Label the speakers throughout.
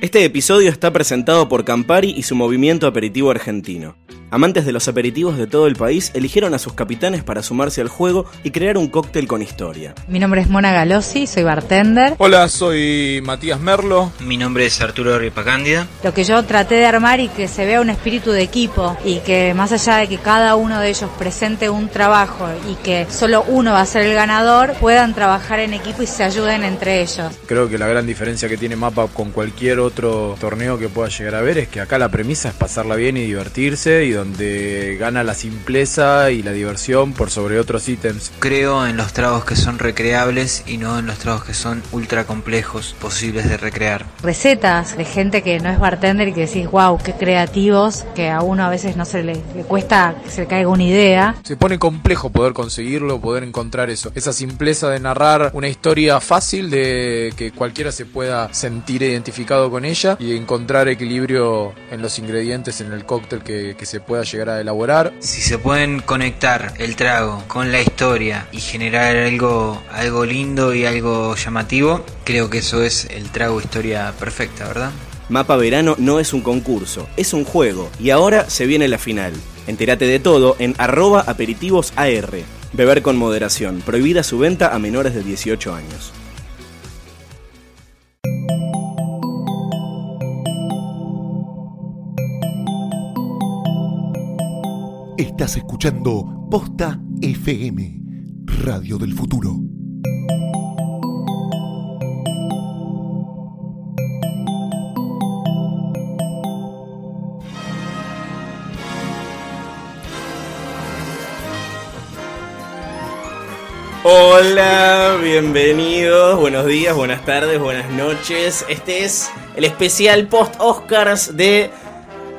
Speaker 1: Este episodio está presentado por Campari y su movimiento aperitivo argentino. Amantes de los aperitivos de todo el país eligieron a sus capitanes para sumarse al juego y crear un cóctel con historia.
Speaker 2: Mi nombre es Mona Galossi, soy bartender.
Speaker 3: Hola, soy Matías Merlo.
Speaker 4: Mi nombre es Arturo Ripacándida.
Speaker 2: Lo que yo traté de armar y que se vea un espíritu de equipo y que más allá de que cada uno de ellos presente un trabajo y que solo uno va a ser el ganador, puedan trabajar en equipo y se ayuden entre ellos.
Speaker 3: Creo que la gran diferencia que tiene Mapa con cualquier otro torneo que pueda llegar a ver es que acá la premisa es pasarla bien y divertirse y donde gana la simpleza y la diversión por sobre otros ítems.
Speaker 4: Creo en los tragos que son recreables y no en los tragos que son ultra complejos, posibles de recrear.
Speaker 2: Recetas de gente que no es bartender y que decís, wow, qué creativos, que a uno a veces no se le, le cuesta que se le caiga una idea.
Speaker 3: Se pone complejo poder conseguirlo, poder encontrar eso. Esa simpleza de narrar una historia fácil de que cualquiera se pueda sentir identificado con ella y encontrar equilibrio en los ingredientes en el cóctel que, que se pueda llegar a elaborar.
Speaker 4: Si se pueden conectar el trago con la historia y generar algo, algo lindo y algo llamativo, creo que eso es el trago historia perfecta, ¿verdad?
Speaker 1: Mapa Verano no es un concurso, es un juego y ahora se viene la final. Entérate de todo en arroba aperitivosAR. Beber con moderación, prohibida su venta a menores de 18 años.
Speaker 5: Estás escuchando Posta FM, Radio del Futuro.
Speaker 1: Hola, bienvenidos, buenos días, buenas tardes, buenas noches. Este es el especial post Oscars de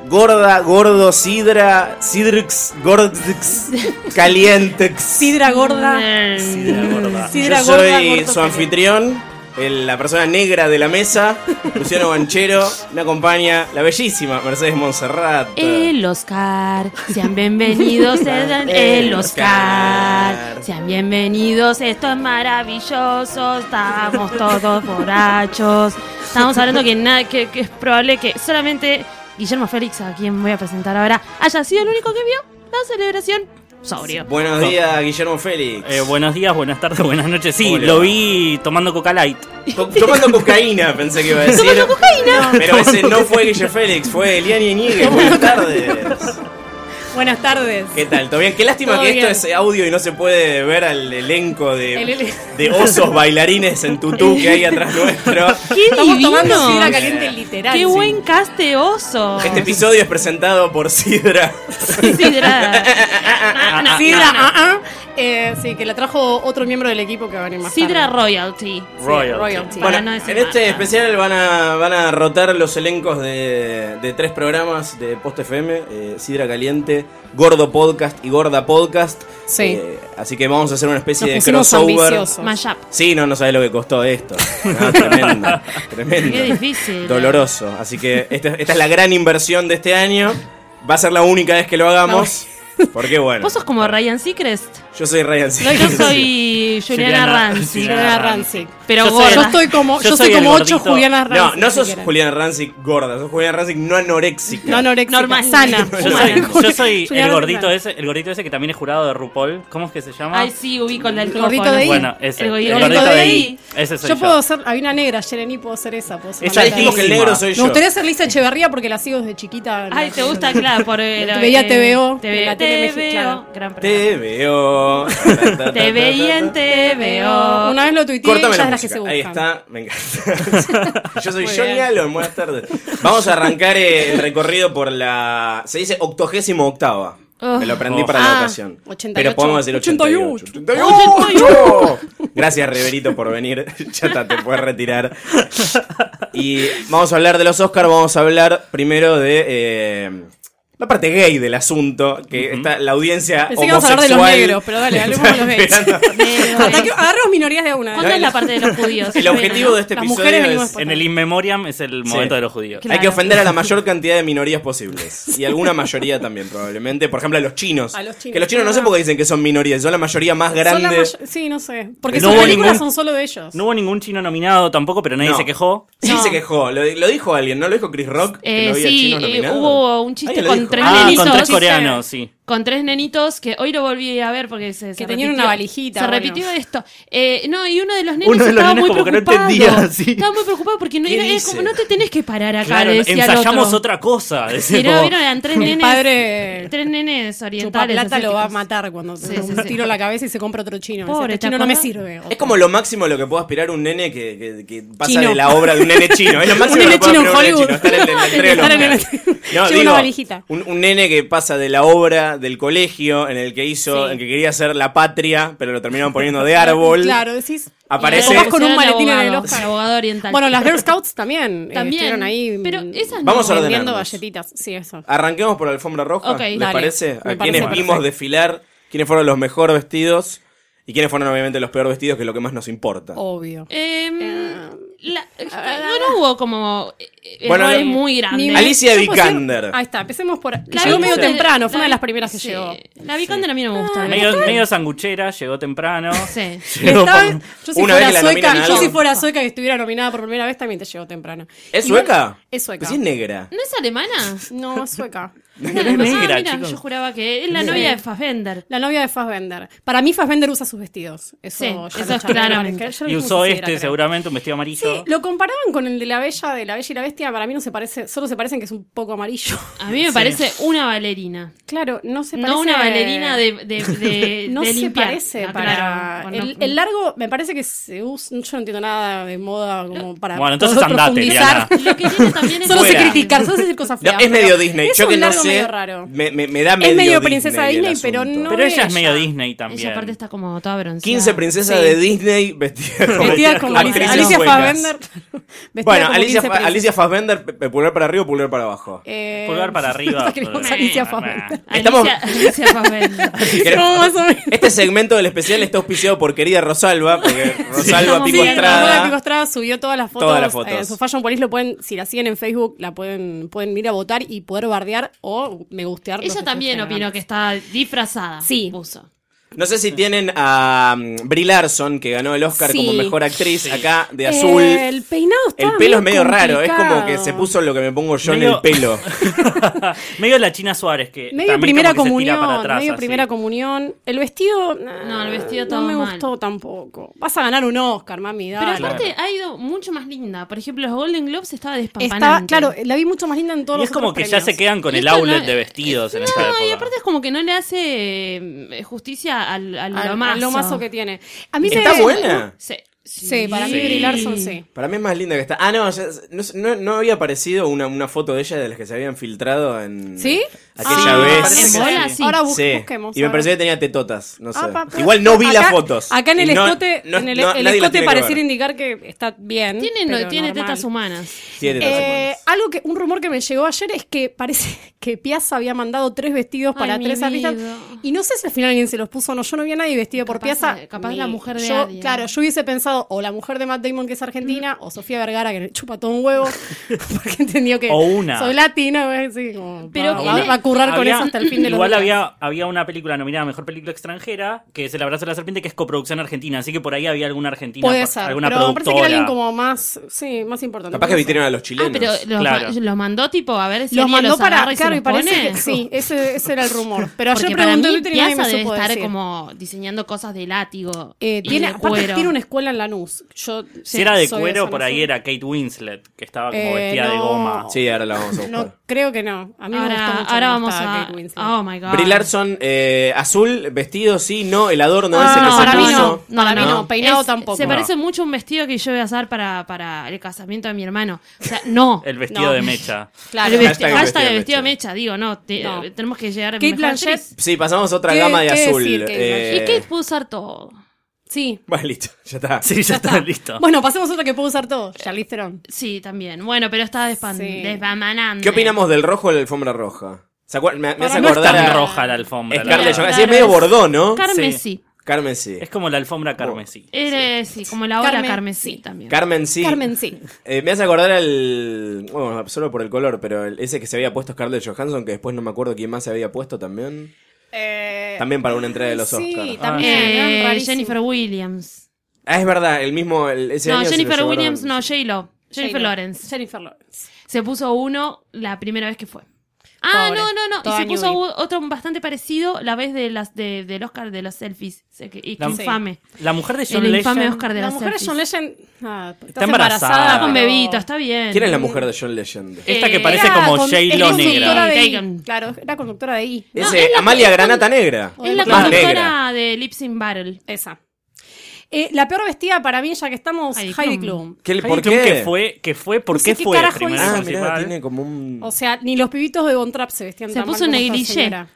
Speaker 1: Gorda, Gordo, Sidra, Sidrx, Gordx, Calientex.
Speaker 6: Sidra gorda.
Speaker 1: Sidra Gorda.
Speaker 6: Sidra
Speaker 1: Yo
Speaker 6: gorda,
Speaker 1: soy
Speaker 6: gordo,
Speaker 1: su anfitrión, el- la persona negra de la mesa, Luciano Banchero. Me acompaña la bellísima Mercedes Monserrat.
Speaker 7: El Oscar, sean bienvenidos sean el Oscar, sean bienvenidos estos maravillosos, estamos todos borrachos, estamos hablando que, nada, que, que es probable que solamente Guillermo Félix, a quien voy a presentar ahora, haya sido el único que vio la celebración sobrio.
Speaker 1: Buenos días, Guillermo Félix.
Speaker 8: Eh, buenos días, buenas tardes, buenas noches. Sí,
Speaker 1: Hola.
Speaker 8: lo vi tomando Coca Light.
Speaker 1: To- tomando cocaína, pensé que iba a decir.
Speaker 7: ¡Tomando cocaína!
Speaker 1: Pero ese no fue Guille Félix, fue Eliani Eñigue. Buenas tardes.
Speaker 6: Buenas tardes.
Speaker 1: ¿Qué tal? ¿Todo bien? Qué lástima
Speaker 6: Todo
Speaker 1: que
Speaker 6: bien.
Speaker 1: esto es audio y no se puede ver al elenco de,
Speaker 6: El ele-
Speaker 1: de osos bailarines en tutú que hay atrás nuestro.
Speaker 7: ¡Qué
Speaker 6: Estamos tomando sidra
Speaker 7: divino!
Speaker 6: caliente literal.
Speaker 7: ¡Qué
Speaker 6: Sí.
Speaker 7: buen casteoso!
Speaker 1: Este episodio es presentado por Sidra.
Speaker 7: Sidra.
Speaker 6: Sidra, ah, ah. Eh, sí, que la trajo otro miembro del equipo que va a venir más
Speaker 7: Sidra
Speaker 6: tarde.
Speaker 7: Royalty.
Speaker 8: Royal.
Speaker 6: Royalty.
Speaker 7: Para
Speaker 1: Bueno,
Speaker 7: no decir
Speaker 1: en este
Speaker 7: nada.
Speaker 1: especial van a, van a rotar los elencos de, de tres programas de Post FM, eh, Sidra Caliente, Gordo Podcast y Gorda Podcast.
Speaker 6: Sí.
Speaker 1: Eh, así que vamos a hacer una especie
Speaker 6: Nos
Speaker 1: de
Speaker 6: pusimos
Speaker 1: crossover.
Speaker 6: ambiciosos.
Speaker 7: Mashup.
Speaker 1: Sí, no, no sabes lo que costó esto. No, tremendo, tremendo.
Speaker 7: Qué difícil.
Speaker 1: Doloroso. Así que esta, esta es la gran inversión de este año. Va a ser la única vez que lo hagamos. Porque bueno.
Speaker 7: Vos sos como Ryan Seacrest.
Speaker 1: Yo soy Ryan
Speaker 7: No, yo
Speaker 1: Seacrest.
Speaker 7: soy Juliana
Speaker 8: Juliana-
Speaker 7: Ranzi.
Speaker 8: Juliana
Speaker 6: Rancic.
Speaker 7: Pero
Speaker 8: Yo soy-
Speaker 7: gorda.
Speaker 6: Yo estoy como, yo
Speaker 8: Yo
Speaker 6: soy
Speaker 8: soy el
Speaker 6: como ocho
Speaker 8: gordito.
Speaker 6: Juliana
Speaker 1: No,
Speaker 6: Ranzi,
Speaker 1: no
Speaker 6: si
Speaker 1: sos
Speaker 6: quieren.
Speaker 1: Juliana Rancic gorda, sos Juliana Rancic no anoréxica.
Speaker 6: No anorexica,
Speaker 7: Normal.
Speaker 6: sana.
Speaker 8: Yo
Speaker 7: Humana.
Speaker 8: soy,
Speaker 6: Juliana-
Speaker 8: yo soy
Speaker 6: Juliana
Speaker 8: el gordito
Speaker 6: Ranzi.
Speaker 8: ese, el gordito ese que también es jurado de RuPaul. ¿Cómo es que se llama?
Speaker 7: Ay, sí, ubico el del
Speaker 6: El
Speaker 7: copo,
Speaker 6: gordito
Speaker 7: ¿no?
Speaker 6: de ahí.
Speaker 8: Bueno, ese.
Speaker 7: El
Speaker 8: El,
Speaker 7: gordito
Speaker 8: gordito
Speaker 6: de
Speaker 8: de
Speaker 6: ahí.
Speaker 8: ahí. Ese soy
Speaker 6: Yo
Speaker 8: yo.
Speaker 6: puedo ser, hay una negra, Jeremy, puedo ser esa, puedo ser
Speaker 8: Es
Speaker 1: Ya
Speaker 6: Marta.
Speaker 1: dijimos que el negro soy
Speaker 6: Me
Speaker 1: yo.
Speaker 6: gustaría ser Lisa Echeverría porque la sigo desde chiquita.
Speaker 7: Ay, te gusta, claro, por el.
Speaker 6: Te veía
Speaker 7: eh,
Speaker 6: TVO,
Speaker 7: Te veía
Speaker 6: la tele
Speaker 7: te
Speaker 6: mexicana.
Speaker 7: veo. Gran
Speaker 1: Te
Speaker 7: premio.
Speaker 1: veo.
Speaker 7: Te veía en te veo.
Speaker 6: Una vez lo tuiteé y
Speaker 1: Cortame
Speaker 6: ellas
Speaker 1: la
Speaker 6: las que
Speaker 1: música.
Speaker 6: se buscan.
Speaker 1: Ahí está, me encanta. Yo soy
Speaker 6: Muy
Speaker 1: Johnny
Speaker 6: bien.
Speaker 1: Allen, buenas tardes. Vamos a arrancar eh, el recorrido por la. Se dice octogésimo octava. Me lo aprendí
Speaker 8: Oh.
Speaker 1: para la
Speaker 7: Ah,
Speaker 1: ocasión.
Speaker 6: 88.
Speaker 1: Pero podemos decir 88.
Speaker 6: 88.
Speaker 1: 88. ¡Oh! Gracias, Reverito, por venir. Chata, te puedes retirar. Y vamos a hablar de los Oscars. Vamos a hablar primero de. eh, la parte gay del asunto, que está la audiencia
Speaker 6: Pensé que íbamos a
Speaker 1: Ah, homosexual.
Speaker 6: hablar de los negros, pero dale, hablemos de los gays.
Speaker 1: Esperando-
Speaker 6: Ataque- Agarramos minorías de una.
Speaker 7: ¿Cuándo es la parte de los judíos?
Speaker 1: El objetivo de este
Speaker 6: Las
Speaker 1: episodio
Speaker 6: mujeres venimos
Speaker 1: es
Speaker 6: por-
Speaker 8: En el In Memoriam es el
Speaker 1: Sí.
Speaker 8: momento de los judíos.
Speaker 1: Hay que
Speaker 7: Claro.
Speaker 1: ofender a la mayor cantidad de minorías posibles. Y alguna mayoría también, probablemente. Por ejemplo, a los chinos.
Speaker 6: A los chinos,
Speaker 1: Que los chinos no sé
Speaker 6: ¿verdad?
Speaker 1: por qué dicen que son minorías, son la mayoría más
Speaker 6: Son la
Speaker 1: grande.
Speaker 6: may- sí, no sé. Porque
Speaker 8: No
Speaker 6: sus
Speaker 8: hubo
Speaker 6: películas
Speaker 8: ningún-
Speaker 6: son solo de ellos.
Speaker 8: No hubo ningún chino nominado tampoco, pero nadie
Speaker 1: No.
Speaker 8: se quejó.
Speaker 1: Sí
Speaker 6: No.
Speaker 1: se quejó, lo, lo dijo alguien, ¿no? Lo dijo Chris Rock. que no
Speaker 7: Eh,
Speaker 1: había
Speaker 7: sí,
Speaker 1: chinos
Speaker 7: eh,
Speaker 1: nominados.
Speaker 7: hubo un
Speaker 1: Alguien
Speaker 7: chiste
Speaker 1: lo
Speaker 7: con
Speaker 1: dijo.
Speaker 7: tres
Speaker 8: Ah,
Speaker 7: nenitos.
Speaker 8: con tres
Speaker 6: sí,
Speaker 8: coreanos, sí.
Speaker 7: con tres nenitos que hoy lo volví a ver porque se, se
Speaker 6: Que tenían
Speaker 7: repitió.
Speaker 6: una valijita,
Speaker 7: Se
Speaker 6: bueno.
Speaker 7: repitió esto. Eh, no, y uno de los nenes
Speaker 8: Uno de los
Speaker 7: estaba
Speaker 8: nenes
Speaker 7: muy
Speaker 8: como que no
Speaker 7: preocupado.
Speaker 8: entendía, sí.
Speaker 7: Estaba muy preocupado porque no,
Speaker 1: ¿Qué
Speaker 7: era- es
Speaker 1: dice?
Speaker 7: como, no te tenés que parar acá,
Speaker 8: Claro,
Speaker 7: le decía al
Speaker 8: ensayamos
Speaker 7: otro.
Speaker 8: otra cosa. decía
Speaker 7: Mirá,
Speaker 8: como-
Speaker 7: vieron, eran tres
Speaker 6: Mi
Speaker 7: nenes,
Speaker 6: padre
Speaker 7: tres nenes orientales.
Speaker 6: Chupaplata lo va a
Speaker 7: asiáticos.
Speaker 6: matar cuando se
Speaker 7: Sí, sí, sí.
Speaker 6: tiro en la cabeza y se compra otro chino.
Speaker 7: Pobre,
Speaker 6: Pobre,
Speaker 7: ¿te
Speaker 6: chino no me
Speaker 7: acordás?
Speaker 6: sirve.
Speaker 1: Es como lo máximo a lo que puede aspirar un nene que, que- que pasa
Speaker 6: Chino.
Speaker 1: de la obra de un nene chino. Es lo máximo
Speaker 6: nene
Speaker 1: que puede
Speaker 6: chino en
Speaker 1: aspirar un nene chino.
Speaker 6: Hollywood.
Speaker 1: Estar en, el- en el tren de los
Speaker 6: Estar en el-
Speaker 1: Oscars. No,
Speaker 6: Lleva una
Speaker 1: digo,
Speaker 6: valijita.
Speaker 1: un, un nene que pasa de la obra del colegio en el que hizo,
Speaker 7: Sí.
Speaker 1: en que quería ser la patria, pero lo terminaron poniendo de árbol.
Speaker 6: Claro, decís.
Speaker 1: Aparece-
Speaker 6: Lo compás con un maletín en el
Speaker 7: Abogado,
Speaker 6: Oscar.
Speaker 7: abogado oriental.
Speaker 6: Bueno, las Girl Scouts también. eh,
Speaker 7: También,
Speaker 6: estuvieron ahí.
Speaker 7: pero
Speaker 6: mm,
Speaker 7: esas no.
Speaker 1: Vamos a Ah.
Speaker 6: vendiendo
Speaker 1: ordenarnos.
Speaker 6: galletitas. Sí, eso.
Speaker 1: Arranquemos por la alfombra roja,
Speaker 7: Ok,
Speaker 1: ¿les
Speaker 6: dale.
Speaker 1: parece?
Speaker 6: Me
Speaker 1: A
Speaker 6: parece
Speaker 1: quienes vimos
Speaker 6: perfecto.
Speaker 1: desfilar, quiénes fueron los mejor vestidos y quiénes fueron obviamente los peor vestidos, que es lo que más nos importa.
Speaker 6: Obvio.
Speaker 7: Em,
Speaker 6: Eh,
Speaker 7: la- no, no hubo como eh,
Speaker 1: Bueno,
Speaker 7: errores
Speaker 1: no-
Speaker 7: muy
Speaker 6: Ni-
Speaker 7: grandes.
Speaker 1: Alicia
Speaker 6: yo puedo
Speaker 1: Vikander.
Speaker 6: decir- Ahí está, empecemos por.
Speaker 7: La
Speaker 6: Llegó medio
Speaker 7: Vikander-
Speaker 6: temprano, fue
Speaker 7: la-
Speaker 6: una de las primeras que
Speaker 7: sí.
Speaker 6: llegó.
Speaker 7: La Vikander a mí no me gusta.
Speaker 8: Ah. medio, medio sanguchera, llegó temprano.
Speaker 7: Sí.
Speaker 8: Llegó
Speaker 6: Estaba-
Speaker 8: con-
Speaker 6: yo si
Speaker 1: Una vez
Speaker 6: fuera
Speaker 1: que
Speaker 6: sueca,
Speaker 1: la nominan a
Speaker 6: yo
Speaker 1: algo.
Speaker 6: si fuera sueca que estuviera nominada por primera vez también te llegó temprano.
Speaker 1: ¿Es
Speaker 6: Igual-
Speaker 1: sueca?
Speaker 6: Es sueca.
Speaker 1: Pues sí es negra.
Speaker 7: ¿No es alemana?
Speaker 6: No, es sueca.
Speaker 7: Ah,
Speaker 8: negra,
Speaker 7: mira,
Speaker 8: chicos.
Speaker 7: yo juraba que es la novia de Fassbender.
Speaker 6: La novia de Fassbender. Para mí Fassbender usa sus vestidos. Eso,
Speaker 7: Sí,
Speaker 6: ya lo
Speaker 7: eso es
Speaker 6: charlamos,
Speaker 7: claramente.
Speaker 6: que ya lo
Speaker 8: Y
Speaker 6: dijimos
Speaker 8: usó
Speaker 6: así,
Speaker 8: este
Speaker 6: era, creo.
Speaker 8: seguramente, un vestido amarillo.
Speaker 6: Sí, lo comparaban con el de la Bella, de la Bella y la Bestia. Para mí no se parece, solo se parecen que es un poco amarillo.
Speaker 7: A mí me parece una bailarina.
Speaker 6: Claro, no se parece.
Speaker 7: No una bailarina de, de, de-
Speaker 6: No
Speaker 7: de
Speaker 6: se
Speaker 7: limpiar.
Speaker 6: parece
Speaker 7: No,
Speaker 6: para.
Speaker 7: claro, no-
Speaker 6: el, el largo me parece que se usa. Yo no entiendo nada de moda como para.
Speaker 8: Bueno, entonces
Speaker 6: poder
Speaker 8: andate,
Speaker 6: profundizar.
Speaker 7: Lo que tiene también es
Speaker 6: Solo sé
Speaker 1: Fuera.
Speaker 6: criticar, solo sé decir cosas
Speaker 1: No,
Speaker 6: feas.
Speaker 1: es medio
Speaker 6: pero
Speaker 1: Disney,
Speaker 6: es
Speaker 1: yo
Speaker 6: un
Speaker 1: que no
Speaker 6: largo
Speaker 1: sé.
Speaker 6: medio raro.
Speaker 1: Me, me- me da
Speaker 6: Es
Speaker 1: medio,
Speaker 6: medio princesa Disney,
Speaker 1: el
Speaker 6: pero
Speaker 1: asunto.
Speaker 6: no
Speaker 8: Pero ella es medio
Speaker 6: ella.
Speaker 8: Disney también. Ah,
Speaker 7: Ella aparte está como toda bronceada.
Speaker 1: 15 princesas
Speaker 6: Sí.
Speaker 1: de Disney vestidas como,
Speaker 6: Vestida como
Speaker 1: actrices
Speaker 6: Alicia, Alicia
Speaker 1: suecas.
Speaker 6: Fassbender. vestida
Speaker 1: Bueno,
Speaker 6: como
Speaker 1: Alicia,
Speaker 6: 15
Speaker 1: Fa- Alicia Fassbender, pe- pe- pulgar para arriba o pulgar para abajo.
Speaker 6: Eh,
Speaker 8: Pulgar para arriba.
Speaker 6: queremos a Alicia
Speaker 8: Nah,
Speaker 6: Fassbender.
Speaker 7: Alicia,
Speaker 1: Estamos-
Speaker 7: Alicia Fassbender.
Speaker 1: Queremos-
Speaker 6: No, más o menos.
Speaker 1: Este segmento del especial está auspiciado por querida Rosalba, porque Rosalba
Speaker 7: estamos
Speaker 1: Pico
Speaker 7: bien,
Speaker 1: Estrada.
Speaker 6: Lola Pico Estrada subió todas las fotos.
Speaker 1: Todas las fotos.
Speaker 6: eh, en su Fashion Police lo pueden, si la siguen en Facebook, la pueden, pueden ir a votar y poder bardear o me gustear.
Speaker 7: Ella también opinó que está disfrazada.
Speaker 6: Sí.
Speaker 7: Puso.
Speaker 1: No sé si tienen a um, Brie Larson, que ganó el Oscar
Speaker 6: Sí.
Speaker 1: como mejor actriz acá de azul.
Speaker 6: El peinado está
Speaker 1: El pelo es medio
Speaker 6: medio
Speaker 1: raro, es como que
Speaker 6: complicado.
Speaker 1: se puso lo que me pongo yo en
Speaker 8: Medio-
Speaker 1: el pelo.
Speaker 8: medio la China Suárez,
Speaker 1: eh,
Speaker 8: que.
Speaker 6: Medio
Speaker 8: también
Speaker 6: primera
Speaker 8: como que se tira
Speaker 6: comunión,
Speaker 8: para atrás,
Speaker 6: medio
Speaker 8: así.
Speaker 6: primera comunión. El vestido. nah,
Speaker 7: No, el vestido todo
Speaker 6: No me
Speaker 7: mal.
Speaker 6: gustó tampoco. Vas a ganar un Oscar, mami.
Speaker 7: Pero
Speaker 6: Dale.
Speaker 7: aparte ha ido mucho más linda. Por ejemplo, los Golden Globes estaba
Speaker 6: Estaba,
Speaker 7: despampanante.
Speaker 6: claro, la vi mucho más linda en todos
Speaker 8: Y
Speaker 6: los
Speaker 8: es como que
Speaker 6: otros
Speaker 8: ya
Speaker 6: premios.
Speaker 8: se quedan con
Speaker 7: Y
Speaker 8: el
Speaker 7: esto
Speaker 8: outlet
Speaker 7: no-
Speaker 8: de vestidos en esta época.
Speaker 7: No, y aparte es como que no le hace eh, justicia al, al,
Speaker 6: Al-
Speaker 7: lomazo.
Speaker 6: al lomazo que tiene. A mí se-
Speaker 1: ¿Está buena?
Speaker 7: Sí,
Speaker 6: Sí, para mí Brie Larson sí.
Speaker 1: Para mí es más linda que está. Ah, no, ya- no, no- no había aparecido una, una foto de ella de las que se habían filtrado en.
Speaker 6: ¿Sí?
Speaker 1: Aquella
Speaker 7: Ah,
Speaker 1: vez.
Speaker 7: parece que bola, sí.
Speaker 6: Ahora bus-
Speaker 1: Sí.
Speaker 6: busquemos.
Speaker 1: Y me
Speaker 6: ahora.
Speaker 1: pareció que tenía tetotas, no sé.
Speaker 6: Ah, pa, pa,
Speaker 1: Igual no vi
Speaker 6: acá-
Speaker 1: las fotos.
Speaker 6: Acá en el
Speaker 1: Y no-
Speaker 6: escote,
Speaker 1: no-
Speaker 6: en el,
Speaker 1: no-
Speaker 6: el
Speaker 1: nadie las
Speaker 6: escote
Speaker 1: tiene que
Speaker 6: pareciera
Speaker 1: ver.
Speaker 6: indicar que está bien.
Speaker 7: Tiene,
Speaker 6: pero
Speaker 7: tiene
Speaker 6: normal.
Speaker 7: tetas humanas.
Speaker 1: Tiene tetas
Speaker 6: Eh,
Speaker 1: humanas.
Speaker 6: algo que un rumor que me llegó ayer es que parece que Piazza había mandado tres vestidos
Speaker 7: Ay,
Speaker 6: para
Speaker 7: mi
Speaker 6: tres artistas
Speaker 7: vida.
Speaker 6: y no sé si al final alguien se los puso o no. Yo no vi a nadie vestido por
Speaker 7: Capaz,
Speaker 6: Piazza.
Speaker 7: eh, capaz
Speaker 6: Ni-
Speaker 7: la mujer de
Speaker 6: yo,
Speaker 7: Aria.
Speaker 6: Claro, yo hubiese pensado o la mujer de Matt Damon que es argentina o Sofía Vergara que le chupa todo un huevo porque entendió que
Speaker 8: O una.
Speaker 6: soy latina, eh, sí, como,
Speaker 7: Pero
Speaker 6: va,
Speaker 7: que
Speaker 6: va-
Speaker 7: le-
Speaker 6: va a currar con
Speaker 8: Había-
Speaker 6: eso hasta el fin de los
Speaker 8: Igual
Speaker 6: días.
Speaker 8: había, había una película nominada a Mejor Película Extranjera, que es El Abrazo de la Serpiente, que es coproducción argentina, así que por ahí había alguna argentina,
Speaker 6: Puede
Speaker 8: por-
Speaker 6: ser,
Speaker 8: alguna
Speaker 6: pero me parece que
Speaker 8: productora.
Speaker 6: era alguien como más, sí, más importante.
Speaker 1: Capaz
Speaker 6: Por
Speaker 1: que
Speaker 6: eso.
Speaker 1: vistieron a los
Speaker 7: Ah,
Speaker 1: chilenos.
Speaker 7: pero los,
Speaker 8: Claro.
Speaker 7: ma- los mandó tipo a ver si
Speaker 6: Los
Speaker 7: alguien
Speaker 6: mandó para,
Speaker 7: agarra y se
Speaker 6: claro,
Speaker 7: los
Speaker 6: y parece
Speaker 7: pone.
Speaker 6: que sí, ese, ese era el rumor. Pero
Speaker 7: Porque
Speaker 6: ayer
Speaker 7: para
Speaker 6: pregunté en
Speaker 7: mí
Speaker 6: Twitter y nadie
Speaker 7: Piazza
Speaker 6: me
Speaker 7: debe
Speaker 6: supo
Speaker 7: estar
Speaker 6: decir.
Speaker 7: como diseñando cosas de látigo.
Speaker 6: Eh,
Speaker 7: y
Speaker 6: tiene,
Speaker 7: de
Speaker 6: aparte
Speaker 7: cuero.
Speaker 6: tiene una escuela en Lanús. Yo,
Speaker 8: Si era de
Speaker 6: soy
Speaker 8: cuero,
Speaker 6: esa,
Speaker 8: por
Speaker 6: no
Speaker 8: ahí
Speaker 6: sé.
Speaker 8: era Kate Winslet, que estaba como
Speaker 6: Eh,
Speaker 8: vestida de
Speaker 6: no.
Speaker 8: goma.
Speaker 1: Sí, ahora la vamos a buscar.
Speaker 6: No, creo que no. A mí me
Speaker 7: Ahora,
Speaker 6: gustó mucho
Speaker 7: ahora
Speaker 6: cómo
Speaker 7: vamos
Speaker 6: estaba
Speaker 7: a.
Speaker 6: Kate Winslet.
Speaker 7: Oh my god.
Speaker 1: Brie Larson, eh, azul, vestido, sí, no, el adorno
Speaker 6: Ah,
Speaker 1: ese que
Speaker 6: no,
Speaker 1: se
Speaker 6: para mí
Speaker 1: puso.
Speaker 6: no. Para mí no,
Speaker 1: No.
Speaker 6: peinado tampoco.
Speaker 7: Se
Speaker 6: No.
Speaker 7: parece mucho a un vestido que yo voy a usar para, para el casamiento de mi hermano. O sea, no.
Speaker 8: El vestido
Speaker 6: No.
Speaker 8: de mecha.
Speaker 6: Claro.
Speaker 7: El vesti-
Speaker 1: Hashtag el
Speaker 7: hashtag
Speaker 1: vestido
Speaker 7: el
Speaker 1: de
Speaker 7: vestido
Speaker 1: mecha.
Speaker 7: mecha, digo, no, te-
Speaker 6: No.
Speaker 7: eh, tenemos que llegar a
Speaker 6: Kate
Speaker 7: mejor
Speaker 6: Blanchett.
Speaker 7: actriz.
Speaker 1: Sí, pasamos a otra
Speaker 6: ¿Qué-
Speaker 1: gama de
Speaker 6: qué
Speaker 1: azul.
Speaker 6: decir, Kate?
Speaker 1: eh,
Speaker 7: Y Kate puede usar todo.
Speaker 6: Sí.
Speaker 1: Bueno, listo, ya está.
Speaker 8: Sí, ya está, listo.
Speaker 6: Bueno, pasemos a otra que puedo usar todo. Charlize Theron.
Speaker 7: Sí, también. Bueno, pero está despan
Speaker 6: Sí.
Speaker 7: desbamanando.
Speaker 1: ¿Qué opinamos del rojo en la alfombra roja? ¿Se acuer- Me, me hace
Speaker 6: Para mí
Speaker 8: No es
Speaker 1: acordar
Speaker 8: tan
Speaker 1: a
Speaker 8: roja la alfombra. la
Speaker 1: Scarlett
Speaker 8: verdad.
Speaker 1: Johansson. Sí, es medio bordó, ¿no?
Speaker 7: Eh, Carmesí.
Speaker 1: Carmen sí.
Speaker 8: Es como la alfombra carmesí.
Speaker 7: Era, sí, como la hora
Speaker 6: Carmen,
Speaker 7: carmesí
Speaker 6: sí.
Speaker 7: también.
Speaker 1: Carmen sí.
Speaker 6: Carmen, sí.
Speaker 1: Eh, me hace acordar al. Bueno, solo por el color, pero el- ese que se había puesto Scarlett Johansson, que después no me acuerdo quién más se había puesto también. También para una entrega de los
Speaker 6: sí,
Speaker 1: Oscars.
Speaker 6: también.
Speaker 9: Ah.
Speaker 6: eran
Speaker 7: Eh,
Speaker 6: rarísimos.
Speaker 7: Jennifer Williams.
Speaker 1: Ah, es verdad, el mismo. el- ese
Speaker 7: No,
Speaker 1: año se lo
Speaker 7: Jennifer
Speaker 1: llevaron-
Speaker 7: Williams, no, J-Lo. Jennifer
Speaker 6: J-Lo.
Speaker 7: Lawrence.
Speaker 6: Jennifer Lawrence.
Speaker 7: Se puso uno la primera vez que fue. Ah,
Speaker 6: Pobre,
Speaker 7: no, no, no.
Speaker 6: toda
Speaker 7: Y se puso
Speaker 6: newbie.
Speaker 7: u- otro bastante parecido la vez de las, de, del Oscar de los selfies. Se- que- y que
Speaker 8: La-
Speaker 7: infame.
Speaker 8: La mujer de John
Speaker 7: el
Speaker 8: Legend.
Speaker 7: infame Oscar de
Speaker 6: la
Speaker 7: las
Speaker 6: mujer de
Speaker 7: selfies.
Speaker 6: John Legend. Ah,
Speaker 8: Está
Speaker 6: está embarazada.
Speaker 8: embarazada.
Speaker 7: Con
Speaker 6: pero-
Speaker 7: bebito, está bien.
Speaker 1: Ah, ¿Quién es la mujer de John Legend?
Speaker 8: Esta que
Speaker 7: Eh,
Speaker 8: parece
Speaker 6: Era
Speaker 8: como
Speaker 6: con- es
Speaker 8: J-Lo
Speaker 6: conductora
Speaker 8: negra.
Speaker 6: de I.
Speaker 7: Taken.
Speaker 6: Claro, era conductora de I.
Speaker 7: No,
Speaker 1: Ese,
Speaker 7: es la
Speaker 1: Amalia
Speaker 7: que-
Speaker 1: Granata Negra.
Speaker 7: Es la
Speaker 1: más negra.
Speaker 7: conductora de Lips in Battle.
Speaker 6: Esa. Eh, la peor vestida para mí, ya que estamos,
Speaker 7: Heidi
Speaker 6: Heidi, Klum.
Speaker 7: Klum.
Speaker 1: ¿Qué,
Speaker 8: Heidi
Speaker 1: ¿Por
Speaker 8: Klum,
Speaker 1: qué?
Speaker 8: que fue? que fue? ¿Por
Speaker 6: No
Speaker 8: qué
Speaker 6: sé qué
Speaker 8: fue?
Speaker 6: carajo
Speaker 8: Primero
Speaker 6: hizo.
Speaker 1: Ah,
Speaker 8: y
Speaker 6: la
Speaker 1: mirá,
Speaker 8: principal.
Speaker 1: tiene como un.
Speaker 6: O sea, ni los pibitos de Von Trapp se vestían
Speaker 7: Se
Speaker 6: tan
Speaker 7: puso
Speaker 6: mal como
Speaker 7: una
Speaker 6: esta
Speaker 7: grillé.
Speaker 6: señora.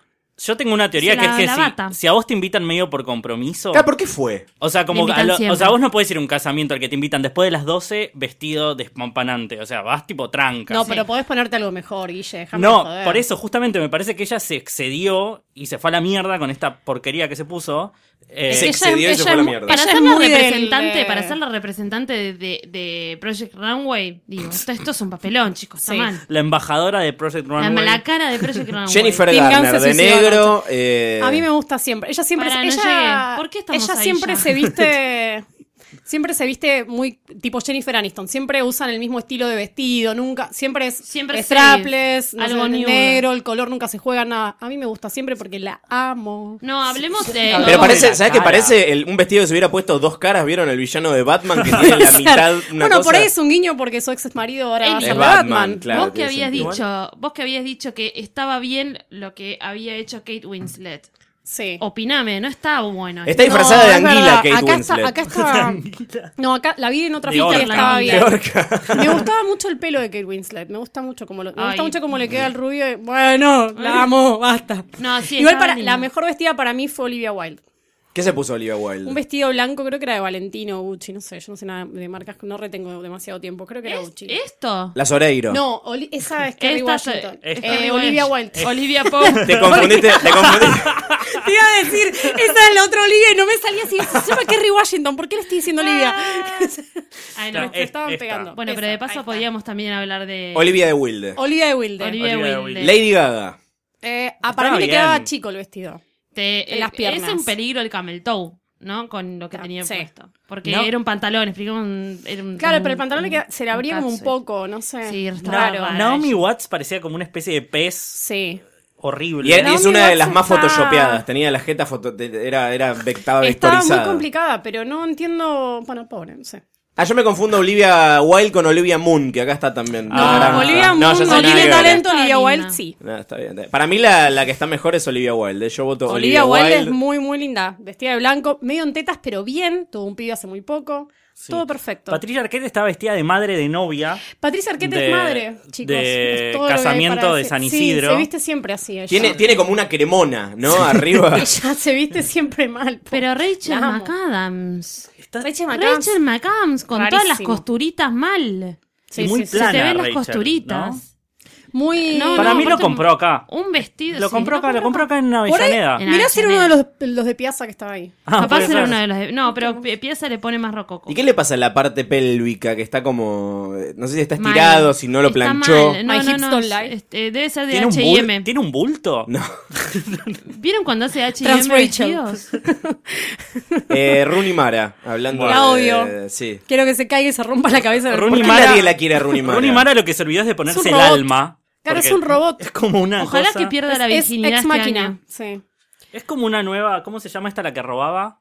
Speaker 8: Yo tengo una teoría
Speaker 7: Se
Speaker 8: que
Speaker 7: la-
Speaker 8: es
Speaker 7: la
Speaker 8: que
Speaker 7: bata.
Speaker 8: si, si a vos te invitan medio por compromiso.
Speaker 1: Ah, ¿por qué fue?
Speaker 8: O sea, como a
Speaker 7: Me invitan
Speaker 8: lo- o
Speaker 7: siempre.
Speaker 8: sea, vos no podés ir a un casamiento al que te invitan después de las 12 vestido despampanante. O sea, vas tipo tranca.
Speaker 6: No,
Speaker 8: Sí.
Speaker 6: pero podés ponerte algo mejor, Guille. déjame
Speaker 8: No,
Speaker 6: joder.
Speaker 8: por eso, justamente me parece que ella se excedió y se fue a la mierda con esta porquería que se puso. Eh,
Speaker 1: Se
Speaker 6: que ella-
Speaker 1: excedió y se
Speaker 6: ella
Speaker 1: fue a la
Speaker 6: es-
Speaker 1: mierda.
Speaker 7: Para
Speaker 6: Ella
Speaker 7: ser
Speaker 6: es
Speaker 7: la
Speaker 6: muy del-
Speaker 7: representante,
Speaker 6: de-
Speaker 7: para ser la representante de, de- de Project Runway, digo, esto, esto es un papelón, chicos, está
Speaker 6: Sí.
Speaker 7: mal.
Speaker 8: La embajadora de Project
Speaker 7: La,
Speaker 8: Runway.
Speaker 7: la cara de Project Runway.
Speaker 1: Jennifer
Speaker 6: Tim Gunn
Speaker 1: Garner,
Speaker 6: se
Speaker 1: de
Speaker 6: suicidó
Speaker 1: negro. eh,
Speaker 6: A mí me gusta siempre. Ella siempre
Speaker 7: Para,
Speaker 6: se-
Speaker 7: no
Speaker 6: ella,
Speaker 7: llegué. ¿Por qué estamos
Speaker 6: ella
Speaker 7: ahí
Speaker 6: siempre
Speaker 7: ya?
Speaker 6: se viste siempre se viste muy tipo Jennifer Aniston, siempre usan el mismo estilo de vestido, nunca siempre es
Speaker 7: Siempre
Speaker 6: es
Speaker 7: sí,
Speaker 6: strapless, no
Speaker 7: algo
Speaker 6: sé,
Speaker 7: nude.
Speaker 6: negro, el color nunca se juega nada. A mí me gusta siempre porque la amo.
Speaker 7: No, hablemos de.
Speaker 1: Pero
Speaker 8: Hablamos de
Speaker 1: parece,
Speaker 8: la
Speaker 1: ¿sabes qué
Speaker 8: cara.
Speaker 1: parece? El- un vestido que se hubiera puesto dos caras, ¿vieron? El villano de Batman que tiene la mitad una
Speaker 6: bueno,
Speaker 1: cosa.
Speaker 6: por ahí es un guiño porque su ex marido ahora va a
Speaker 7: Es
Speaker 6: ser
Speaker 1: Batman,
Speaker 6: Batman.
Speaker 1: claro,
Speaker 7: vos que
Speaker 1: tiene
Speaker 7: habías
Speaker 1: sentido.
Speaker 7: dicho, vos que habías dicho que estaba bien lo que había hecho Kate Winslet.
Speaker 6: Sí.
Speaker 7: Opiname, no estaba bueno.
Speaker 1: Está disfrazada
Speaker 6: No,
Speaker 1: de
Speaker 6: es
Speaker 1: anguila
Speaker 6: verdad.
Speaker 1: Kate
Speaker 6: acá
Speaker 1: Winslet.
Speaker 6: Está, acá está. No, acá la vi en otra
Speaker 8: De
Speaker 6: fiesta y
Speaker 8: orca.
Speaker 6: estaba
Speaker 7: De
Speaker 6: bien.
Speaker 1: Peor
Speaker 6: Me gustaba mucho el pelo de Kate Winslet. Me gusta mucho como lo, me gusta
Speaker 7: Ay.
Speaker 6: mucho como le queda el rubio. y- Bueno, la amo, basta.
Speaker 7: No, sí,
Speaker 6: Igual
Speaker 7: estaba
Speaker 6: para
Speaker 7: linda.
Speaker 6: la mejor vestida para mí fue Olivia Wilde.
Speaker 1: que- ¿Qué se puso Olivia Wilde?
Speaker 6: Un vestido blanco, creo que era de Valentino Gucci, no sé, yo no sé nada de marcas, no retengo demasiado tiempo, creo que era Gucci.
Speaker 7: ¿Esto?
Speaker 1: La Soreiro.
Speaker 6: No, Oli- esa es Kerry
Speaker 7: Esta-
Speaker 6: Washington.
Speaker 8: esta-
Speaker 6: Eh,
Speaker 7: Kerry
Speaker 6: Olivia
Speaker 7: Washington.
Speaker 6: Wilde.
Speaker 7: Olivia Pope.
Speaker 1: Te confundiste, te confundiste.
Speaker 6: Te iba a decir, esa es la otra Olivia y no me salía así. Se llama Kerry Washington, ¿por qué le estoy diciendo Olivia?
Speaker 7: Ah. Ay,
Speaker 8: Claro,
Speaker 7: no.
Speaker 6: Nos estaban
Speaker 8: esta.
Speaker 6: pegando.
Speaker 7: Bueno, pero
Speaker 6: Esa,
Speaker 7: de
Speaker 6: ahí
Speaker 7: paso
Speaker 6: está.
Speaker 7: podíamos también hablar de.
Speaker 1: Olivia de Wilde.
Speaker 6: Olivia de Wilde.
Speaker 7: Olivia
Speaker 8: Olivia
Speaker 7: Wilde.
Speaker 8: Wilde.
Speaker 1: Lady Gaga.
Speaker 6: Eh, ah, para mí le
Speaker 8: bien.
Speaker 6: quedaba chico el vestido.
Speaker 7: Te-
Speaker 6: En las
Speaker 7: eh,
Speaker 6: piernas.
Speaker 7: Es un peligro el camel toe, ¿no? Con lo que
Speaker 6: Ah,
Speaker 7: tenía
Speaker 6: sí.
Speaker 7: puesto. Porque
Speaker 8: No.
Speaker 7: era un pantalón, explicamos. un- era un-
Speaker 6: Claro,
Speaker 7: un-
Speaker 6: pero el pantalón le
Speaker 7: un-
Speaker 6: queda- se le abría como un
Speaker 7: catsuit.
Speaker 6: poco, no sé.
Speaker 7: Sí,
Speaker 8: No,
Speaker 7: estaba rara
Speaker 8: Naomi
Speaker 7: ella.
Speaker 8: Watts parecía como una especie de pez
Speaker 6: Sí.
Speaker 8: horrible.
Speaker 1: Y, era- y es
Speaker 6: Naomi
Speaker 1: una de
Speaker 6: Watts
Speaker 1: las más
Speaker 6: está-
Speaker 1: photoshopeadas. Tenía la jeta foto... Era, era
Speaker 6: Estaba
Speaker 1: vectaba
Speaker 6: muy
Speaker 1: vectorizada.
Speaker 6: complicada, pero no entiendo. Bueno, pobre, no sé.
Speaker 1: Ah, yo me confundo Olivia Wilde con Olivia Moon, que acá está también.
Speaker 8: No,
Speaker 1: Naranja.
Speaker 6: Ah, Olivia
Speaker 1: No,
Speaker 6: no,
Speaker 1: ya sé, nada que
Speaker 6: Olivia
Speaker 1: ver.
Speaker 6: Talento, Olivia
Speaker 7: Está
Speaker 6: Wilde,
Speaker 7: linda.
Speaker 6: sí.
Speaker 1: No, está bien, está bien. Para mí la, la que está mejor es Olivia Wilde. Yo voto
Speaker 6: Olivia,
Speaker 1: Olivia,
Speaker 6: Wilde, es
Speaker 1: Wilde.
Speaker 6: muy, muy linda. Vestida de blanco, medio en tetas, pero bien. Tuvo un pibe hace muy poco. Todo perfecto.
Speaker 8: Patricia Arquette estaba vestida de madre de novia.
Speaker 6: Patricia Arquette
Speaker 8: de-
Speaker 6: es madre, chicos.
Speaker 8: de
Speaker 6: Es todo lo que hay para
Speaker 8: casamiento de
Speaker 6: decir.
Speaker 8: San
Speaker 6: Sí,
Speaker 8: Isidro.
Speaker 6: se viste siempre así. Ella.
Speaker 1: Tiene, tiene como una cremona, ¿no? Arriba.
Speaker 6: Ella se viste siempre mal. po.
Speaker 7: Pero Rachel
Speaker 6: La amo.
Speaker 7: McAdams.
Speaker 8: Está
Speaker 6: Rachel McAdams.
Speaker 7: Rachel McAdams con todas las
Speaker 6: Rarísimo.
Speaker 7: costuritas mal.
Speaker 6: Sí,
Speaker 8: muy
Speaker 6: sí, sí.
Speaker 8: plana,
Speaker 7: Se te ven las
Speaker 8: Rachel,
Speaker 7: costuritas.
Speaker 6: Muy.
Speaker 7: No,
Speaker 8: Para
Speaker 7: no,
Speaker 8: mí lo
Speaker 7: aparte-
Speaker 8: compró acá.
Speaker 7: Un vestido.
Speaker 8: Lo
Speaker 7: sí,
Speaker 8: compró acá, lo compró acá en
Speaker 6: Por ahí,
Speaker 8: Avellaneda.
Speaker 7: En
Speaker 6: mirá si era uno de
Speaker 7: Avellaneda.
Speaker 6: los, los de Piazza que estaba ahí.
Speaker 8: Ah,
Speaker 7: Capaz
Speaker 8: puede
Speaker 7: era
Speaker 8: ser.
Speaker 7: uno de los. de- No, pero Pi- Piazza le pone más rococo.
Speaker 1: ¿Y qué le pasa a la parte pélvica que está como. eh, No sé si está estirado,
Speaker 7: Mal.
Speaker 1: si no lo
Speaker 7: Está
Speaker 1: planchó?
Speaker 6: My
Speaker 7: mal. No, no,
Speaker 6: hips
Speaker 7: no,
Speaker 6: don't lie.
Speaker 7: este, debe ser de
Speaker 8: ¿Tiene un, bul-
Speaker 7: H&M.
Speaker 8: ¿Tiene un bulto?
Speaker 1: No.
Speaker 7: ¿Vieron cuando hace H&M
Speaker 6: Trans Rachel.
Speaker 7: vestidos?
Speaker 1: Eh, Rooney Mara, hablando
Speaker 6: La
Speaker 1: de-
Speaker 6: odio.
Speaker 1: sí.
Speaker 6: Quiero que se caiga y se rompa la cabeza. en el
Speaker 1: ¿Por
Speaker 8: Rooney
Speaker 1: qué
Speaker 8: Mara-
Speaker 1: nadie la quiere a Rooney Mara?
Speaker 8: Rooney Mara lo que se olvidó es de ponerse el
Speaker 6: robot.
Speaker 8: alma.
Speaker 6: Claro, es
Speaker 8: porque
Speaker 6: un robot.
Speaker 8: Es como una
Speaker 7: Ojalá
Speaker 8: cosa-
Speaker 7: que pierda la
Speaker 6: Es-
Speaker 7: virginidad
Speaker 6: Es ex
Speaker 7: este
Speaker 6: máquina.
Speaker 7: año.
Speaker 6: Sí.
Speaker 8: Es como una nueva. ¿Cómo se llama esta la que robaba?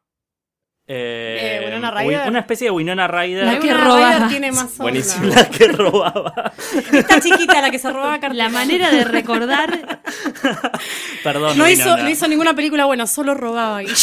Speaker 8: Eh,
Speaker 6: Eh, Winona
Speaker 8: Win-
Speaker 6: Ryder.
Speaker 8: Una especie de Winona Ryder.
Speaker 7: La
Speaker 6: La
Speaker 7: que
Speaker 6: que
Speaker 7: roba.
Speaker 6: tiene más onda.
Speaker 1: Buenísimo.
Speaker 8: La que robaba.
Speaker 6: Esta chiquita, la que se robaba cartas.
Speaker 7: La manera de recordar
Speaker 8: Perdón.
Speaker 6: No
Speaker 8: Winona.
Speaker 6: hizo, no hizo ninguna película buena, solo robaba. Guille.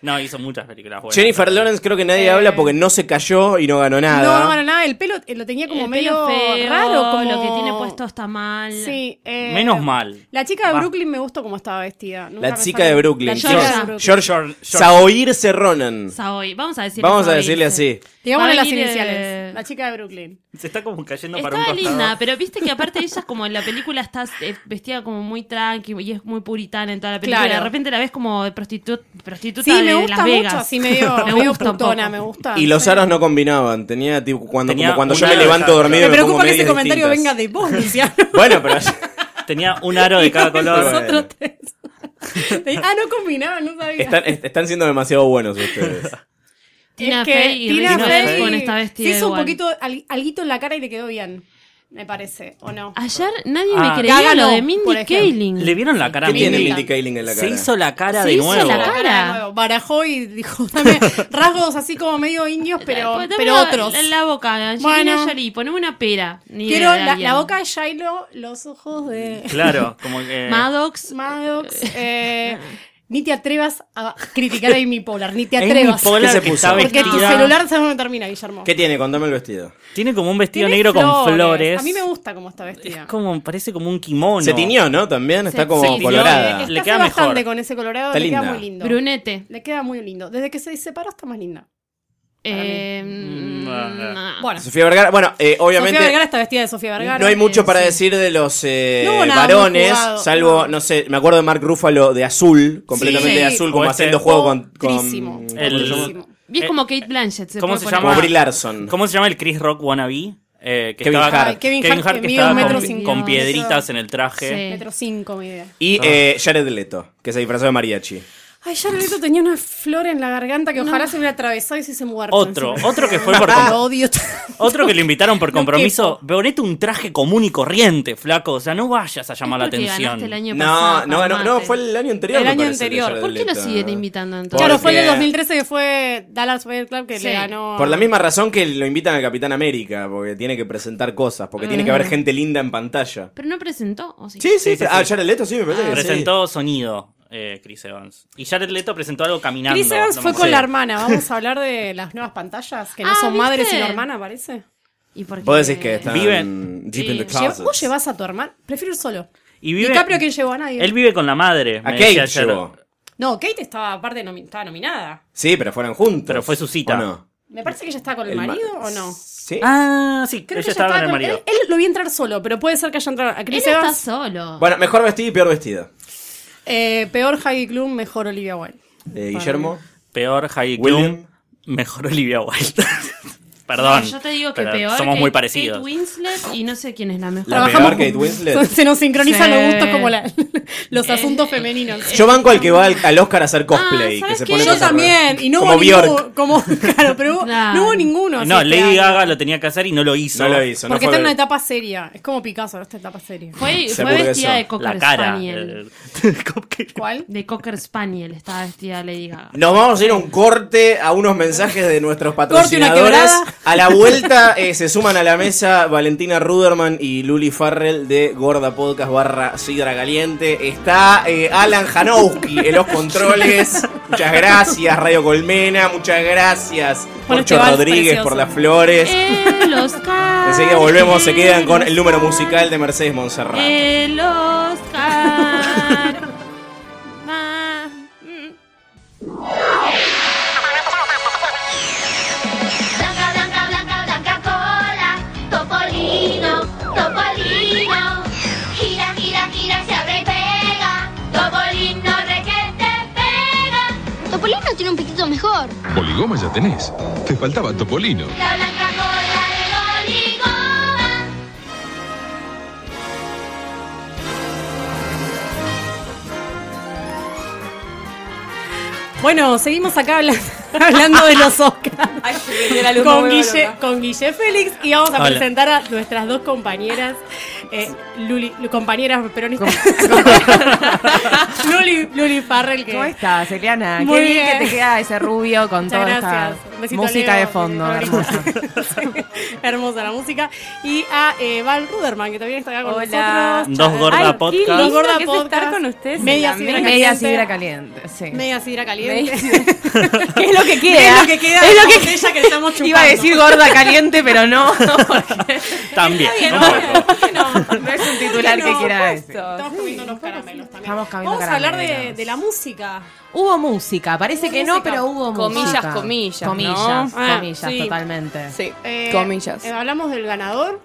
Speaker 8: No, hizo muchas películas buenas.
Speaker 1: Jennifer Lawrence creo que nadie
Speaker 7: Eh.
Speaker 1: habla porque no se cayó y no ganó nada.
Speaker 6: No, no, nada, el pelo eh, lo tenía como
Speaker 7: El
Speaker 6: medio
Speaker 7: pelo feo,
Speaker 6: raro. Como...
Speaker 7: Lo que tiene puesto está mal.
Speaker 6: Sí, eh,
Speaker 8: Menos mal.
Speaker 6: La chica de
Speaker 8: Va.
Speaker 6: Brooklyn me gustó cómo estaba vestida. Nunca
Speaker 1: La
Speaker 6: me
Speaker 1: chica
Speaker 6: salió.
Speaker 1: de Brooklyn.
Speaker 6: La
Speaker 1: George,
Speaker 6: chica de
Speaker 7: George-
Speaker 6: Brooklyn.
Speaker 1: George,
Speaker 8: George-
Speaker 1: Saoirse Ronan.
Speaker 7: Saoy. Vamos a decirle
Speaker 1: Vamos a
Speaker 7: Saoy,
Speaker 1: decirle
Speaker 7: dice.
Speaker 1: así.
Speaker 6: Digámosle
Speaker 7: Va a
Speaker 6: las
Speaker 7: venir,
Speaker 6: iniciales.
Speaker 7: eh,
Speaker 6: La chica de Brooklyn.
Speaker 8: Se está como cayendo para un
Speaker 7: Estaba
Speaker 8: costado.
Speaker 7: linda, pero viste que aparte ella como en la película está eh, vestida como muy tranqui y es muy puritana en toda la película.
Speaker 6: Claro.
Speaker 7: De repente la ves como de prostitu- prostituta
Speaker 6: Sí, me
Speaker 7: de
Speaker 6: gusta
Speaker 7: Las Vegas.
Speaker 6: mucho, así medio,
Speaker 7: Me
Speaker 6: medio
Speaker 7: gusta un
Speaker 6: putona,
Speaker 7: poco.
Speaker 6: me gusta.
Speaker 1: Y los
Speaker 6: Ah, Sí.
Speaker 1: aros no combinaban. Tenía tipo cuando,
Speaker 8: Tenía
Speaker 1: como cuando yo
Speaker 8: una
Speaker 1: me
Speaker 8: de
Speaker 1: levanto
Speaker 8: cada-
Speaker 1: dormido.
Speaker 6: Me
Speaker 1: y pongo
Speaker 6: preocupa Eh, que ese
Speaker 1: medias
Speaker 6: comentario venga
Speaker 1: distintas.
Speaker 6: de vos, Luciano.
Speaker 1: Bueno, pero
Speaker 8: Tenía un aro de cada color.
Speaker 1: Bueno.
Speaker 6: Nosotros tres. Ah, no combinaba, no sabía.
Speaker 1: están, est- están siendo demasiado buenos ustedes.
Speaker 7: Tina
Speaker 6: Es que
Speaker 7: Fey y
Speaker 6: Tina
Speaker 7: Ricky
Speaker 8: Fey
Speaker 7: Fey con esta vestida
Speaker 6: Se hizo
Speaker 7: igual.
Speaker 6: un poquito, al- alguito en la cara y le quedó bien, me parece, ¿o no?
Speaker 7: Ayer nadie
Speaker 8: Ah,
Speaker 7: me creía
Speaker 6: Gaga
Speaker 7: lo
Speaker 6: no,
Speaker 7: de
Speaker 6: por
Speaker 7: Mindy
Speaker 6: ejemplo.
Speaker 7: Kaling.
Speaker 8: ¿Le vieron la cara a
Speaker 1: ¿Qué tiene
Speaker 8: Mindy?
Speaker 1: Mindy Kaling en la cara?
Speaker 8: Se hizo la cara
Speaker 7: Se
Speaker 8: de
Speaker 7: hizo
Speaker 8: nuevo.
Speaker 7: la
Speaker 6: La
Speaker 7: cara.
Speaker 6: de nuevo. Barajó y dijo, dame rasgos así como medio indios, pero,
Speaker 7: Pues, dame
Speaker 6: pero
Speaker 7: la-
Speaker 6: otros.
Speaker 7: La, la boca, Angelina
Speaker 6: Bueno.
Speaker 7: Jolie, poneme una pera. Ni
Speaker 6: Quiero
Speaker 7: idea,
Speaker 6: la,
Speaker 7: bien.
Speaker 6: la boca de Shiloh, los ojos de
Speaker 8: Claro, como que.
Speaker 7: Maddox.
Speaker 6: Maddox. eh, ni te atrevas a criticar a Amy Polar, ni te
Speaker 8: Amy
Speaker 6: atrevas.
Speaker 8: Poehler
Speaker 1: ¿Qué se
Speaker 8: que
Speaker 1: puso?
Speaker 8: está
Speaker 6: Porque tu
Speaker 8: vestida-
Speaker 6: celular sabes dónde termina, Guillermo.
Speaker 1: ¿Qué tiene? Contame el vestido.
Speaker 8: Tiene como un vestido
Speaker 6: Tiene
Speaker 8: negro con flores.
Speaker 6: A mí me gusta cómo está vestida.
Speaker 8: Como, parece como un kimono.
Speaker 1: Se tiñó, ¿no? También está
Speaker 7: Se-
Speaker 1: como
Speaker 7: se tiñó.
Speaker 1: colorada.
Speaker 6: Está
Speaker 8: Le queda
Speaker 6: bastante
Speaker 8: mejor.
Speaker 6: con ese colorado,
Speaker 1: Está
Speaker 6: le queda
Speaker 1: linda.
Speaker 6: muy lindo.
Speaker 7: Brunete.
Speaker 6: Le queda muy lindo. Desde que se separó está más linda.
Speaker 7: Eh,
Speaker 8: Mm,
Speaker 7: mm, nah.
Speaker 6: Bueno,
Speaker 1: Sofía Vergara. Bueno, eh, obviamente.
Speaker 6: Sofía Vergara está vestida de Sofía Vergara.
Speaker 1: No hay mucho para
Speaker 7: sí.
Speaker 1: decir de los eh,
Speaker 6: No hubo nada muy
Speaker 1: varones,
Speaker 6: jugado,
Speaker 1: salvo,
Speaker 6: no.
Speaker 1: no sé, me acuerdo de Mark Ruffalo de azul, completamente
Speaker 6: Sí.
Speaker 1: de azul, como
Speaker 8: Oeste.
Speaker 1: haciendo juego con, con-
Speaker 6: Potrísimo,
Speaker 1: con-
Speaker 8: este el-
Speaker 6: potrísimo.
Speaker 7: Y es como Kate Blanchett.
Speaker 8: Eh, ¿Cómo
Speaker 7: puede
Speaker 8: se
Speaker 7: poner.
Speaker 1: como
Speaker 8: llama?
Speaker 1: Brie Larson.
Speaker 8: ¿Cómo se llama el Chris Rock wannabe? Eh, que
Speaker 1: Kevin
Speaker 8: estaba-
Speaker 1: Hart. Ay,
Speaker 6: Kevin Hart, que
Speaker 8: que
Speaker 6: mide
Speaker 8: estaba
Speaker 6: un metro
Speaker 8: con,
Speaker 6: cincuenta.
Speaker 8: con piedritas en el traje.
Speaker 1: Eh.
Speaker 7: Sí.
Speaker 6: Metro 5, mi idea.
Speaker 8: Ah.
Speaker 1: Y eh, Jared Leto, que se disfrazó de mariachi.
Speaker 6: Ay, ya Loreto tenía una flor en la garganta que ojalá se hubiera atravesado y se se muerto.
Speaker 8: Otro,
Speaker 6: encima.
Speaker 8: otro que fue por com-
Speaker 6: Lo odio.
Speaker 8: Otro que lo invitaron por
Speaker 6: No
Speaker 8: compromiso. Veorete un traje común y corriente, flaco. O sea, no vayas a llamar la
Speaker 7: Porque
Speaker 8: atención.
Speaker 7: ganaste el año
Speaker 1: No,
Speaker 7: pasado,
Speaker 1: no, no,
Speaker 7: Juan
Speaker 1: no,
Speaker 7: Mate.
Speaker 1: fue el año anterior.
Speaker 6: El
Speaker 1: me
Speaker 6: añor
Speaker 1: parece, de
Speaker 6: anterior.
Speaker 1: Jared
Speaker 7: ¿Por qué lo
Speaker 1: Leto.
Speaker 7: siguen invitando entonces?
Speaker 6: Claro, fue el de
Speaker 1: Porque-
Speaker 6: 2013 que fue Dallas Fire Club que
Speaker 7: Sí.
Speaker 6: le ganó. a-
Speaker 1: Por la misma razón que lo invitan al Capitán América, porque tiene que presentar cosas, porque tiene que
Speaker 6: Mm.
Speaker 1: haber gente linda en pantalla.
Speaker 7: Pero no presentó, ¿o sí?
Speaker 1: Sí, sí, pero- ah, Jared Leto sí me parece que sí.
Speaker 8: Presentó sonido, eh, Chris Evans. Y Jared Leto presentó algo caminando.
Speaker 6: Chris Evans
Speaker 8: No me
Speaker 6: fue
Speaker 8: acuerdo.
Speaker 6: con la hermana. Vamos a hablar de las nuevas pantallas que no
Speaker 7: Ah,
Speaker 6: son
Speaker 7: ¿viste?
Speaker 6: madre sino hermana, parece.
Speaker 7: ¿Y por qué?
Speaker 1: Vos decís que están
Speaker 8: Viven-
Speaker 1: deep in the
Speaker 6: Lle-
Speaker 1: closet.
Speaker 6: Eh, Vos llevas a tu hermana. Prefiero ir solo.
Speaker 8: Y vive-
Speaker 6: DiCaprio que llevó a nadie.
Speaker 8: Él vive con la madre.
Speaker 1: A
Speaker 8: me decía
Speaker 1: Kate
Speaker 8: ayer.
Speaker 1: llevó.
Speaker 6: No, Kate estaba aparte nomi- estaba nominada.
Speaker 1: Sí, pero fueron juntos.
Speaker 8: Pero fue su cita.
Speaker 1: ¿O no?
Speaker 6: Me parece que ella estaba con el,
Speaker 1: El ma-
Speaker 6: marido o no.
Speaker 1: Sí.
Speaker 8: Ah, sí,
Speaker 6: Creo
Speaker 8: ella
Speaker 6: que ella
Speaker 8: estaba con el
Speaker 6: él,
Speaker 8: marido.
Speaker 6: él lo vi entrar solo, pero puede ser que haya entrado a
Speaker 7: Él
Speaker 6: Chris
Speaker 7: está
Speaker 6: Evans.
Speaker 7: solo.
Speaker 1: Bueno, mejor vestido y peor vestido.
Speaker 6: eh, peor Heidi Klum, mejor Olivia Wilde.
Speaker 1: Eh, Guillermo.
Speaker 8: Peor Heidi
Speaker 1: William.
Speaker 8: Klum, mejor Olivia Wilde. Perdón.
Speaker 7: yo te digo que
Speaker 8: pero
Speaker 7: peor.
Speaker 8: Somos
Speaker 7: Kate-
Speaker 8: muy
Speaker 7: Kate
Speaker 8: parecidos.
Speaker 7: Winslet y no sé quién es la mejor.
Speaker 1: La peor Kate Winslet.
Speaker 6: Se nos sincronizan
Speaker 7: Sí.
Speaker 6: los gustos como la- los asuntos femeninos.
Speaker 1: Yo banco al que va al, al Oscar a hacer cosplay.
Speaker 7: Ah,
Speaker 1: que
Speaker 7: ¿sabes
Speaker 1: se
Speaker 7: qué?
Speaker 1: pone
Speaker 6: yo
Speaker 1: cosas
Speaker 6: también,
Speaker 1: raras.
Speaker 6: y no
Speaker 1: Como
Speaker 6: hubo ninguno.
Speaker 1: Bjork.
Speaker 6: Como, claro, pero hubo-
Speaker 7: Claro.
Speaker 6: no hubo ninguno. así
Speaker 8: No,
Speaker 6: este
Speaker 8: Lady
Speaker 6: año.
Speaker 8: Gaga lo tenía que hacer y no lo hizo.
Speaker 1: No lo hizo. no
Speaker 6: Porque
Speaker 1: fue-
Speaker 6: está en una etapa seria. Es como Picasso, está en etapa seria.
Speaker 7: Fue,
Speaker 1: Se
Speaker 7: fue
Speaker 1: burguesó.
Speaker 7: vestida de Cocker
Speaker 8: La cara.
Speaker 7: Spaniel.
Speaker 8: eh, ¿cómo que-
Speaker 6: ¿Cuál?
Speaker 7: De Cocker Spaniel estaba vestida Lady Gaga.
Speaker 1: Nos vamos a ir a un corte, a unos mensajes de nuestros
Speaker 6: Corte, una
Speaker 1: patrocinadores.
Speaker 6: quebrada.
Speaker 1: A la vuelta eh, se suman a la mesa Valentina Ruderman y Luli Farrell de Gorda Podcast barra Sidra Caliente. Está eh, Alan Janowski en los controles. Muchas gracias, Radio Colmena. Muchas gracias,
Speaker 6: Por
Speaker 1: Porcho
Speaker 6: este vals
Speaker 1: Rodríguez,
Speaker 6: precioso. Eh.
Speaker 1: por las flores.
Speaker 7: El Oscar.
Speaker 1: Enseguida volvemos, se quedan con el número
Speaker 7: Oscar,
Speaker 1: musical de Mercedes Monserrat.
Speaker 6: Eh.
Speaker 7: El Oscar. Ma- mm.
Speaker 10: Blanca, blanca, blanca, blanca cola, topolino, topolino. Gira, gira, gira, se abre y pega, topolino requete pega. Topolino tiene un piquito mejor.
Speaker 11: Poligoma ya tenés. Te faltaba Topolino.
Speaker 10: La blanca cola de Goligoma.
Speaker 6: Bueno, seguimos acá habla- hablando de los Oscars. con, Guille, con Guille Félix y vamos a
Speaker 8: Hola.
Speaker 6: presentar a nuestras dos compañeras Eh, Luli, compañeras peronistas. Luli, Luli Farrell, que
Speaker 12: ¿Cómo estás, Eliana?
Speaker 6: Muy
Speaker 12: Qué bien,
Speaker 6: bien.
Speaker 12: que te queda ese rubio con
Speaker 6: Muchas
Speaker 12: toda
Speaker 6: gracias.
Speaker 12: esta
Speaker 6: Besito,
Speaker 12: música
Speaker 6: Leo,
Speaker 12: de fondo.
Speaker 6: besito,
Speaker 12: Hermosa.
Speaker 6: hermosa la música. Y a eh, Val Ruderman, que también está acá con
Speaker 12: Hola.
Speaker 6: nosotros.
Speaker 8: Dos gorda
Speaker 12: Ay, qué
Speaker 8: podcast.
Speaker 12: lindo
Speaker 6: Dos gorda
Speaker 12: que es
Speaker 6: podcast.
Speaker 12: estar con ustedes en
Speaker 6: Media
Speaker 12: la
Speaker 6: sidra
Speaker 12: mesa. Media
Speaker 6: caliente.
Speaker 12: sidra caliente, sí.
Speaker 6: Media sidra caliente.
Speaker 12: ¿Qué es lo que
Speaker 6: Es
Speaker 12: queda?
Speaker 6: lo que queda de la botella que estamos chupando.
Speaker 12: Iba a decir gorda caliente, pero no. porque
Speaker 8: También.
Speaker 12: Está bien,
Speaker 8: ¿no?
Speaker 12: bueno. no, no es un titular
Speaker 6: No,
Speaker 12: que quiera
Speaker 6: justo.
Speaker 12: decir.
Speaker 6: Estamos comiendo unos caramelos también.
Speaker 12: Estamos comiendo
Speaker 6: Vamos a hablar de,
Speaker 12: caramelos.
Speaker 6: de la música.
Speaker 12: Hubo música, parece
Speaker 6: Hubo
Speaker 12: que no,
Speaker 6: música.
Speaker 12: pero hubo
Speaker 9: Comillas,
Speaker 12: música.
Speaker 9: comillas, ¿no?
Speaker 12: Comillas,
Speaker 9: Ah,
Speaker 12: comillas,
Speaker 9: sí.
Speaker 12: totalmente.
Speaker 9: Sí,
Speaker 6: Eh,
Speaker 9: comillas.
Speaker 6: eh, hablamos del ganador.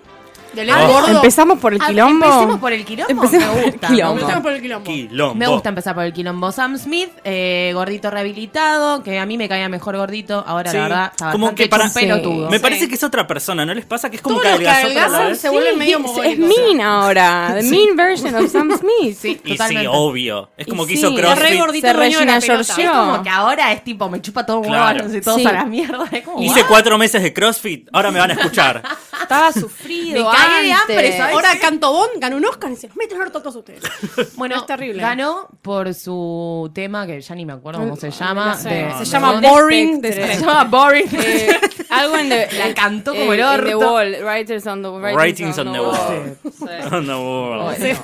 Speaker 6: Del
Speaker 9: Ah,
Speaker 6: Ed gordo.
Speaker 9: ¿empezamos por el
Speaker 12: Ah,
Speaker 9: quilombo?
Speaker 12: Empecemos por el quilombo.
Speaker 9: Empecemos
Speaker 12: Me
Speaker 9: por el
Speaker 12: gusta. me
Speaker 9: quilombo.
Speaker 12: gusta.
Speaker 6: Empezamos por el quilombo.
Speaker 12: Me gusta empezar por el quilombo. Sam Smith, eh, gordito rehabilitado, que a mí me caía mejor gordito. Ahora,
Speaker 8: Sí.
Speaker 12: la verdad, está
Speaker 8: como que
Speaker 12: bastante
Speaker 8: para
Speaker 12: hecho un pelotudo.
Speaker 8: me parece que es otra persona no les pasa que es como
Speaker 6: Todos
Speaker 8: que
Speaker 6: los que
Speaker 8: adelgazó otra
Speaker 6: adelgazan
Speaker 8: vez?
Speaker 6: se vuelven medio
Speaker 9: Es
Speaker 6: mogólicos.
Speaker 9: mean ahora. The mean version of Sam Smith.
Speaker 12: Sí,
Speaker 8: y sí
Speaker 12: totalmente.
Speaker 8: obvio es como
Speaker 9: Y
Speaker 8: que hizo
Speaker 9: sí,
Speaker 8: crossfit
Speaker 6: re gordito
Speaker 9: Se
Speaker 6: dueño de la
Speaker 9: Regina
Speaker 6: pelota.
Speaker 12: Es
Speaker 9: Georgiou.
Speaker 12: como que ahora es tipo, me chupa todo un huevo,
Speaker 8: Claro.
Speaker 12: no sé, todos
Speaker 9: Sí.
Speaker 12: a la mierda. Es como,
Speaker 8: hice
Speaker 12: "What?".
Speaker 8: cuatro meses de crossfit ahora me van a escuchar
Speaker 9: Estaba sufrido.
Speaker 12: Me cagué de
Speaker 9: antes.
Speaker 12: hambre, ¿sabes?
Speaker 6: Ahora Cantobón ganó un Oscar y se los meten el orto a todos ustedes.
Speaker 12: Bueno,
Speaker 6: es terrible.
Speaker 12: ganó por su tema que ya ni me acuerdo cómo se llama.
Speaker 6: sé.
Speaker 12: de-
Speaker 6: Se
Speaker 12: de-
Speaker 6: llama
Speaker 12: de-
Speaker 6: Boring
Speaker 9: de
Speaker 12: Se
Speaker 9: Spectre.
Speaker 12: llama Boring.
Speaker 9: Eh, algo en the,
Speaker 12: La cantó como el
Speaker 9: en
Speaker 12: orto.
Speaker 9: The wall, writers on the writings,
Speaker 8: Writings
Speaker 9: on, the wall.
Speaker 8: wall On the wall.
Speaker 9: Sí.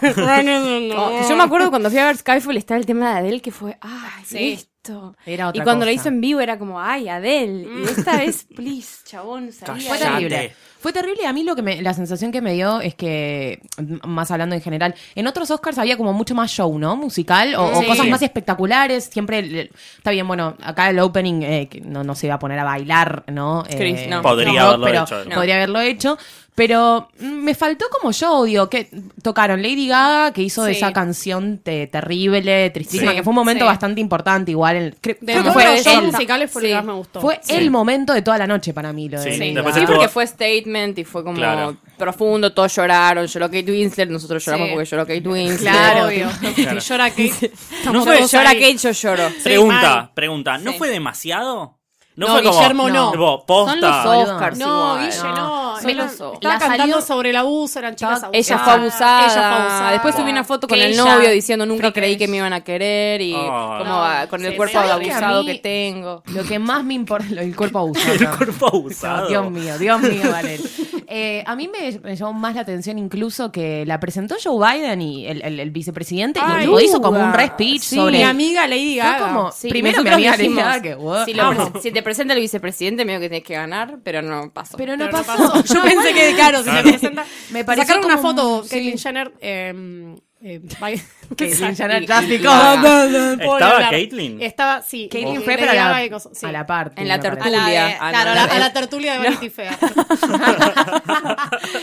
Speaker 9: Oh, yo me acuerdo cuando fui a ver Skyfall estaba el tema de Adele que fue,
Speaker 12: ah,
Speaker 9: ay,
Speaker 6: Sí.
Speaker 9: esto.
Speaker 12: Era
Speaker 9: Y
Speaker 12: otra
Speaker 9: cuando lo
Speaker 12: cosa.
Speaker 9: hizo en vivo era como, ay, Adele.
Speaker 8: Mm.
Speaker 9: Y esta vez, please, chabón, salí
Speaker 12: Fue
Speaker 8: Cállate.
Speaker 9: adelante.
Speaker 12: terrible. Fue terrible. A mí lo que me- la sensación que me dio es que, m- más hablando en general, en otros Oscars había como mucho más show, ¿no? Musical o, o
Speaker 9: Sí.
Speaker 12: cosas más espectaculares. Siempre, el- el- está bien, bueno, acá el opening eh, que no, no se iba a poner a bailar, ¿no? Eh,
Speaker 9: Chris, no.
Speaker 8: Podría haberlo
Speaker 12: pero
Speaker 8: hecho, ¿no?
Speaker 12: Podría haberlo hecho. Pero mm, me faltó como show, digo, que tocaron Lady Gaga, que hizo
Speaker 9: Sí.
Speaker 12: esa canción te- terrible, tristísima,
Speaker 9: Sí.
Speaker 12: que fue un momento
Speaker 9: Sí.
Speaker 12: bastante importante igual. en- cre-
Speaker 6: De
Speaker 12: creo que
Speaker 6: todos
Speaker 12: fue
Speaker 6: los shows
Speaker 12: el-
Speaker 6: musicales fue lo que
Speaker 9: Sí.
Speaker 6: más me gustó.
Speaker 12: fue
Speaker 8: Sí.
Speaker 12: el momento de toda la noche para mí lo de
Speaker 8: Sí,
Speaker 12: Lady
Speaker 9: Sí,
Speaker 8: Después
Speaker 12: Gaga.
Speaker 9: sí,
Speaker 8: estuvo-
Speaker 9: porque fue statement y fue como
Speaker 8: Claro.
Speaker 9: profundo, todos lloraron, lloró Kate Winslet, nosotros lloramos
Speaker 6: Sí.
Speaker 9: porque lloró Kate Winslet.
Speaker 6: Claro,
Speaker 9: Obvio.
Speaker 6: obvio.
Speaker 8: Claro.
Speaker 6: Llora Kate.
Speaker 9: No
Speaker 6: Estamos
Speaker 9: fue
Speaker 6: todos
Speaker 9: llora
Speaker 6: ahí.
Speaker 9: Kate, yo lloro.
Speaker 8: pregunta
Speaker 6: mal.
Speaker 8: pregunta no
Speaker 9: Sí.
Speaker 8: fue demasiado no,
Speaker 6: No,
Speaker 8: fue como
Speaker 6: Guillermo, no.
Speaker 8: tipo,
Speaker 9: Son los
Speaker 8: posta
Speaker 9: Oscars
Speaker 6: No,
Speaker 9: igual.
Speaker 6: Guille, no.
Speaker 9: Son
Speaker 6: Ella
Speaker 9: los Oscars.
Speaker 6: Estaba
Speaker 12: La
Speaker 6: cantando
Speaker 12: salió-
Speaker 6: sobre el abuso, eran chicas abusadas.
Speaker 9: Ella fue abusada.
Speaker 6: Ella fue abusada.
Speaker 9: Después subí una foto con
Speaker 12: Que
Speaker 9: el
Speaker 12: ella-
Speaker 9: novio diciendo nunca
Speaker 12: Freakish.
Speaker 9: creí que me iban a querer y
Speaker 8: Oh.
Speaker 9: como
Speaker 6: No,
Speaker 9: ah, con el
Speaker 6: sí,
Speaker 9: cuerpo
Speaker 6: ¿sabes
Speaker 9: de
Speaker 12: que a
Speaker 9: abusado
Speaker 12: mí-
Speaker 9: que tengo.
Speaker 12: Lo que más me importa, lo- el cuerpo abusado.
Speaker 8: el cuerpo
Speaker 12: No,
Speaker 8: abusado
Speaker 12: Dios mío, Dios mío, Valer. Eh, a mí me, me llamó más la atención incluso que la presentó Joe Biden y el, el- el vicepresidente y
Speaker 6: Ay,
Speaker 12: el tipo hizo como un
Speaker 9: duda.
Speaker 12: re speech
Speaker 9: Sí,
Speaker 12: sobre...
Speaker 6: Mi amiga Lady
Speaker 12: Fue
Speaker 6: Gaga.
Speaker 12: como-
Speaker 9: Sí,
Speaker 12: primero mi
Speaker 9: nosotros
Speaker 12: amiga
Speaker 9: dijimos,
Speaker 12: Alejandra, que, wow.
Speaker 9: si, lo-
Speaker 12: Amo.
Speaker 9: si te presenta el vicepresidente, medio que tenés que ganar, pero no pasó.
Speaker 12: Pero no
Speaker 6: Pero no
Speaker 12: pasó.
Speaker 6: pasó. Yo pensé que, claro, si se presenta.
Speaker 12: Me
Speaker 6: Me
Speaker 12: pareció
Speaker 6: sacaron una
Speaker 12: como un-
Speaker 6: foto,
Speaker 12: sí.
Speaker 6: Caitlyn Jenner. eh, eh, bail-
Speaker 12: Que
Speaker 6: Exacto.
Speaker 12: Liliana
Speaker 9: y-
Speaker 12: Plástico.
Speaker 9: y la-
Speaker 6: Puedo
Speaker 8: ¿Estaba
Speaker 6: hablar.
Speaker 8: Caitlyn?
Speaker 6: Estaba, sí.
Speaker 12: Caitlyn
Speaker 6: Eh,
Speaker 12: fue,
Speaker 6: Lady
Speaker 12: pero a
Speaker 6: Gaga y
Speaker 12: la,
Speaker 6: cosas, sí.
Speaker 12: a la parte.
Speaker 9: En la
Speaker 12: me parece.
Speaker 6: A la de-
Speaker 9: Julia. Ah,
Speaker 6: claro,
Speaker 9: no,
Speaker 6: a la,
Speaker 9: no,
Speaker 6: a la
Speaker 9: no.
Speaker 6: tertulia de Vanity Fair.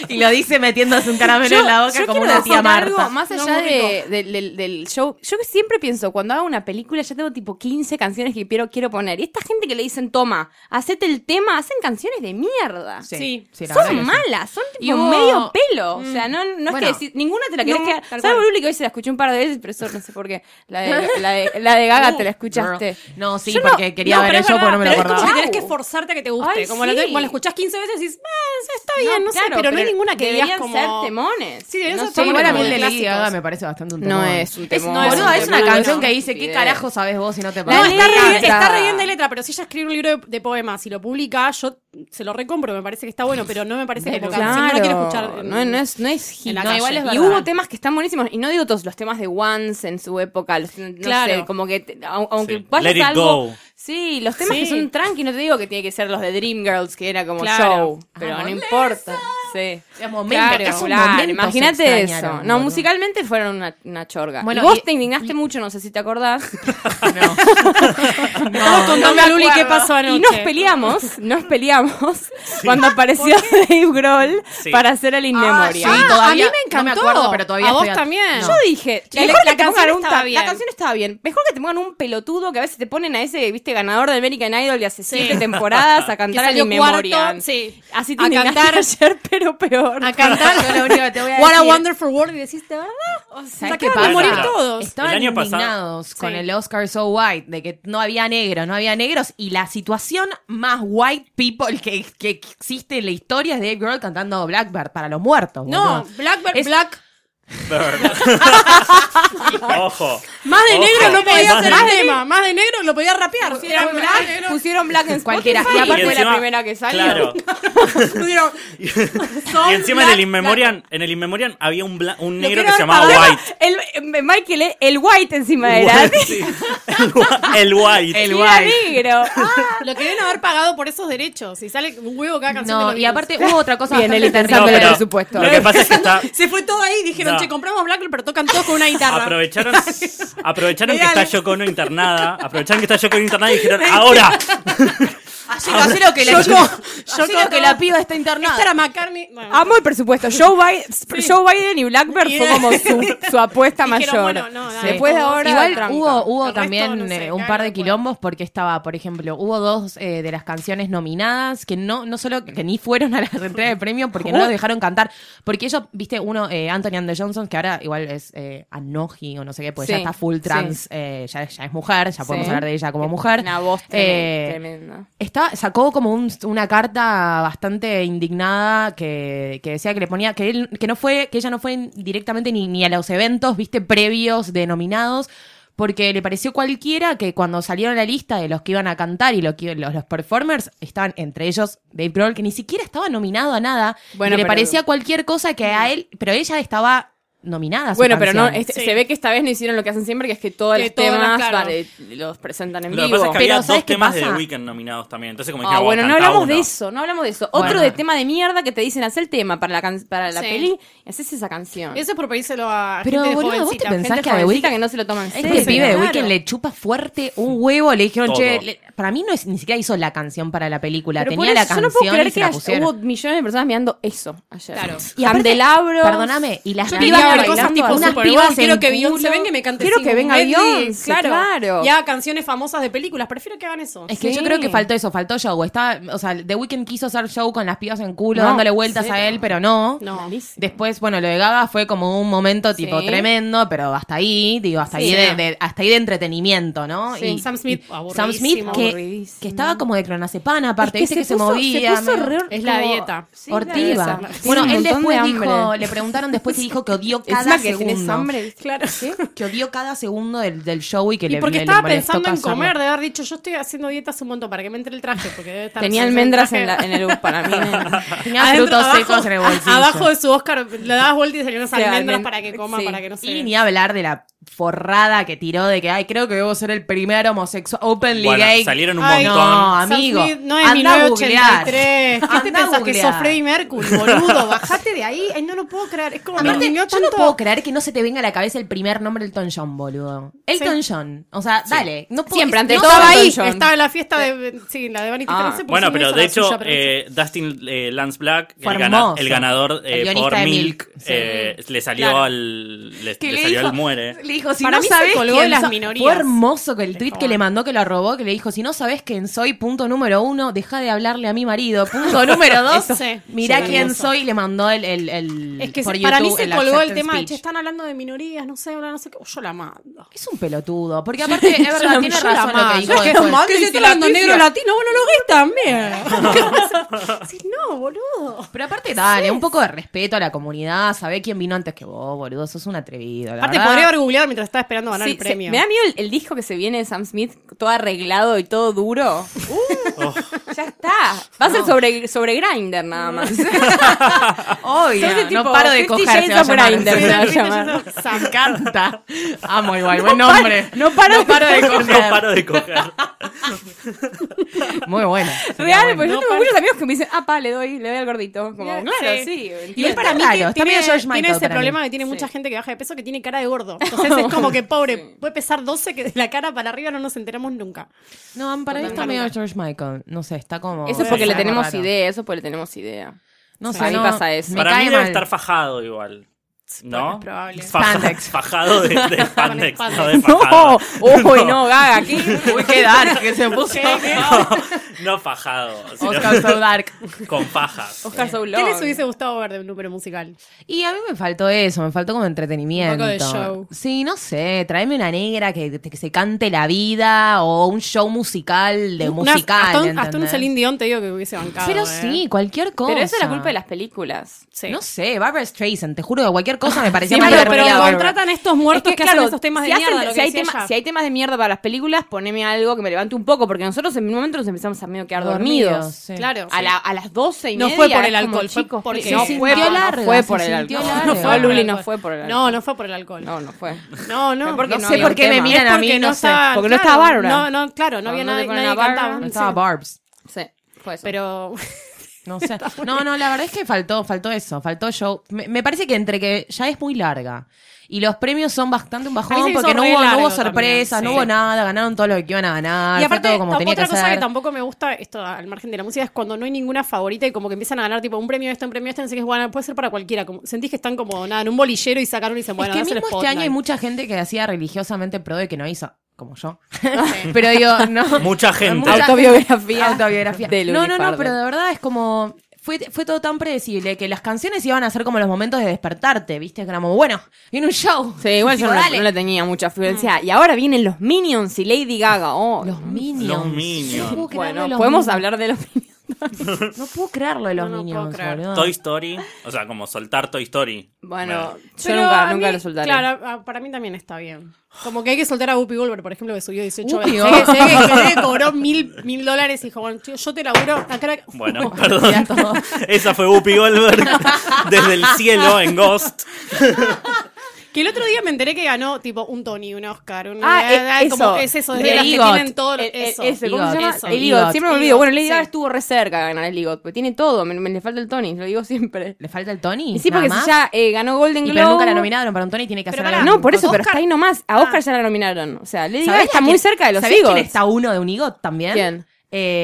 Speaker 12: y lo dice metiéndose un caramelo en la boca como
Speaker 9: quiero
Speaker 12: una tía
Speaker 9: decir
Speaker 12: Marta.
Speaker 9: algo más
Speaker 6: No,
Speaker 9: allá
Speaker 6: muy
Speaker 9: de- del, del- del show, yo que siempre pienso, cuando hago una película ya tengo tipo 15 canciones que quiero, quiero poner. Y esta gente que le dicen, toma, hacete el tema, hacen canciones de mierda.
Speaker 6: Sí. Mm.
Speaker 12: la verdad que
Speaker 9: Son
Speaker 12: sí.
Speaker 9: malas, son
Speaker 12: Y
Speaker 9: tipo
Speaker 12: hubo-
Speaker 9: medio pelo. O sea, no, no
Speaker 12: Bueno.
Speaker 9: es que decís- ninguna te la querés
Speaker 6: No,
Speaker 9: quedar.
Speaker 6: tal
Speaker 9: Salvo
Speaker 6: cual.
Speaker 9: Luli que hoy se la escuché un par de veces, pero eso no sé por qué. La de, la de, la de Gaga te la escuchaste.
Speaker 12: Girl. No, sí,
Speaker 9: Yo no-
Speaker 12: porque quería
Speaker 9: no,
Speaker 12: ver
Speaker 9: pero
Speaker 12: el
Speaker 9: es
Speaker 12: show porque no
Speaker 9: verdad,
Speaker 12: me lo
Speaker 6: Pero
Speaker 12: acordaba.
Speaker 6: es como que
Speaker 9: Wow.
Speaker 6: tenés que forzarte a que te guste.
Speaker 9: Ay,
Speaker 6: como la,
Speaker 9: sí.
Speaker 6: como la escuchás 15 veces y dices, "Ah, está bien, no, sé,
Speaker 9: claro,
Speaker 6: pero, no hay ninguna que digas
Speaker 9: deberían
Speaker 6: como...
Speaker 9: ser temones.
Speaker 6: Sí, deberían
Speaker 9: No
Speaker 6: ser
Speaker 9: sé,
Speaker 6: temones
Speaker 12: igual a mí el
Speaker 6: como
Speaker 12: de Lady
Speaker 6: clásicos.
Speaker 12: Gaga me parece bastante un
Speaker 9: No
Speaker 12: temón.
Speaker 9: es un
Speaker 6: Es-
Speaker 9: temón.
Speaker 6: no, es
Speaker 12: Boluda,
Speaker 6: un
Speaker 12: es una
Speaker 6: temón,
Speaker 12: canción
Speaker 6: no.
Speaker 12: que dice, ¿qué carajo sabes vos si no te
Speaker 6: No,
Speaker 12: parece?
Speaker 9: La
Speaker 6: está, re bien,
Speaker 9: letra.
Speaker 6: está re bien de letra, pero si ella escribe un libro de, de poemas y lo publica, yo se lo recompro, me parece que está bueno, pero no me parece
Speaker 12: Pero
Speaker 6: como
Speaker 9: Claro,
Speaker 6: canción, no la quiero escuchar. mm, en-
Speaker 9: No, no es, no es hit.
Speaker 6: en la
Speaker 9: No,
Speaker 6: calle.
Speaker 9: igual es
Speaker 6: Y
Speaker 9: verdad. y
Speaker 6: hubo
Speaker 9: hubo temas que están buenísimos. Y no digo todos los temas de Once en su época. los- no
Speaker 6: Claro.
Speaker 9: sé, como que. te- au- aunque
Speaker 8: Sí.
Speaker 9: vayas
Speaker 8: Let it
Speaker 9: a algo.
Speaker 8: go.
Speaker 9: Sí, los temas que
Speaker 6: Sí.
Speaker 9: son tranqui. No te digo que tiene que ser los de Dreamgirls, que era como
Speaker 6: Claro.
Speaker 9: show. Pero no importa. Sí.
Speaker 12: Era momento, que hace un momento se
Speaker 9: Imagínate eso.
Speaker 12: extrañaron,
Speaker 9: No,
Speaker 12: boludo.
Speaker 9: musicalmente fueron una, una chorga.
Speaker 12: Bueno,
Speaker 9: y vos
Speaker 12: y-
Speaker 9: te indignaste mucho, no sé si te acordás.
Speaker 6: Estamos contando
Speaker 9: me
Speaker 6: a Luli
Speaker 9: acuerdo.
Speaker 6: qué pasó anoche.
Speaker 9: Y nos peleamos, nos peleamos cuando apareció Dave Grohl
Speaker 8: Sí.
Speaker 9: para hacer el In Memoria.
Speaker 12: Ah, sí, todavía-
Speaker 6: Ah, a mí me
Speaker 12: no me
Speaker 6: encantó.
Speaker 12: acuerdo, pero todavía
Speaker 6: a vos
Speaker 12: estoy a-
Speaker 6: también.
Speaker 12: no.
Speaker 9: Yo dije,
Speaker 6: La-
Speaker 9: mejor
Speaker 6: la
Speaker 9: que te
Speaker 6: canción
Speaker 9: pongan un
Speaker 6: estaba
Speaker 9: ta-
Speaker 6: bien.
Speaker 9: La canción estaba bien. Mejor que te pongan un pelotudo que a veces te ponen a ese, viste, ganador del American Idol de hace siete temporadas a
Speaker 6: Que
Speaker 9: cantar al
Speaker 6: salió
Speaker 9: In Memoriam.
Speaker 6: cuarto, sí.
Speaker 9: Así te
Speaker 6: a
Speaker 9: indignaste
Speaker 6: cantar
Speaker 9: ayer, pero lo peor.
Speaker 6: A cantar.
Speaker 12: Yo lo único que te voy a
Speaker 6: What a
Speaker 12: decir-
Speaker 6: Wonderful World. Y decís, ¿de verdad? O
Speaker 12: ¿Sabes
Speaker 6: sea,
Speaker 12: qué
Speaker 6: que van
Speaker 12: pasa?
Speaker 6: a morir todos.
Speaker 12: Estaban indignados con
Speaker 6: Sí.
Speaker 12: el Oscar So White, de que no había negros, no había negros, y la situación más white people que, que existe en la historia es Dave Grohl cantando Blackbird para los muertos.
Speaker 6: No,
Speaker 12: boludo.
Speaker 6: Blackbird,
Speaker 12: Es-
Speaker 6: Black.
Speaker 8: Ojo.
Speaker 6: Más de
Speaker 8: Ojo.
Speaker 6: negro no podía
Speaker 8: Más
Speaker 6: hacer
Speaker 8: de
Speaker 6: el
Speaker 8: negro.
Speaker 6: tema. Más de negro lo podía rapear. Si era
Speaker 9: Pusieron black, pusieron black en
Speaker 12: Cualquiera.
Speaker 9: cualquiera. Y
Speaker 8: Y
Speaker 9: aparte fue la
Speaker 8: encima-
Speaker 9: primera que salió.
Speaker 8: Claro.
Speaker 6: Pusieron-
Speaker 8: Y encima en el Inmemorian, en el Inmemorian había un, bla- un negro que se llamaba White.
Speaker 9: El, Michael, eh, el White encima era.
Speaker 8: White, sí. El White. El White.
Speaker 9: Y era negro.
Speaker 6: Lo que deben haber pagado por esos derechos. Y sale un huevo cada canción.
Speaker 12: No,
Speaker 6: de los
Speaker 12: y
Speaker 6: Beatles.
Speaker 12: aparte hubo otra cosa
Speaker 9: Bien,
Speaker 12: bastante
Speaker 9: Eli, pensando
Speaker 12: terrible.
Speaker 9: en el presupuesto.
Speaker 8: Lo que pasa es que está,
Speaker 6: Se fue todo ahí. Dijeron,
Speaker 8: No.
Speaker 6: che, compramos Blackbird, pero tocan todos con una guitarra.
Speaker 8: aprovecharon, aprovecharon que
Speaker 6: Mirá,
Speaker 8: está
Speaker 6: le-
Speaker 8: Yoko Ono internada. Aprovecharon que está Yoko Ono internada y dijeron, ahora.
Speaker 12: Así que hacé lo que la,
Speaker 9: Yoko-
Speaker 12: hacé lo que la piba está internada.
Speaker 6: Esta era McCartney. Bueno,
Speaker 9: Amo el presupuesto. Joe Biden, Joe Biden y Blackbird fue como su, su apuesta
Speaker 6: Dijeron,
Speaker 9: mayor.
Speaker 6: bueno, no, dale,
Speaker 9: Después de
Speaker 6: vos,
Speaker 9: ahora.
Speaker 12: Igual
Speaker 9: tranca.
Speaker 12: hubo, hubo
Speaker 6: El resto,
Speaker 12: también
Speaker 6: no sé,
Speaker 12: eh, un
Speaker 6: caen
Speaker 12: par de
Speaker 6: de acuerdo.
Speaker 12: quilombos porque estaba, por ejemplo, hubo dos eh, de las canciones nominadas que no, no solo que ni fueron a la entrega de premio porque no los dejaron cantar. Porque ellos, viste, uno, eh, Anthony and the Johnson, que ahora igual es eh, Anoji o no sé qué, porque ya
Speaker 9: Sí,
Speaker 12: está full
Speaker 9: sí.
Speaker 12: trans, eh, ya, ya es mujer, ya podemos
Speaker 9: Sí.
Speaker 12: hablar de ella como mujer.
Speaker 9: Una voz
Speaker 12: Eh,
Speaker 9: tremenda. tremenda.
Speaker 12: Está, sacó como un- una carta bastante indignada que, que decía que le ponía que él que no fue que ella no fue directamente ni, ni a los eventos viste previos denominados porque le pareció cualquiera que cuando salieron la lista de los que iban a cantar y lo que- los, los performers estaban entre ellos Dave Grohl que ni siquiera estaba nominado a nada
Speaker 9: Bueno,
Speaker 12: y que le
Speaker 9: pero-
Speaker 12: parecía cualquier cosa que a él pero ella estaba nominada a su
Speaker 9: Bueno, pero no,
Speaker 12: canción.
Speaker 9: este-
Speaker 6: Sí.
Speaker 9: se ve que esta vez no hicieron lo que hacen siempre, que es que todos
Speaker 6: Que
Speaker 9: los
Speaker 6: todas las-
Speaker 9: temas
Speaker 6: claro.
Speaker 9: vale, los presentan en
Speaker 8: Lo que
Speaker 9: vivo.
Speaker 8: pasa es que
Speaker 12: Pero
Speaker 8: había
Speaker 12: ¿sabes
Speaker 8: dos
Speaker 12: qué
Speaker 8: temas de The
Speaker 12: pasa?
Speaker 8: Weeknd nominados también. Entonces, como
Speaker 9: Ah,
Speaker 8: dijimos,
Speaker 9: bueno, no
Speaker 8: canta
Speaker 9: hablamos
Speaker 8: uno.
Speaker 9: de eso, no hablamos de eso. Otro
Speaker 12: Bueno.
Speaker 9: de tema de mierda que te dicen hacer el tema para la, can- para la
Speaker 6: Sí.
Speaker 9: peli, y haces esa canción.
Speaker 6: Eso es por pedírselo a
Speaker 12: Pero,
Speaker 6: gente
Speaker 12: boludo, ¿vos te
Speaker 6: jovencita.
Speaker 12: pensás
Speaker 9: Gente
Speaker 12: que a The
Speaker 9: jovencita
Speaker 12: Weeknd-
Speaker 9: que no se lo toman en serio.
Speaker 12: Este pibe de
Speaker 6: claro.
Speaker 12: Weekend le chupa fuerte un huevo. Le dijeron,
Speaker 8: Todo.
Speaker 12: che, le- para mí no es, ni siquiera hizo la canción para la película.
Speaker 9: Pero por
Speaker 12: Tenía la
Speaker 9: eso, yo
Speaker 12: canción
Speaker 9: no puedo
Speaker 12: y
Speaker 9: creer
Speaker 12: se
Speaker 9: que
Speaker 12: la
Speaker 9: haya-
Speaker 12: pusieron.
Speaker 9: hubo millones de personas mirando eso ayer.
Speaker 6: Claro.
Speaker 9: Y candelabros.
Speaker 12: Perdóname, y las
Speaker 6: Yo
Speaker 12: pibas
Speaker 6: quería ver
Speaker 9: bailando
Speaker 6: cosas tipo
Speaker 9: al-
Speaker 12: unas
Speaker 6: Super Bowl,
Speaker 12: pibas
Speaker 6: Quiero
Speaker 12: en
Speaker 6: que Beyoncé
Speaker 12: culo.
Speaker 6: venga y me cante
Speaker 9: Quiero
Speaker 6: cinco
Speaker 9: que venga
Speaker 6: medleys,
Speaker 9: Beyoncé, claro.
Speaker 6: Y haga canciones famosas de películas. Prefiero que hagan eso.
Speaker 12: Es que yo
Speaker 9: Sí.
Speaker 12: creo que faltó eso, faltó show. Estaba, o sea, The Weeknd quiso hacer show con las pibas en culo,
Speaker 9: No,
Speaker 12: dándole vueltas
Speaker 9: cero.
Speaker 12: a él, pero no.
Speaker 6: No.
Speaker 12: Después, bueno, lo de Gaga fue como un momento tipo
Speaker 9: Sí.
Speaker 12: tremendo, pero hasta ahí, digo, hasta,
Speaker 9: Sí.
Speaker 12: ahí, de, de- hasta ahí de entretenimiento, ¿no?
Speaker 9: Sí.
Speaker 6: Sam Smith, aburridísimo.
Speaker 12: Sam Smith, que,
Speaker 9: Aburridísimo.
Speaker 12: que estaba como de clonazepana, aparte,
Speaker 9: Es
Speaker 12: viste que se,
Speaker 9: puso-
Speaker 12: movía.
Speaker 9: Se puso
Speaker 12: medio-
Speaker 9: re-
Speaker 6: Es la
Speaker 9: como-
Speaker 6: dieta.
Speaker 9: Sí, la
Speaker 12: Ortiva.
Speaker 9: dieta.
Speaker 12: Bueno, él
Speaker 9: Tiene un montón de
Speaker 12: después dijo,
Speaker 9: hambre.
Speaker 12: le preguntaron después y dijo que odió cada
Speaker 9: Encima que tenés
Speaker 12: segundo.
Speaker 9: hambre, ¿viste? claro.
Speaker 12: Que odió cada segundo del, del show y que
Speaker 6: Y
Speaker 12: le le-
Speaker 6: porque
Speaker 12: le
Speaker 6: estaba
Speaker 12: molestó
Speaker 6: pensando en
Speaker 12: casarlo.
Speaker 6: comer, de haber dicho, yo estoy haciendo dietas un montón para que me entre el traje, porque debe estar...
Speaker 9: Tenía
Speaker 6: sin- sin
Speaker 9: almendras
Speaker 6: traje.
Speaker 9: en, la- en el para mí.
Speaker 12: Tenía
Speaker 6: Adentro,
Speaker 12: frutos
Speaker 6: abajo-
Speaker 12: secos en el bolsillo.
Speaker 6: Abajo de su Oscar le dabas vueltas y salían las
Speaker 9: O sea,
Speaker 6: almendras
Speaker 9: almen-
Speaker 6: para que coma,
Speaker 9: sí.
Speaker 6: para que no se...
Speaker 12: Y ni hablar de la forrada que tiró de que, ay, creo que debo ser el primer homosexual openly
Speaker 8: Bueno,
Speaker 12: gay.
Speaker 8: salieron un
Speaker 6: Ay,
Speaker 8: montón.
Speaker 12: No,
Speaker 6: Sam
Speaker 12: amigo.
Speaker 6: Smith, no es
Speaker 12: anda a
Speaker 6: 1983.
Speaker 12: googlear.
Speaker 6: ¿Qué te
Speaker 12: Anda a
Speaker 6: pensás que sos
Speaker 12: googlear.
Speaker 6: Freddie Mercury, boludo? Bajate de ahí. Ay, no lo puedo creer. Es como me
Speaker 12: Aparte,
Speaker 6: indignó
Speaker 12: yo
Speaker 6: tanto.
Speaker 12: no puedo creer que no se te venga a la cabeza el primer nombre Elton John, boludo. Elton John. O sea, dale. No puedo-
Speaker 9: Siempre, ante
Speaker 12: no-
Speaker 9: todo,
Speaker 6: estaba ahí,
Speaker 9: Elton John.
Speaker 6: estaba en la fiesta de. Sí, la de Vanity Fair,
Speaker 9: Ah.
Speaker 6: no sé por
Speaker 8: Bueno,
Speaker 6: qué
Speaker 8: pero
Speaker 6: hizo
Speaker 8: de
Speaker 6: la
Speaker 8: hecho,
Speaker 6: suya, pero no sé.
Speaker 8: eh, Dustin eh, Lance Black,
Speaker 12: Fue
Speaker 8: el, gana-
Speaker 12: hermoso.
Speaker 8: el ganador
Speaker 12: El
Speaker 8: eh,
Speaker 12: guionista
Speaker 8: por
Speaker 12: de
Speaker 8: Milk,
Speaker 12: Milk,
Speaker 8: eh, le salió
Speaker 12: Claro.
Speaker 8: al. Le,
Speaker 12: Que
Speaker 8: le
Speaker 12: le
Speaker 8: salió
Speaker 12: dijo-
Speaker 8: al muere.
Speaker 12: Le dijo, si
Speaker 6: Para
Speaker 12: no
Speaker 6: mí se
Speaker 12: sabes
Speaker 6: colgó
Speaker 12: quién
Speaker 6: las
Speaker 12: so-
Speaker 6: minorías.
Speaker 12: Fue hermoso que el tweet que
Speaker 6: como-
Speaker 12: le mandó que lo robó, que le dijo, si no sabes quién soy, punto número uno, deja de hablarle a mi marido. Punto número dos,
Speaker 6: Eso sí,
Speaker 12: mirá
Speaker 6: sí,
Speaker 12: quién
Speaker 6: hermoso.
Speaker 12: soy, y le mandó el, el, el-
Speaker 6: Es que
Speaker 12: por
Speaker 6: se- para mí
Speaker 12: YouTube
Speaker 6: se
Speaker 12: el
Speaker 6: colgó el
Speaker 12: acceptance
Speaker 6: tema de
Speaker 12: speech.
Speaker 6: che, están hablando de minorías, no sé, bla, no sé qué. Yo la mando.
Speaker 12: Es un pelotudo, porque aparte, es verdad,
Speaker 6: la-
Speaker 12: tiene
Speaker 6: yo la
Speaker 12: razón lo
Speaker 6: mando.
Speaker 12: que dijo.
Speaker 6: Yo es que
Speaker 12: después.
Speaker 6: mando y si la noticia-
Speaker 9: bueno, lo gays también.
Speaker 6: Sí, no, boludo.
Speaker 12: Pero aparte, dale, un poco de respeto a la comunidad, sabe quién vino antes que vos, boludo, sos un atrevido. la
Speaker 6: Aparte,
Speaker 12: verdad.
Speaker 6: podría haber googleado mientras estaba esperando ganar
Speaker 9: Sí,
Speaker 6: el
Speaker 9: se-
Speaker 6: premio.
Speaker 9: me da miedo el, el disco que se viene de Sam Smith, todo arreglado y todo duro.
Speaker 12: Uh,
Speaker 9: Oh. Ya está. Va a ser sobre, sobre Grinder nada más.
Speaker 12: Obvio,
Speaker 9: Ese tipo,
Speaker 12: no paro de
Speaker 9: 50
Speaker 12: coger, se va a
Speaker 9: Shades of
Speaker 12: llamar.
Speaker 9: Grindr,
Speaker 12: Sí,
Speaker 9: se va a
Speaker 12: sí, sí,
Speaker 9: llamar.
Speaker 12: sí, sí. Me encanta. Amo igual, buen
Speaker 9: No paro-
Speaker 12: nombre.
Speaker 9: no paro de
Speaker 12: de
Speaker 8: No
Speaker 12: coger.
Speaker 8: paro de coger.
Speaker 12: Muy bueno.
Speaker 9: Real, porque yo tengo muchos amigos que me dicen, ah, pa, le doy, le doy al gordito. Como,
Speaker 6: Sí.
Speaker 9: claro, sí.
Speaker 6: Y es
Speaker 9: entiendo.
Speaker 6: para mí
Speaker 12: Raro,
Speaker 6: que
Speaker 12: está
Speaker 6: tiene,
Speaker 12: medio George
Speaker 6: tiene
Speaker 12: Michael
Speaker 6: ese
Speaker 12: para mí.
Speaker 6: problema que tiene mucha gente que baja de peso que tiene cara de gordo. Entonces es como que pobre, puede pesar 12 que de la cara para arriba no nos enteramos nunca.
Speaker 12: No, para mí está medio George Michael. No sé, está como.
Speaker 9: Eso es porque le
Speaker 12: algo
Speaker 9: tenemos
Speaker 12: raro.
Speaker 9: idea, eso es porque le tenemos idea.
Speaker 12: No sé,
Speaker 9: Para mí
Speaker 12: no,
Speaker 9: pasa eso.
Speaker 12: me
Speaker 8: Para mí
Speaker 12: cae
Speaker 8: debe
Speaker 12: mal.
Speaker 8: estar fajado igual. ¿No?
Speaker 6: es probable.
Speaker 8: Faja-
Speaker 6: Spandex.
Speaker 8: Fajado de, de
Speaker 6: Con
Speaker 8: spandex,
Speaker 6: spandex.
Speaker 8: no de
Speaker 6: No,
Speaker 8: fajado.
Speaker 6: uy, no, Gaga, qué- uy, qué dark que se puso.
Speaker 8: No, no fajado. sino
Speaker 12: Oscar so dark.
Speaker 8: Con fajas.
Speaker 9: Oscar
Speaker 6: ¿Qué les hubiese gustado ver de un número musical?
Speaker 12: Y a mí me faltó eso, me faltó como entretenimiento.
Speaker 6: Un poco de show.
Speaker 12: Sí, no sé, tráeme una negra que, que se cante la vida o un show musical de
Speaker 6: Una-
Speaker 12: musical.
Speaker 6: hasta, un,
Speaker 12: ¿entendés?
Speaker 6: hasta un Celine Dion te digo que hubiese bancado.
Speaker 12: Pero
Speaker 6: eh.
Speaker 12: sí, cualquier cosa.
Speaker 9: Pero eso es la culpa de las películas.
Speaker 12: No sé, Barbara Streisand, te juro que cualquier cosa me parecía
Speaker 9: Sí,
Speaker 12: más
Speaker 9: pero-
Speaker 12: divertida.
Speaker 9: pero
Speaker 12: Bárbara.
Speaker 9: contratan
Speaker 6: estos muertos que hacen esos temas de
Speaker 9: hacen-
Speaker 6: mierda, lo
Speaker 9: si,
Speaker 6: que
Speaker 9: hay
Speaker 6: decía
Speaker 9: tema-
Speaker 6: ella.
Speaker 9: si hay temas de mierda para las películas, poneme algo que me levante un poco, porque nosotros en un momento nos empezamos a medio quedar dormidos.
Speaker 12: Dormidos, sí.
Speaker 6: Claro.
Speaker 9: A, la- a las 12 y
Speaker 6: No
Speaker 9: media.
Speaker 6: fue por
Speaker 9: es
Speaker 6: el
Speaker 9: como,
Speaker 6: alcohol, fue
Speaker 9: chicos,
Speaker 6: porque-
Speaker 9: no,
Speaker 6: se
Speaker 9: fue
Speaker 6: sintió
Speaker 9: por, no
Speaker 6: larga,
Speaker 9: fue
Speaker 6: se
Speaker 9: por el
Speaker 6: sintió
Speaker 9: alcohol.
Speaker 6: larga.
Speaker 9: No fue, Luli, no
Speaker 6: alcohol.
Speaker 9: fue por el alcohol.
Speaker 6: No, no fue por el alcohol.
Speaker 9: No, no fue.
Speaker 6: No, no,
Speaker 9: Porque
Speaker 6: no
Speaker 9: no
Speaker 6: sé
Speaker 9: había
Speaker 6: por
Speaker 9: un
Speaker 6: qué me
Speaker 9: tema.
Speaker 6: miran
Speaker 9: Es
Speaker 6: a
Speaker 9: porque
Speaker 6: mí,
Speaker 9: no
Speaker 6: no
Speaker 9: sé.
Speaker 6: estaban-
Speaker 9: Porque no
Speaker 6: claro,
Speaker 9: estaba Bárbara.
Speaker 6: No, no, claro,
Speaker 12: Ah,
Speaker 6: no había
Speaker 9: No, no
Speaker 6: nadie,
Speaker 9: te ponen
Speaker 6: nadie
Speaker 9: a Bárbara,
Speaker 6: cantaba.
Speaker 12: No
Speaker 6: sí.
Speaker 12: estaba Barbs.
Speaker 9: Sí, fue eso.
Speaker 6: Pero
Speaker 12: No sé. No, no, la verdad es que faltó, faltó eso, faltó show. Me, me parece que entre que ya es muy larga y los premios son bastante un
Speaker 6: A mí se
Speaker 12: bajón
Speaker 6: me
Speaker 12: porque
Speaker 6: hizo
Speaker 12: no
Speaker 6: re
Speaker 12: hubo, no
Speaker 6: largo
Speaker 12: hubo
Speaker 6: también,
Speaker 12: sorpresas, no
Speaker 6: sí.
Speaker 12: hubo nada, ganaron todo lo que iban a ganar.
Speaker 9: Ah,
Speaker 12: fue
Speaker 6: y aparte,
Speaker 12: todo como
Speaker 6: tam-
Speaker 12: tenía
Speaker 6: otra
Speaker 12: que
Speaker 6: cosa
Speaker 12: ser.
Speaker 6: que tampoco me gusta, esto al margen de la música, es cuando no hay ninguna favorita y como que empiezan a ganar tipo un premio esto, un premio este, no sé qué es bueno, puede ser para cualquiera. Como, sentís que están como nada, en un bolillero y sacaron y dicen, bueno,
Speaker 12: es que
Speaker 6: dáselo
Speaker 12: mismo este
Speaker 6: spotlight.
Speaker 12: año hay mucha gente que hacía religiosamente pro de que no hizo, como yo. pero digo, no.
Speaker 8: Mucha gente.
Speaker 12: Mucha
Speaker 9: Autobiografía.
Speaker 12: Autobiografía.
Speaker 9: de Luli
Speaker 12: no, no, no,
Speaker 9: Pardo.
Speaker 12: pero de verdad es como. Fue, fue todo tan predecible que las canciones iban a ser como los momentos de despertarte, ¿viste? Que era como, bueno, viene un show.
Speaker 9: Sí, igual yo
Speaker 12: Tipo,
Speaker 9: no,
Speaker 12: dale.
Speaker 9: no le tenía mucha fluencia. Y ahora vienen los Minions y Lady Gaga. Oh, los
Speaker 12: Minions.
Speaker 8: Los Minions.
Speaker 12: No puedo creer lo
Speaker 9: Bueno,
Speaker 12: de los
Speaker 9: podemos
Speaker 12: Minions.
Speaker 9: hablar de los Minions.
Speaker 12: No puedo creer lo de los
Speaker 6: No, no puedo
Speaker 12: Minions,
Speaker 6: creer.
Speaker 9: Ah.
Speaker 12: boludo.
Speaker 8: Toy Story. O sea, como soltar Toy Story.
Speaker 9: Bueno, yo
Speaker 6: Pero
Speaker 9: nunca,
Speaker 6: a
Speaker 9: nunca
Speaker 6: mí-
Speaker 9: lo soltaré.
Speaker 6: Claro, a- a- para mí también está bien. Como que hay que soltar a Whoopi Goldberg, por ejemplo, que subió 18
Speaker 12: Whoopi
Speaker 6: veces. Sé que, sé que- sé que cobró mil, mil dólares y dijo, bueno, tío, yo te laburo acá.
Speaker 8: Bueno, perdón. Esa fue Whoopi Goldberg desde el cielo en Ghost.
Speaker 6: Que el otro día me enteré que ganó tipo un Tony, un Oscar, un
Speaker 9: Ah, es,
Speaker 6: eh,
Speaker 9: eso.
Speaker 6: como es eso, desde
Speaker 12: El
Speaker 6: las que
Speaker 12: EGOT.
Speaker 6: tienen todo lo-
Speaker 9: El- el-
Speaker 6: eso.
Speaker 9: e- ese, ¿cómo se
Speaker 12: EGOT,
Speaker 9: llama?
Speaker 12: eso,
Speaker 9: el
Speaker 12: EGOT.
Speaker 9: IGOT. Siempre me olvido. Bueno, Lady
Speaker 6: sí.
Speaker 9: Gaga estuvo re cerca de ganar el IGOT, porque tiene todo. Me, me- le falta el Tony, lo digo siempre.
Speaker 12: ¿Le falta el Tony?
Speaker 9: Y sí,
Speaker 12: ¿Nada
Speaker 9: porque
Speaker 12: más?
Speaker 9: si ya eh, ganó Golden
Speaker 12: Y
Speaker 9: Globe.
Speaker 12: pero nunca la nominaron para un Tony, tiene que
Speaker 6: Pero
Speaker 12: hacer
Speaker 6: pará,
Speaker 12: algo.
Speaker 9: No, por eso, pero
Speaker 6: Oscar- Ah.
Speaker 9: está ahí nomás. A Oscar ya la nominaron. O sea, Lady Gaga
Speaker 12: ¿Sabés
Speaker 9: está
Speaker 12: a
Speaker 9: muy
Speaker 12: quién-
Speaker 9: cerca de los
Speaker 12: ¿sabés quién
Speaker 9: IGOT.
Speaker 12: está uno de un IGOT también?
Speaker 9: ¿Quién?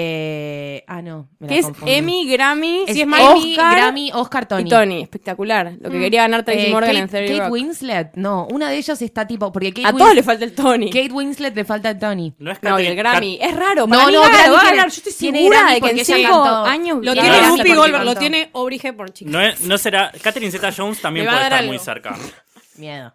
Speaker 12: Eh, ah, no. me la
Speaker 9: Que es
Speaker 12: confundí.
Speaker 9: Emmy, Grammy,
Speaker 12: Es
Speaker 9: si es
Speaker 12: Emmy,
Speaker 9: Oscar
Speaker 12: Grammy, Oscar, Tony.
Speaker 9: y Tony. Espectacular. Lo que
Speaker 6: Mm.
Speaker 9: quería ganar Tracy
Speaker 12: Eh,
Speaker 9: Morgan
Speaker 12: Kate,
Speaker 9: en Theory
Speaker 12: Kate
Speaker 9: Rock.
Speaker 12: Winslet, no, una de ellas está tipo, porque Kate
Speaker 9: A
Speaker 12: Wins-
Speaker 9: todos le falta el Tony.
Speaker 12: Kate Winslet le falta el Tony.
Speaker 8: No es
Speaker 9: No, y el
Speaker 8: Kat-
Speaker 9: Grammy. Es raro.
Speaker 12: No,
Speaker 9: Para mí
Speaker 12: no,
Speaker 9: Grammy
Speaker 12: Grammy
Speaker 9: va a
Speaker 12: tiene-
Speaker 9: ganar. Yo estoy
Speaker 12: tiene
Speaker 9: segura
Speaker 12: Grammy
Speaker 9: de que
Speaker 12: porque
Speaker 9: en
Speaker 12: ella
Speaker 9: cinco
Speaker 12: cantó.
Speaker 9: años
Speaker 6: Lo
Speaker 9: gana
Speaker 8: tiene
Speaker 6: tiene
Speaker 9: Grammy
Speaker 6: Whoopi
Speaker 9: porque
Speaker 6: Goldberg, lo
Speaker 9: cantó.
Speaker 6: tiene Aubrey Hepburn, chicos.
Speaker 8: No, es- no será. Catherine Zeta Jones también
Speaker 6: Me va
Speaker 8: puede
Speaker 6: a
Speaker 8: estar
Speaker 6: dar
Speaker 8: muy
Speaker 6: algo.
Speaker 8: cerca.
Speaker 12: Miedo.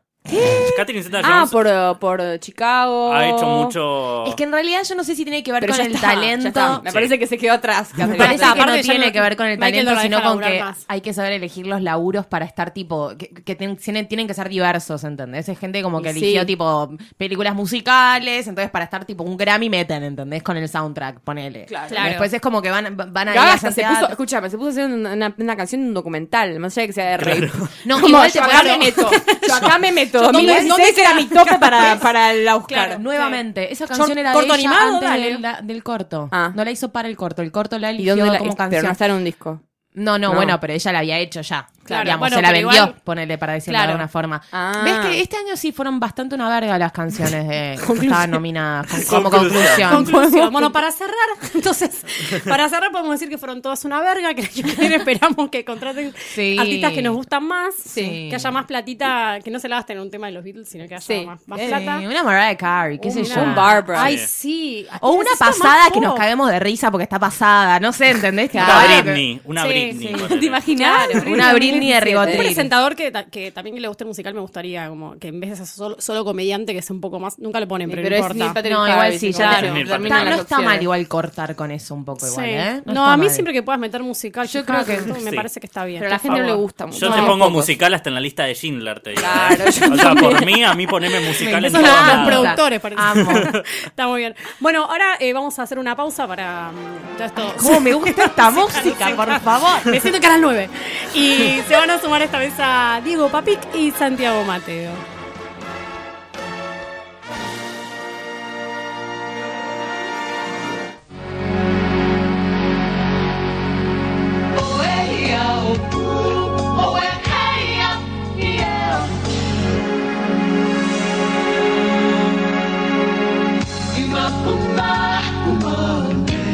Speaker 8: Catherine Zeta
Speaker 9: Ah,
Speaker 8: Jones
Speaker 9: por, eh, por eh, Chicago.
Speaker 8: ha hecho mucho.
Speaker 12: Es que en realidad yo no sé si tiene que ver
Speaker 9: Pero
Speaker 12: con
Speaker 9: ya
Speaker 12: el
Speaker 9: está, ya está.
Speaker 12: talento.
Speaker 9: Me
Speaker 8: Sí.
Speaker 9: parece que se quedó atrás.
Speaker 12: Me
Speaker 9: Catherine.
Speaker 12: parece
Speaker 6: Esta
Speaker 12: que no
Speaker 6: parte ya
Speaker 12: tiene
Speaker 6: no-
Speaker 12: que ver con el
Speaker 6: Michael no
Speaker 12: talento,
Speaker 6: la
Speaker 12: sino
Speaker 6: deja
Speaker 12: con
Speaker 6: laburar
Speaker 12: que
Speaker 6: más.
Speaker 12: hay que saber elegir los laburos para estar tipo, que, que ten- tienen, tienen que ser diversos, ¿entendés? Es gente como que
Speaker 9: Y sí.
Speaker 12: eligió tipo películas musicales, entonces para estar tipo un Grammy meten, ¿entendés? Con el soundtrack, ponele.
Speaker 9: Claro.
Speaker 12: Y Después es como que van, van a ir
Speaker 9: Gaga
Speaker 12: a
Speaker 9: hasta se
Speaker 12: hacer
Speaker 9: puso,
Speaker 12: teatro.
Speaker 9: escúchame, se puso a hacer una, una- una canción de un documental, más allá de que sea de rey.
Speaker 12: No,
Speaker 9: Como,
Speaker 12: igual te
Speaker 9: yo acá
Speaker 12: puedo-
Speaker 9: me meto. Yo acá me meto.
Speaker 6: ¿Dónde-
Speaker 9: 2016
Speaker 6: dónde
Speaker 9: era
Speaker 6: queda?
Speaker 9: mi tope para, para el Oscar.
Speaker 12: Claro, nuevamente. Esa canción
Speaker 9: Short-
Speaker 12: era
Speaker 9: corto
Speaker 12: de ella
Speaker 9: animado,
Speaker 12: antes
Speaker 9: dale.
Speaker 12: del, la- del corto.
Speaker 9: Ah.
Speaker 12: No la hizo para el corto. El corto la
Speaker 9: ¿Y
Speaker 12: eligió
Speaker 9: dónde la
Speaker 12: como
Speaker 9: es- Pero no
Speaker 12: canción.
Speaker 9: está en un disco.
Speaker 12: No, no,
Speaker 9: No.
Speaker 12: bueno, pero ella la había hecho ya.
Speaker 6: Claro,
Speaker 12: Digamos,
Speaker 6: bueno,
Speaker 12: se la
Speaker 6: pero
Speaker 12: vendió,
Speaker 6: igual-
Speaker 12: ponele para decirlo
Speaker 6: Claro.
Speaker 12: de alguna forma.
Speaker 9: Ah.
Speaker 12: ¿Ves que este año sí fueron bastante una verga las canciones de, que
Speaker 9: Conclusión.
Speaker 12: estaban nominadas con- como
Speaker 8: Conclusión.
Speaker 12: conclusión?
Speaker 6: Conclusión. Bueno, para cerrar, entonces, para cerrar podemos decir que fueron todas una verga, que el año que viene esperamos que contraten
Speaker 12: Sí.
Speaker 6: artistas que nos gustan más,
Speaker 12: Sí.
Speaker 6: que haya más platita, que no se la gasten en un tema de los Beatles, sino que haya
Speaker 9: Sí.
Speaker 6: más, más
Speaker 12: Eh,
Speaker 6: plata.
Speaker 12: una Mariah Carey, qué sé
Speaker 6: Una-
Speaker 12: yo.
Speaker 9: Un Barbra.
Speaker 12: Ah,
Speaker 6: Ay,
Speaker 8: Sí.
Speaker 6: sí. ¿A
Speaker 12: O
Speaker 6: quién
Speaker 12: una
Speaker 6: necesita más
Speaker 12: pasada que
Speaker 6: pop?
Speaker 12: nos caemos de risa porque está pasada. No sé, ¿entendés? Que
Speaker 8: Una
Speaker 12: ahora que-
Speaker 8: Britney. Una
Speaker 6: Sí,
Speaker 8: Britney.
Speaker 6: sí.
Speaker 8: ponele.
Speaker 9: ¿Te imaginas?
Speaker 12: Claro, una Britney de
Speaker 6: Un
Speaker 12: Ribotril.
Speaker 6: presentador que, ta- que también le guste el musical me gustaría, como que en vez de ser solo, solo comediante, que sea un poco más. Nunca le ponen, pero,
Speaker 9: Pero
Speaker 6: no
Speaker 9: es Neil
Speaker 6: importa.
Speaker 9: Patrick
Speaker 12: No, igual
Speaker 9: Harris,
Speaker 12: sí, ya
Speaker 9: claro.
Speaker 8: terminó.
Speaker 9: termina
Speaker 12: Está-
Speaker 9: las
Speaker 12: no está
Speaker 9: opciones.
Speaker 12: mal igual cortar con eso un poco igual,
Speaker 6: Sí.
Speaker 12: ¿eh?
Speaker 6: No,
Speaker 12: está
Speaker 6: a mí
Speaker 12: mal.
Speaker 6: siempre que puedas meter musical, yo creo que me
Speaker 8: sí.
Speaker 6: parece que está bien.
Speaker 9: Pero a la
Speaker 6: por
Speaker 9: gente no le
Speaker 6: favor.
Speaker 9: gusta mucho.
Speaker 8: Yo te
Speaker 9: No,
Speaker 8: pongo
Speaker 9: pocos.
Speaker 8: musical hasta en la lista de Schindler, te digo.
Speaker 9: Claro,
Speaker 8: ¿eh?
Speaker 9: yo
Speaker 8: o sea, por mí, a mí poneme musical en
Speaker 6: Son
Speaker 8: todos
Speaker 6: los
Speaker 8: lados.
Speaker 6: productores, parece.
Speaker 12: Amo.
Speaker 6: Está muy bien. Bueno, ahora eh, vamos a hacer una pausa para mm, todo esto.
Speaker 12: ¿Cómo me gusta esta música, por favor?
Speaker 6: Me siento en Canal 9. Y se van a sumar a esta mesa Diego Papic y Santiago Mateo.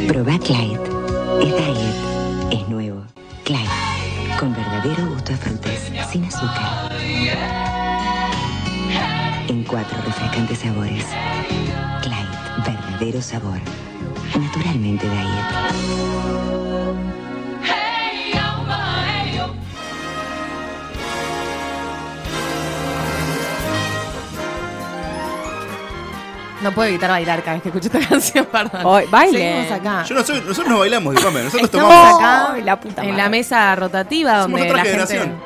Speaker 13: Proba Clyde. Es diet. Es nuevo. Clyde. Con verdadero. verdadero gusto de frutas, sin azúcar. En cuatro refrescantes sabores. Clyde, verdadero sabor. Naturalmente diet.
Speaker 12: No puedo evitar bailar cada vez que escucho esta canción, perdón.
Speaker 9: Hoy, baile.
Speaker 12: Seguimos acá.
Speaker 14: Yo no soy- nosotros no bailamos, disculpame. Nosotros
Speaker 12: Estamos
Speaker 14: tomamos.
Speaker 12: acá
Speaker 9: la puta
Speaker 12: en la mesa rotativa
Speaker 14: Somos
Speaker 12: donde
Speaker 14: otra
Speaker 12: la gente...
Speaker 14: generación.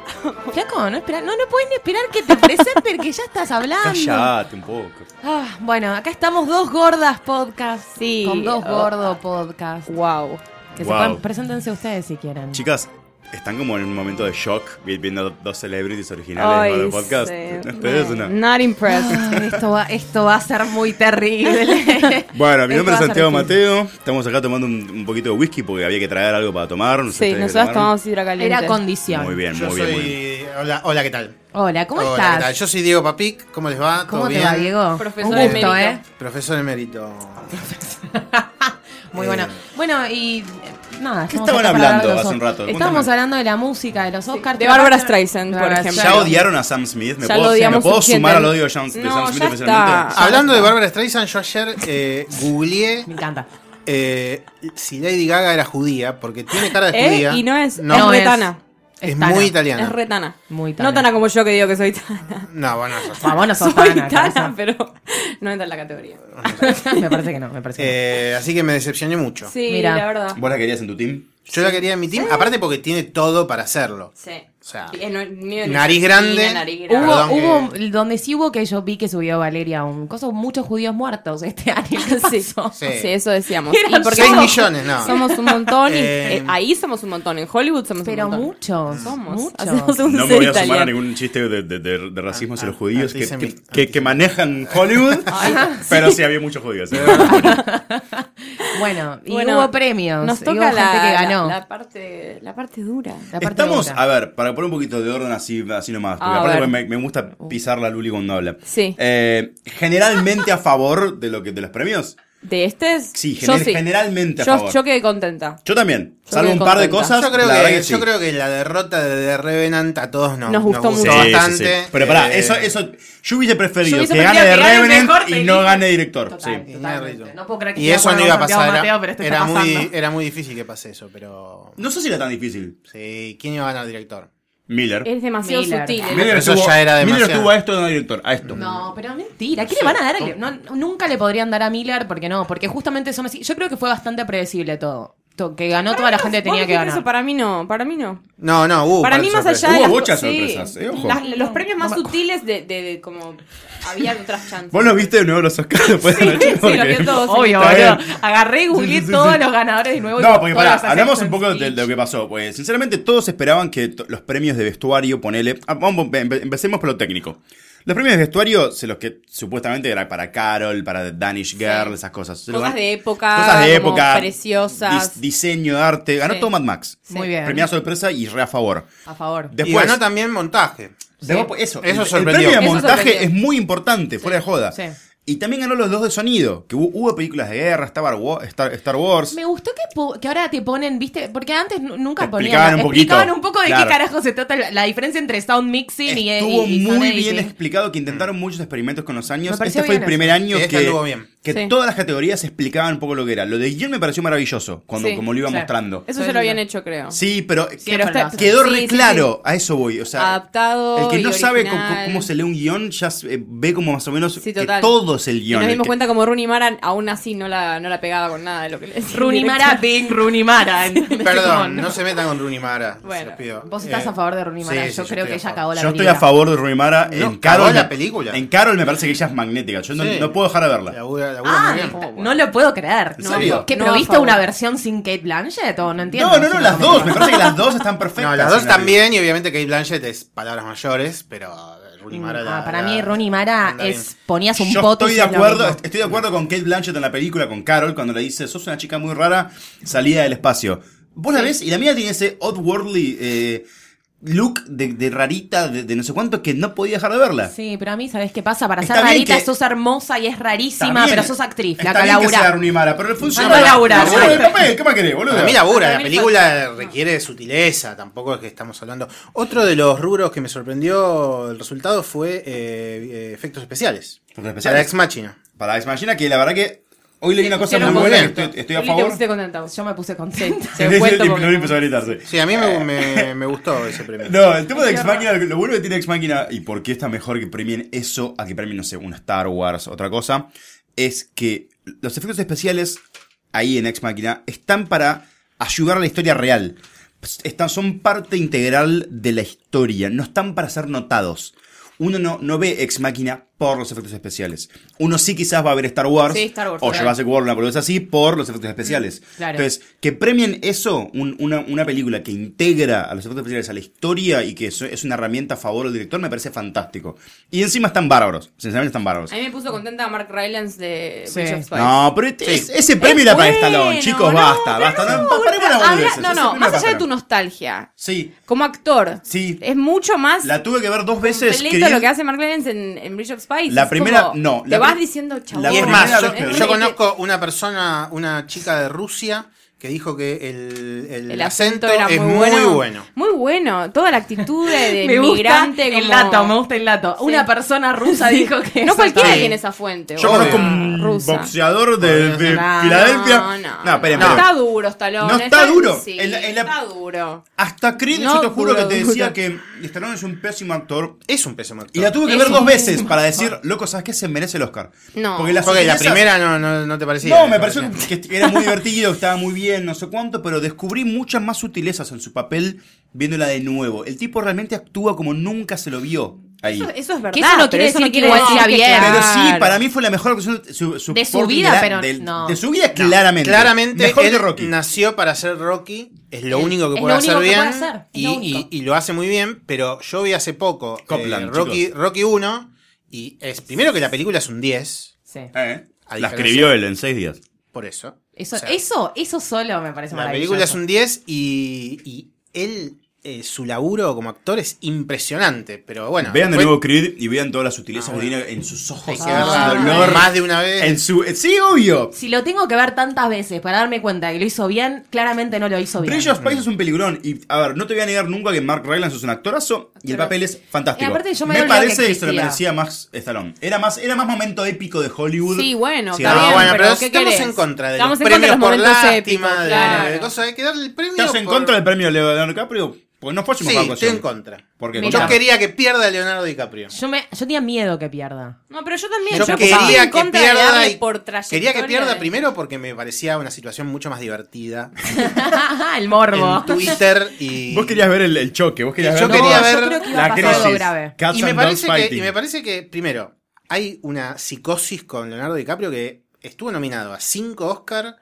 Speaker 12: Flaco, no, espera, no, no pueden esperar que te presenten, que ya estás hablando.
Speaker 14: Callate un poco.
Speaker 12: Ah, bueno, acá estamos dos gordas podcast. Sí. Con dos
Speaker 9: Ah.
Speaker 12: gordo podcast.
Speaker 9: Wow.
Speaker 12: Que se
Speaker 14: Wow.
Speaker 12: pueden, preséntense ustedes si quieren.
Speaker 14: Chicas, están como en un momento de shock vi- viendo dos celebrities originales
Speaker 9: Ay,
Speaker 14: para el podcast.
Speaker 9: sí.
Speaker 14: Ustedes una-
Speaker 9: Not impressed.
Speaker 12: Ay, esto, va, esto va a ser muy terrible.
Speaker 14: Bueno, mi
Speaker 12: Esto
Speaker 14: nombre es
Speaker 12: va a ser
Speaker 14: Santiago
Speaker 12: difícil.
Speaker 14: Mateo. Estamos acá tomando un, un poquito de whisky porque había que traer algo para tomar. No sé
Speaker 9: Sí,
Speaker 14: ustedes qué
Speaker 9: nosotros
Speaker 14: tomaron.
Speaker 9: tomamos hidra caliente.
Speaker 12: Era condición.
Speaker 14: Muy bien,
Speaker 15: Yo
Speaker 14: muy bien,
Speaker 15: soy-
Speaker 14: muy bien.
Speaker 15: Hola, hola, ¿qué tal?
Speaker 12: Hola, ¿cómo
Speaker 15: Hola,
Speaker 12: estás?
Speaker 15: ¿qué tal? Yo soy Diego Papic. ¿Cómo les va?
Speaker 12: ¿Cómo
Speaker 15: ¿Todo
Speaker 12: te
Speaker 15: bien?
Speaker 12: va, Diego?
Speaker 9: Profesor
Speaker 12: Un gusto,
Speaker 15: emérito.
Speaker 12: ¿eh?
Speaker 15: Profesor emérito.
Speaker 12: Muy
Speaker 15: Eh,
Speaker 12: bueno. Bueno, y eh, nada.
Speaker 14: ¿Qué
Speaker 12: estamos acá
Speaker 14: estaban
Speaker 12: para
Speaker 14: hablando
Speaker 12: hablar de los
Speaker 14: hace un
Speaker 12: Oscars.
Speaker 14: rato?
Speaker 12: Estábamos
Speaker 14: Cuéntame.
Speaker 12: hablando de la música, de los Oscars.
Speaker 9: de Bárbara Streisand, por
Speaker 12: Bárbara
Speaker 9: ejemplo.
Speaker 14: Ya odiaron a Sam Smith. ¿Me
Speaker 9: Ya lo
Speaker 14: puedo, me
Speaker 9: odiamos
Speaker 14: puedo
Speaker 9: suficiente.
Speaker 14: sumar al odio de Sam, de
Speaker 9: No,
Speaker 14: Sam
Speaker 9: ya
Speaker 14: Smith
Speaker 9: está.
Speaker 14: oficialmente?
Speaker 15: Hablando de Bárbara Streisand, yo ayer eh, googleé. Me
Speaker 12: encanta.
Speaker 15: si Lady Gaga era judía, porque tiene cara
Speaker 14: este
Speaker 15: de
Speaker 9: Eh,
Speaker 15: judía.
Speaker 9: y no es- es No es. retana.
Speaker 15: Es,
Speaker 9: Tana.
Speaker 15: muy italiana.
Speaker 9: Es retana.
Speaker 12: Muy
Speaker 9: No tana como yo que digo que soy tana.
Speaker 15: No, bueno, eso
Speaker 12: Ah, vos no sos
Speaker 9: soy
Speaker 12: tana,
Speaker 9: tana,
Speaker 12: cabeza.
Speaker 9: pero no entra en la categoría.
Speaker 12: me parece que no, me parece
Speaker 15: Eh, así que me decepcioné mucho.
Speaker 9: Sí,
Speaker 12: Mira.
Speaker 9: la verdad.
Speaker 14: ¿Vos la querías en tu team?
Speaker 15: Yo la quería en mi team, aparte porque tiene todo para hacerlo.
Speaker 9: Sí.
Speaker 15: O sea,
Speaker 9: Eh, no, mío,
Speaker 15: nariz
Speaker 9: ni-
Speaker 15: grande.
Speaker 9: ni nariz grande.
Speaker 12: Hubo,
Speaker 15: Perdón
Speaker 12: hubo donde sí hubo que yo vi que subió Valeria un coso, muchos judíos muertos este año. ¿Qué pasó?
Speaker 9: Sí, eso decíamos.
Speaker 12: Eran
Speaker 9: Y porque
Speaker 12: seis
Speaker 9: somos-
Speaker 12: millones, no.
Speaker 9: Somos un montón. y-
Speaker 12: Eh,
Speaker 9: eh, ahí somos un montón. En Hollywood somos
Speaker 12: Pero
Speaker 9: un montón.
Speaker 12: muchos.
Speaker 9: Somos.
Speaker 12: muchos.
Speaker 9: Hacemos un
Speaker 14: No me
Speaker 9: ser
Speaker 14: voy a sumar a
Speaker 9: italiano.
Speaker 14: ningún chiste de, de- de- de racismo
Speaker 15: Ah,
Speaker 14: hacia los judíos que, que, que- que manejan Hollywood.
Speaker 9: Ah,
Speaker 14: pero sí había muchos judíos. ¿eh?
Speaker 15: Ah,
Speaker 12: Bueno, y
Speaker 9: Bueno,
Speaker 12: hubo premios.
Speaker 9: Nos
Speaker 12: y
Speaker 9: toca
Speaker 12: hubo gente
Speaker 9: la,
Speaker 12: que ganó.
Speaker 9: La, la parte, la parte dura.
Speaker 12: La parte
Speaker 14: Estamos,
Speaker 12: dura.
Speaker 14: a ver, para poner un poquito de orden así, así nomás, porque
Speaker 9: A
Speaker 14: aparte
Speaker 9: ver.
Speaker 14: me, me gusta pisar la Luli cuando habla.
Speaker 9: Sí.
Speaker 14: Eh, generalmente a favor de lo que de los premios.
Speaker 9: ¿De este? es-
Speaker 14: Sí,
Speaker 9: Yo
Speaker 14: gener- generalmente a
Speaker 9: yo,
Speaker 14: favor.
Speaker 9: Yo quedé contenta.
Speaker 14: Yo también,
Speaker 9: Yo
Speaker 14: salvo
Speaker 9: quedé
Speaker 14: un par de
Speaker 9: contenta.
Speaker 14: cosas.
Speaker 15: Yo creo,
Speaker 14: la
Speaker 15: que,
Speaker 14: verdad que sí.
Speaker 15: yo creo que la derrota de The Revenant a todos nos,
Speaker 9: Nos gustó
Speaker 14: Sí, sí, sí.
Speaker 15: bastante.
Speaker 14: Pero pará,
Speaker 15: Eh,
Speaker 14: eso, eso, yo hubiese preferido
Speaker 15: Yo hubiese
Speaker 14: que gane de
Speaker 15: preferido que gane
Speaker 14: Revenant
Speaker 15: mejor
Speaker 14: y no gane director. sí.
Speaker 12: No puedo creer que
Speaker 15: Y
Speaker 12: siga
Speaker 15: eso no
Speaker 12: con
Speaker 15: iba a
Speaker 12: Santiago
Speaker 15: pasar.
Speaker 12: Mateo,
Speaker 15: Era,
Speaker 12: pero esto
Speaker 15: era
Speaker 12: está
Speaker 15: muy,
Speaker 12: pasando.
Speaker 15: era muy difícil que pase eso, pero.
Speaker 14: No sé si era tan difícil.
Speaker 15: Sí, ¿quién iba a ganar director?
Speaker 14: Miller.
Speaker 6: Eh,
Speaker 9: Es demasiado
Speaker 12: Miller.
Speaker 9: sutil.
Speaker 15: Miller
Speaker 14: Miller
Speaker 15: Eso
Speaker 14: estuvo,
Speaker 15: ya era
Speaker 14: Miller
Speaker 15: demasiado.
Speaker 14: estuvo a esto, no a director, a esto.
Speaker 12: No, pero mentira. ¿Qué le van a dar? a que- no, nunca le podrían dar a Miller porque no, porque justamente son así. Yo creo que fue bastante predecible todo. To- que ganó toda la gente que tenía
Speaker 9: ¿Vos
Speaker 12: que
Speaker 9: dijiste Eso
Speaker 12: ganar.
Speaker 9: para mí no, para mí no.
Speaker 15: No, no,
Speaker 14: uh,
Speaker 15: hubo.
Speaker 9: para
Speaker 15: par
Speaker 9: mí
Speaker 15: de
Speaker 9: más
Speaker 15: sorpresas.
Speaker 9: allá de las
Speaker 14: muchas
Speaker 9: sí.
Speaker 14: sorpresas, eh, ojo.
Speaker 9: Las- los premios más sutiles de, de- de como había otras chances.
Speaker 14: Vos lo viste de nuevo los Oscars después de la noche.
Speaker 9: sí, lo vi
Speaker 14: Porque-
Speaker 9: todos,
Speaker 12: Obvio,
Speaker 14: Está bien.
Speaker 12: boludo. Agarré y googleé todos los ganadores de nuevo. y
Speaker 14: No, porque
Speaker 12: todos
Speaker 14: pará,
Speaker 12: los
Speaker 14: hablamos un
Speaker 12: acepto.
Speaker 14: poco de, de lo que pasó. Pues, sinceramente, todos esperaban que to- los premios de vestuario, ponele. ah, vamos, empe- empecemos por lo técnico. Los premios de vestuario, se- los que supuestamente era para Carol, para Danish Girl, esas cosas. Se lo
Speaker 9: Cosas
Speaker 14: gan-
Speaker 9: de época.
Speaker 14: Cosas de
Speaker 9: como
Speaker 14: época.
Speaker 9: Preciosas.
Speaker 14: dis- diseño, arte. Ganó
Speaker 9: Sí.
Speaker 14: todo Mad Max.
Speaker 9: Sí. Muy bien.
Speaker 14: Premiada sorpresa y re a favor.
Speaker 12: A favor.
Speaker 15: Y
Speaker 14: Después,
Speaker 15: ganó también montaje.
Speaker 14: después- eso,
Speaker 15: Eso
Speaker 14: el- el,
Speaker 15: sorprendió.
Speaker 14: premio de
Speaker 15: Eso
Speaker 14: montaje
Speaker 15: sorprendió.
Speaker 14: es muy importante, fuera de joda.
Speaker 12: Sí.
Speaker 14: Y también ganó los dos de sonido, que hubo, hubo películas de guerra, Star Wa- Star- Star Wars.
Speaker 12: Me gustó que, po- que ahora te ponen, viste, porque antes nu- nunca
Speaker 14: Te
Speaker 12: ponían.
Speaker 14: explicaban un poquito,
Speaker 12: explicaban un poco de
Speaker 14: claro.
Speaker 12: qué carajo se trata la, la diferencia entre sound mixing y-
Speaker 14: Estuvo
Speaker 12: y, y sound
Speaker 14: muy bien
Speaker 12: editing.
Speaker 14: explicado que intentaron muchos experimentos con los
Speaker 12: Me
Speaker 14: años.
Speaker 12: pareció
Speaker 14: Este fue el
Speaker 12: bien
Speaker 14: primer
Speaker 12: eso.
Speaker 14: año
Speaker 15: Sí, esta
Speaker 14: que,
Speaker 15: estuvo Mm. bien.
Speaker 14: que
Speaker 9: Sí.
Speaker 14: todas las categorías explicaban un poco lo que era. Lo de guión me pareció maravilloso cuando
Speaker 9: Sí.
Speaker 14: como lo iba
Speaker 9: Sí.
Speaker 14: mostrando.
Speaker 9: Eso ya lo habían hecho, creo.
Speaker 14: Sí, pero
Speaker 9: Siempre
Speaker 14: pero
Speaker 9: lo hacen.
Speaker 14: quedó
Speaker 9: Sí,
Speaker 14: re
Speaker 9: sí,
Speaker 14: claro. A eso voy. O sea,
Speaker 9: Adaptado.
Speaker 14: el que
Speaker 9: y
Speaker 14: no sabe cómo,
Speaker 9: original.
Speaker 14: cómo se lee un guión ya se- eh, ve como más o menos
Speaker 9: Sí,
Speaker 14: que
Speaker 9: total.
Speaker 14: todo es el
Speaker 9: Y
Speaker 14: guión.
Speaker 9: nos
Speaker 14: El
Speaker 9: dimos
Speaker 14: que-
Speaker 9: cuenta como Rooney Mara aún así no la, no la pegaba con nada de lo que le decía.
Speaker 12: Runimara, Bing, Runimara. ¿entendés?
Speaker 15: Perdón,
Speaker 12: Como,
Speaker 15: no se metan con Rooney Mara.
Speaker 12: Bueno,
Speaker 15: se los pido.
Speaker 12: Vos estás
Speaker 15: Eh,
Speaker 12: a favor de Runimara.
Speaker 15: sí, sí,
Speaker 12: yo creo que ella
Speaker 15: estoy a favor.
Speaker 12: acó la
Speaker 14: Yo estoy
Speaker 12: película.
Speaker 14: a favor de Ruimara en
Speaker 15: cagó
Speaker 14: Carol.
Speaker 15: la película.
Speaker 14: En Carol me parece que ella es magnética. Yo no,
Speaker 15: Sí.
Speaker 14: no puedo dejar de verla.
Speaker 15: Labura- labura
Speaker 12: Ah,
Speaker 15: muy bien.
Speaker 12: no lo puedo creer.
Speaker 14: ¿En serio?
Speaker 12: ¿Qué,
Speaker 15: No,
Speaker 12: ¿Pero
Speaker 15: a
Speaker 12: viste
Speaker 15: favor.
Speaker 12: una versión sin Kate Blanchett o no entiendo?
Speaker 14: No, no, no, las dos. Me parece que las dos están perfectas.
Speaker 15: No, las dos
Speaker 14: en la película.
Speaker 15: también, y obviamente Kate Blanchett es palabras mayores, pero Rooney Mara.
Speaker 12: Ah,
Speaker 15: la-
Speaker 12: para
Speaker 15: la-
Speaker 12: mí Runimara
Speaker 15: anda
Speaker 12: es ponías un
Speaker 14: Yo
Speaker 12: poto
Speaker 14: estoy
Speaker 12: y
Speaker 14: de
Speaker 12: es lo
Speaker 14: acuerdo,
Speaker 12: mismo.
Speaker 14: est- estoy de acuerdo con Kate Blanchett en la película con Carol cuando le dice, "Sos una chica muy rara, salida del espacio." Vos la ves y la mía tiene ese oddworldly eh, look de, de rarita, de, de no sé cuánto, que no podía dejar de verla.
Speaker 12: Sí, pero a mí, ¿sabes qué pasa? Para
Speaker 14: Está
Speaker 12: ser
Speaker 14: bien
Speaker 12: rarita
Speaker 14: que-
Speaker 12: sos hermosa y es rarísima,
Speaker 14: Está bien.
Speaker 12: pero sos actriz. La
Speaker 14: Está bien que sea
Speaker 12: calabura.
Speaker 14: Arunimara, pero le funciona.
Speaker 12: Anda a laburar.
Speaker 14: Labura en el papel, ¿qué más querés, boludo?
Speaker 15: Para mí labura, la película requiere de sutileza, tampoco es que estamos hablando. Otro de los rubros que me sorprendió el resultado fue eh, eh, efectos especiales. Para Ex Machina.
Speaker 14: Para Ex Machina, que la verdad que hoy leí una cosa
Speaker 15: hicieron
Speaker 14: muy buena, que
Speaker 15: contento.
Speaker 14: estoy, estoy a favor.
Speaker 12: Yo me puse contenta.
Speaker 14: Sí, sí, sí, Luli empezó a gritarse. Eh.
Speaker 15: Sí, a mí me, me- me gustó ese premio.
Speaker 14: No, el tema de Ex Máquina, lo bueno que tiene Ex Máquina, y por qué está mejor que premien eso a que premien, no sé, una Star Wars, otra cosa, es que los efectos especiales ahí en Ex Máquina están para ayudar a la historia real. Están, son parte integral de la historia, no están para ser notados. Uno no, no ve Ex Máquina por los efectos especiales. Uno sí quizás va a ver Star Wars,
Speaker 12: Sí, Star Wars,
Speaker 14: o
Speaker 12: claro.
Speaker 14: Jurassic World, una película así, por los efectos especiales.
Speaker 12: claro.
Speaker 14: Entonces, que premien eso, un- una, una película que integra a los efectos especiales a la historia y que eso es una herramienta a favor del director, me parece fantástico. Y encima están bárbaros, sinceramente están bárbaros.
Speaker 9: A mí me puso contenta Mark Rylance de
Speaker 12: Sí.
Speaker 9: Bridge of Spies.
Speaker 14: No, pero este- es- ese premio era para Stallone, chicos, basta, basta. No, pa- paremos las
Speaker 9: Habla-
Speaker 14: boludeces,
Speaker 9: no,
Speaker 14: ese
Speaker 9: no,
Speaker 14: premio
Speaker 9: más allá
Speaker 14: era
Speaker 9: de
Speaker 14: para
Speaker 9: tu
Speaker 14: Stallone.
Speaker 9: nostalgia.
Speaker 14: Sí,
Speaker 9: Como actor.
Speaker 14: sí.
Speaker 9: Es mucho más
Speaker 14: La tuve que ver dos veces.
Speaker 9: completo
Speaker 14: que-
Speaker 9: lo que hace Mark Rylance en, en Bridge of Spies.
Speaker 14: La
Speaker 9: Es
Speaker 14: primera-
Speaker 9: como,
Speaker 14: no,
Speaker 9: Te
Speaker 14: la
Speaker 9: vas
Speaker 14: pri-
Speaker 9: diciendo chabón.
Speaker 14: La
Speaker 15: y es
Speaker 14: primera
Speaker 15: más,
Speaker 14: vez
Speaker 15: yo,
Speaker 14: que lo
Speaker 15: yo
Speaker 14: vi.
Speaker 15: conozco una persona, una chica de Rusia, que dijo que el, el
Speaker 9: El acento
Speaker 15: acento,
Speaker 9: era
Speaker 15: es
Speaker 9: muy
Speaker 15: muy
Speaker 9: bueno.
Speaker 15: bueno.
Speaker 9: Muy bueno, toda la actitud de, de
Speaker 12: Me gusta
Speaker 9: migrante.
Speaker 12: el
Speaker 9: como-
Speaker 12: dato, me gusta el dato. Una persona rusa dijo que.
Speaker 9: No cualquiera
Speaker 12: Sí.
Speaker 9: tiene esa fuente.
Speaker 14: Yo
Speaker 9: boludo.
Speaker 14: conozco un
Speaker 9: Rusa.
Speaker 14: boxeador de, de
Speaker 9: No,
Speaker 14: Filadelfia.
Speaker 9: no, no,
Speaker 14: No, esperen,
Speaker 9: no.
Speaker 14: esperen.
Speaker 9: Está duro, Stallone.
Speaker 14: No está duro.
Speaker 9: Sí,
Speaker 14: En la- en la-
Speaker 9: Está duro.
Speaker 14: Hasta Creed,
Speaker 9: No,
Speaker 14: yo te juro
Speaker 9: duro,
Speaker 14: que te decía
Speaker 9: duro.
Speaker 14: que Stallone es un pésimo actor.
Speaker 15: Es un pésimo actor.
Speaker 14: Y la tuve que
Speaker 15: Es
Speaker 14: ver
Speaker 15: un
Speaker 14: dos veces
Speaker 15: pésimo
Speaker 14: para decir, loco, ¿sabes qué? Se merece el Oscar.
Speaker 15: No.
Speaker 14: Porque la,
Speaker 15: Porque la
Speaker 14: sutileza-
Speaker 15: primera no, no, no te parecía.
Speaker 14: No, me pareció que era muy divertido, que estaba muy bien, no sé cuánto, pero descubrí muchas más sutilezas en su papel viéndola de nuevo. El tipo realmente actúa como nunca se lo vio ahí.
Speaker 9: Eso, eso es verdad.
Speaker 12: Que eso no
Speaker 9: pero
Speaker 12: quiere decir que
Speaker 9: quiere
Speaker 12: igual
Speaker 9: decir
Speaker 12: sea
Speaker 9: que-
Speaker 12: bien.
Speaker 14: Pero sí,
Speaker 12: Claro.
Speaker 14: para mí fue la mejor actuación su- su-
Speaker 12: De su
Speaker 14: por-
Speaker 12: vida,
Speaker 14: la-
Speaker 12: pero
Speaker 14: del-
Speaker 12: no.
Speaker 14: De su vida,
Speaker 15: No,
Speaker 14: claramente.
Speaker 15: Claramente,
Speaker 14: Mejor
Speaker 15: él
Speaker 14: que Rocky.
Speaker 15: nació para ser Rocky, es lo
Speaker 14: Es-
Speaker 15: único que
Speaker 12: es
Speaker 15: puede
Speaker 12: lo
Speaker 15: hacer
Speaker 12: único que
Speaker 15: bien.
Speaker 12: puede hacer, es
Speaker 15: y,
Speaker 12: lo
Speaker 15: y-
Speaker 12: único.
Speaker 15: y lo hace muy bien, pero yo vi hace poco eh,
Speaker 14: Copland,
Speaker 15: Rocky,
Speaker 14: chicos.
Speaker 15: Rocky 1 y es primero que la película es un 10. A
Speaker 14: Eh. La
Speaker 15: diferencia-
Speaker 14: escribió él en seis días.
Speaker 15: Por eso.
Speaker 12: Eso,
Speaker 15: O sea,
Speaker 12: eso, eso solo me parece
Speaker 15: La
Speaker 12: maravilloso.
Speaker 15: película es un 10 y, y él, eh, su laburo como actor es impresionante, pero bueno.
Speaker 14: vean de
Speaker 15: después-
Speaker 14: nuevo Creed y vean todas las sutilezas que tiene en sus ojos,
Speaker 15: Hay que
Speaker 14: en
Speaker 15: verla
Speaker 14: su dolor.
Speaker 15: más de una vez.
Speaker 14: En su, sí, obvio.
Speaker 12: Si lo tengo que ver tantas veces para darme cuenta que lo hizo bien, claramente no lo hizo bien.
Speaker 14: Bridge of Spies es un peligrón. Y a ver, no te voy a negar nunca que Mark Rylance es un actorazo y el papel es fantástico.
Speaker 12: Y aparte yo me había olvidado
Speaker 14: parece
Speaker 12: que
Speaker 14: que se lo
Speaker 12: existía.
Speaker 14: merecía más Stallone. Era más, era más momento épico de Hollywood.
Speaker 9: Sí, bueno,
Speaker 14: Sí,
Speaker 9: está
Speaker 14: no,
Speaker 15: Ah,
Speaker 9: bien,
Speaker 14: bueno,
Speaker 9: pero,
Speaker 14: pero
Speaker 9: ¿qué
Speaker 15: estamos
Speaker 9: querés?
Speaker 15: en contra de
Speaker 9: Estamos
Speaker 15: los
Speaker 9: en contra de los
Speaker 15: premios por
Speaker 9: momentos
Speaker 15: lástima,
Speaker 9: épicos.
Speaker 15: de-
Speaker 9: claro.
Speaker 15: de cosas, hay que darle el premio.
Speaker 14: ¿Estás en
Speaker 15: por-
Speaker 14: contra del premio Leonardo DiCaprio? Pues no fue su
Speaker 15: Sí,
Speaker 14: mejor
Speaker 15: estoy
Speaker 14: actuación.
Speaker 15: en contra.
Speaker 14: ¿Por qué?
Speaker 15: Yo
Speaker 14: Contame.
Speaker 15: quería que pierda a Leonardo DiCaprio.
Speaker 12: Yo, me, yo tenía miedo que pierda.
Speaker 9: No, pero yo también.
Speaker 15: Yo
Speaker 9: yo estoy en
Speaker 15: quería que
Speaker 9: contra de darle
Speaker 15: pierda y-
Speaker 9: por
Speaker 15: quería que
Speaker 9: trayectoria
Speaker 15: pierda
Speaker 9: de-
Speaker 15: primero porque me parecía una situación mucho más divertida
Speaker 12: el morbo.
Speaker 15: en Twitter y
Speaker 14: Vos querías ver el, el choque, vos querías
Speaker 15: yo
Speaker 14: ver
Speaker 15: quería
Speaker 14: todo.
Speaker 15: ver
Speaker 14: la crisis. Cats
Speaker 15: Y me,
Speaker 14: and dogs
Speaker 15: parece que,
Speaker 14: fighting.
Speaker 15: y me parece que, primero, hay una psicosis con Leonardo DiCaprio que estuvo nominado a cinco Oscar.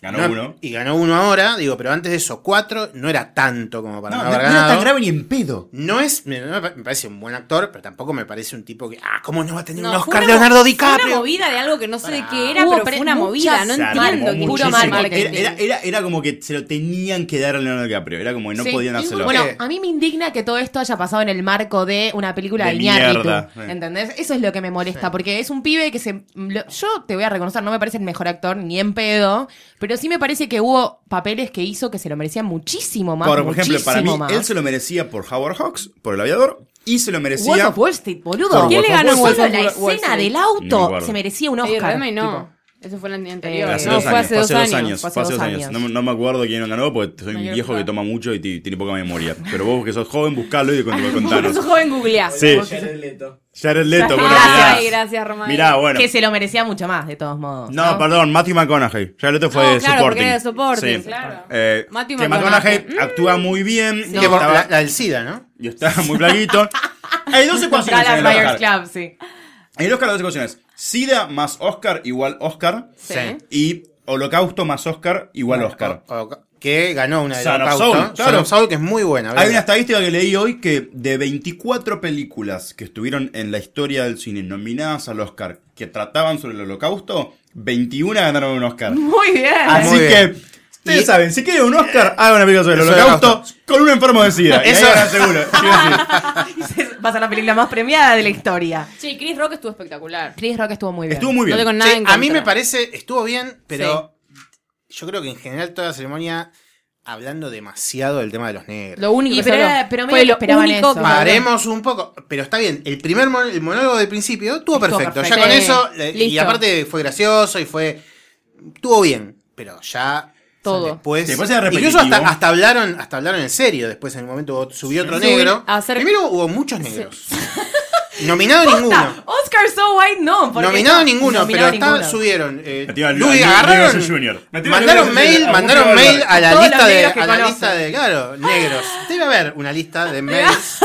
Speaker 14: Ganó
Speaker 15: No-
Speaker 14: uno.
Speaker 15: Y ganó uno ahora, digo, pero antes de eso, cuatro, no era tanto como para
Speaker 14: No,
Speaker 15: no,
Speaker 14: no-
Speaker 15: haber
Speaker 14: no era
Speaker 15: ganado.
Speaker 14: tan grave ni en pedo.
Speaker 15: No es, me, no me pa- me parece un buen actor, pero tampoco me parece un tipo que, ah, ¿cómo no va a tener
Speaker 9: No,
Speaker 15: un
Speaker 9: fue
Speaker 15: Oscar
Speaker 9: una-
Speaker 15: Leonardo
Speaker 9: Fue una
Speaker 15: DiCaprio?
Speaker 9: movida de algo que no sé de qué era,
Speaker 12: Hubo
Speaker 9: pero
Speaker 12: pre-
Speaker 9: fue una
Speaker 12: muchas
Speaker 9: movida. No
Speaker 14: Se armó
Speaker 9: entiendo qué
Speaker 12: puro
Speaker 9: fue
Speaker 14: muchísimo.
Speaker 12: marketing.
Speaker 14: Era, era- era- era como que se lo tenían que dar a Leonardo DiCaprio. Era como que no
Speaker 12: Sí.
Speaker 14: podían hacerlo.
Speaker 12: Bueno, a mí me indigna que todo esto haya pasado en el marco de una película de,
Speaker 14: De
Speaker 12: Iñárritu,
Speaker 14: mierda, sí.
Speaker 12: ¿Entendés? Eso es lo que me molesta, porque es un pibe que se... lo- yo te voy a reconocer, no me parece el mejor actor ni en pedo, pero sí me parece que hubo papeles que hizo que se lo merecían muchísimo más.
Speaker 14: por ejemplo, para mí,
Speaker 12: muchísimo más.
Speaker 14: él se lo merecía por Howard Hawks, por el aviador, y se lo merecía.
Speaker 12: Wolf of Wall Street,
Speaker 14: Por
Speaker 12: boludo.
Speaker 14: ¿Quién le Wolf of ganó Wall
Speaker 12: Solo
Speaker 14: Street?
Speaker 12: la
Speaker 14: Wolf of Wall
Speaker 12: escena
Speaker 14: Street.
Speaker 12: del
Speaker 14: No me
Speaker 12: auto
Speaker 14: acuerdo.
Speaker 12: se merecía un
Speaker 9: Sí,
Speaker 12: Oscar.
Speaker 9: Redmayne
Speaker 12: tipo.
Speaker 9: no. Eso fue el año anterior.
Speaker 12: Eh,
Speaker 14: Hace
Speaker 9: no,
Speaker 14: dos
Speaker 9: fue
Speaker 14: años,
Speaker 9: hace dos años.
Speaker 12: fue hace
Speaker 14: fue hace
Speaker 12: dos
Speaker 14: dos años.
Speaker 12: años.
Speaker 14: No, no me acuerdo quién lo ganó porque soy un
Speaker 9: Mayor
Speaker 14: viejo
Speaker 9: fan.
Speaker 14: que toma mucho y ti- tiene poca memoria. Pero vos que sos joven, buscalo y cuando me
Speaker 9: Porque sos
Speaker 14: contanos.
Speaker 9: joven googleás.
Speaker 14: Sí.
Speaker 9: Jared Leto.
Speaker 14: Jared Leto, bueno, mirá.
Speaker 9: Gracias, gracias, Román.
Speaker 14: Mirá, bueno.
Speaker 12: Que se lo merecía mucho más, de todos modos.
Speaker 14: No, perdón, Matthew McConaughey. Jared Leto fue
Speaker 9: No,
Speaker 14: de
Speaker 9: claro,
Speaker 14: supporting.
Speaker 9: porque era de supporting,
Speaker 14: Sí.
Speaker 9: claro.
Speaker 14: Eh,
Speaker 9: Matthew
Speaker 14: que
Speaker 9: McConaughey.
Speaker 14: McConaughey actúa muy bien.
Speaker 15: Sí.
Speaker 14: y
Speaker 15: Que por-
Speaker 14: estaba-
Speaker 15: la, la del SIDA, ¿no?
Speaker 14: Y estaba muy plaguito. Hay dos ecuaciones. en
Speaker 12: Dallas
Speaker 14: el
Speaker 12: Buyers
Speaker 14: Oscar.
Speaker 12: Club, sí.
Speaker 14: En el Oscar las dos ecuaciones. SIDA más Oscar igual Oscar.
Speaker 9: Sí.
Speaker 12: eh?
Speaker 14: Y Holocausto más Oscar igual Oscar.
Speaker 15: Que ganó una de
Speaker 14: Son of
Speaker 15: Holocausto,
Speaker 14: Soul,
Speaker 15: Son
Speaker 14: claro.
Speaker 15: of Soul, que es muy buena.
Speaker 14: Hay
Speaker 15: ¿verdad?
Speaker 14: una estadística que leí hoy que de 24 películas que estuvieron en la historia del cine nominadas al Oscar que trataban sobre el holocausto, 21 ganaron un Oscar.
Speaker 12: Muy bien.
Speaker 14: Así
Speaker 15: Muy Eh,
Speaker 14: que Ustedes saben, si quieren un Oscar, hagan una película sobre el
Speaker 15: Sobre el
Speaker 14: holocausto con un enfermo de SIDA.
Speaker 15: Eso.
Speaker 14: Eso era seguro.
Speaker 12: Va a ser la película más premiada de la historia.
Speaker 9: Sí, Chris Rock estuvo espectacular.
Speaker 12: Chris Rock estuvo muy bien.
Speaker 15: Estuvo muy bien.
Speaker 9: No tengo nada
Speaker 15: Sí,
Speaker 9: en
Speaker 15: a mí
Speaker 9: contra.
Speaker 15: me parece, estuvo bien, pero yo creo que en general toda la ceremonia hablando demasiado del tema de los negros.
Speaker 12: Lo único
Speaker 9: Y
Speaker 12: que
Speaker 9: pero
Speaker 12: se habló.
Speaker 9: era- pero medio
Speaker 12: fue
Speaker 9: que
Speaker 12: lo
Speaker 9: esperaban
Speaker 12: único
Speaker 9: eso.
Speaker 12: que-
Speaker 15: Paremos un poco, pero está bien. El primer mon- el monólogo del principio estuvo perfecto.
Speaker 12: perfecto.
Speaker 15: Ya con
Speaker 12: Sí.
Speaker 15: eso, le- y
Speaker 12: Listo.
Speaker 15: aparte fue gracioso y fue. Estuvo bien, pero ya.
Speaker 9: Todo.
Speaker 15: Después,
Speaker 14: Después era
Speaker 15: Pues, incluso
Speaker 14: repetitivo.
Speaker 15: hasta, hasta hablaron hasta hablaron en serio. Después en el momento subió otro
Speaker 9: Sí.
Speaker 15: negro.
Speaker 9: A hacer-
Speaker 15: Primero hubo muchos negros. Nominado ninguno.
Speaker 12: Oscar So White no. porque
Speaker 15: Nominado
Speaker 12: no-
Speaker 15: ninguno,
Speaker 12: nominado
Speaker 15: pero está-
Speaker 12: ninguno.
Speaker 15: subieron. eh,
Speaker 14: Metió a Lu-
Speaker 15: Luis,
Speaker 14: a Lu-
Speaker 15: agarraron.
Speaker 14: Luis Junior. Metió a
Speaker 15: Mandaron
Speaker 14: Luis-
Speaker 15: mail,
Speaker 14: a
Speaker 15: mandaron
Speaker 14: Augusto
Speaker 15: mail a la
Speaker 12: Todos los
Speaker 15: lista de.
Speaker 12: negros que
Speaker 15: A la
Speaker 12: conocen.
Speaker 15: lista de. Claro, negros. Debe haber una lista de mails.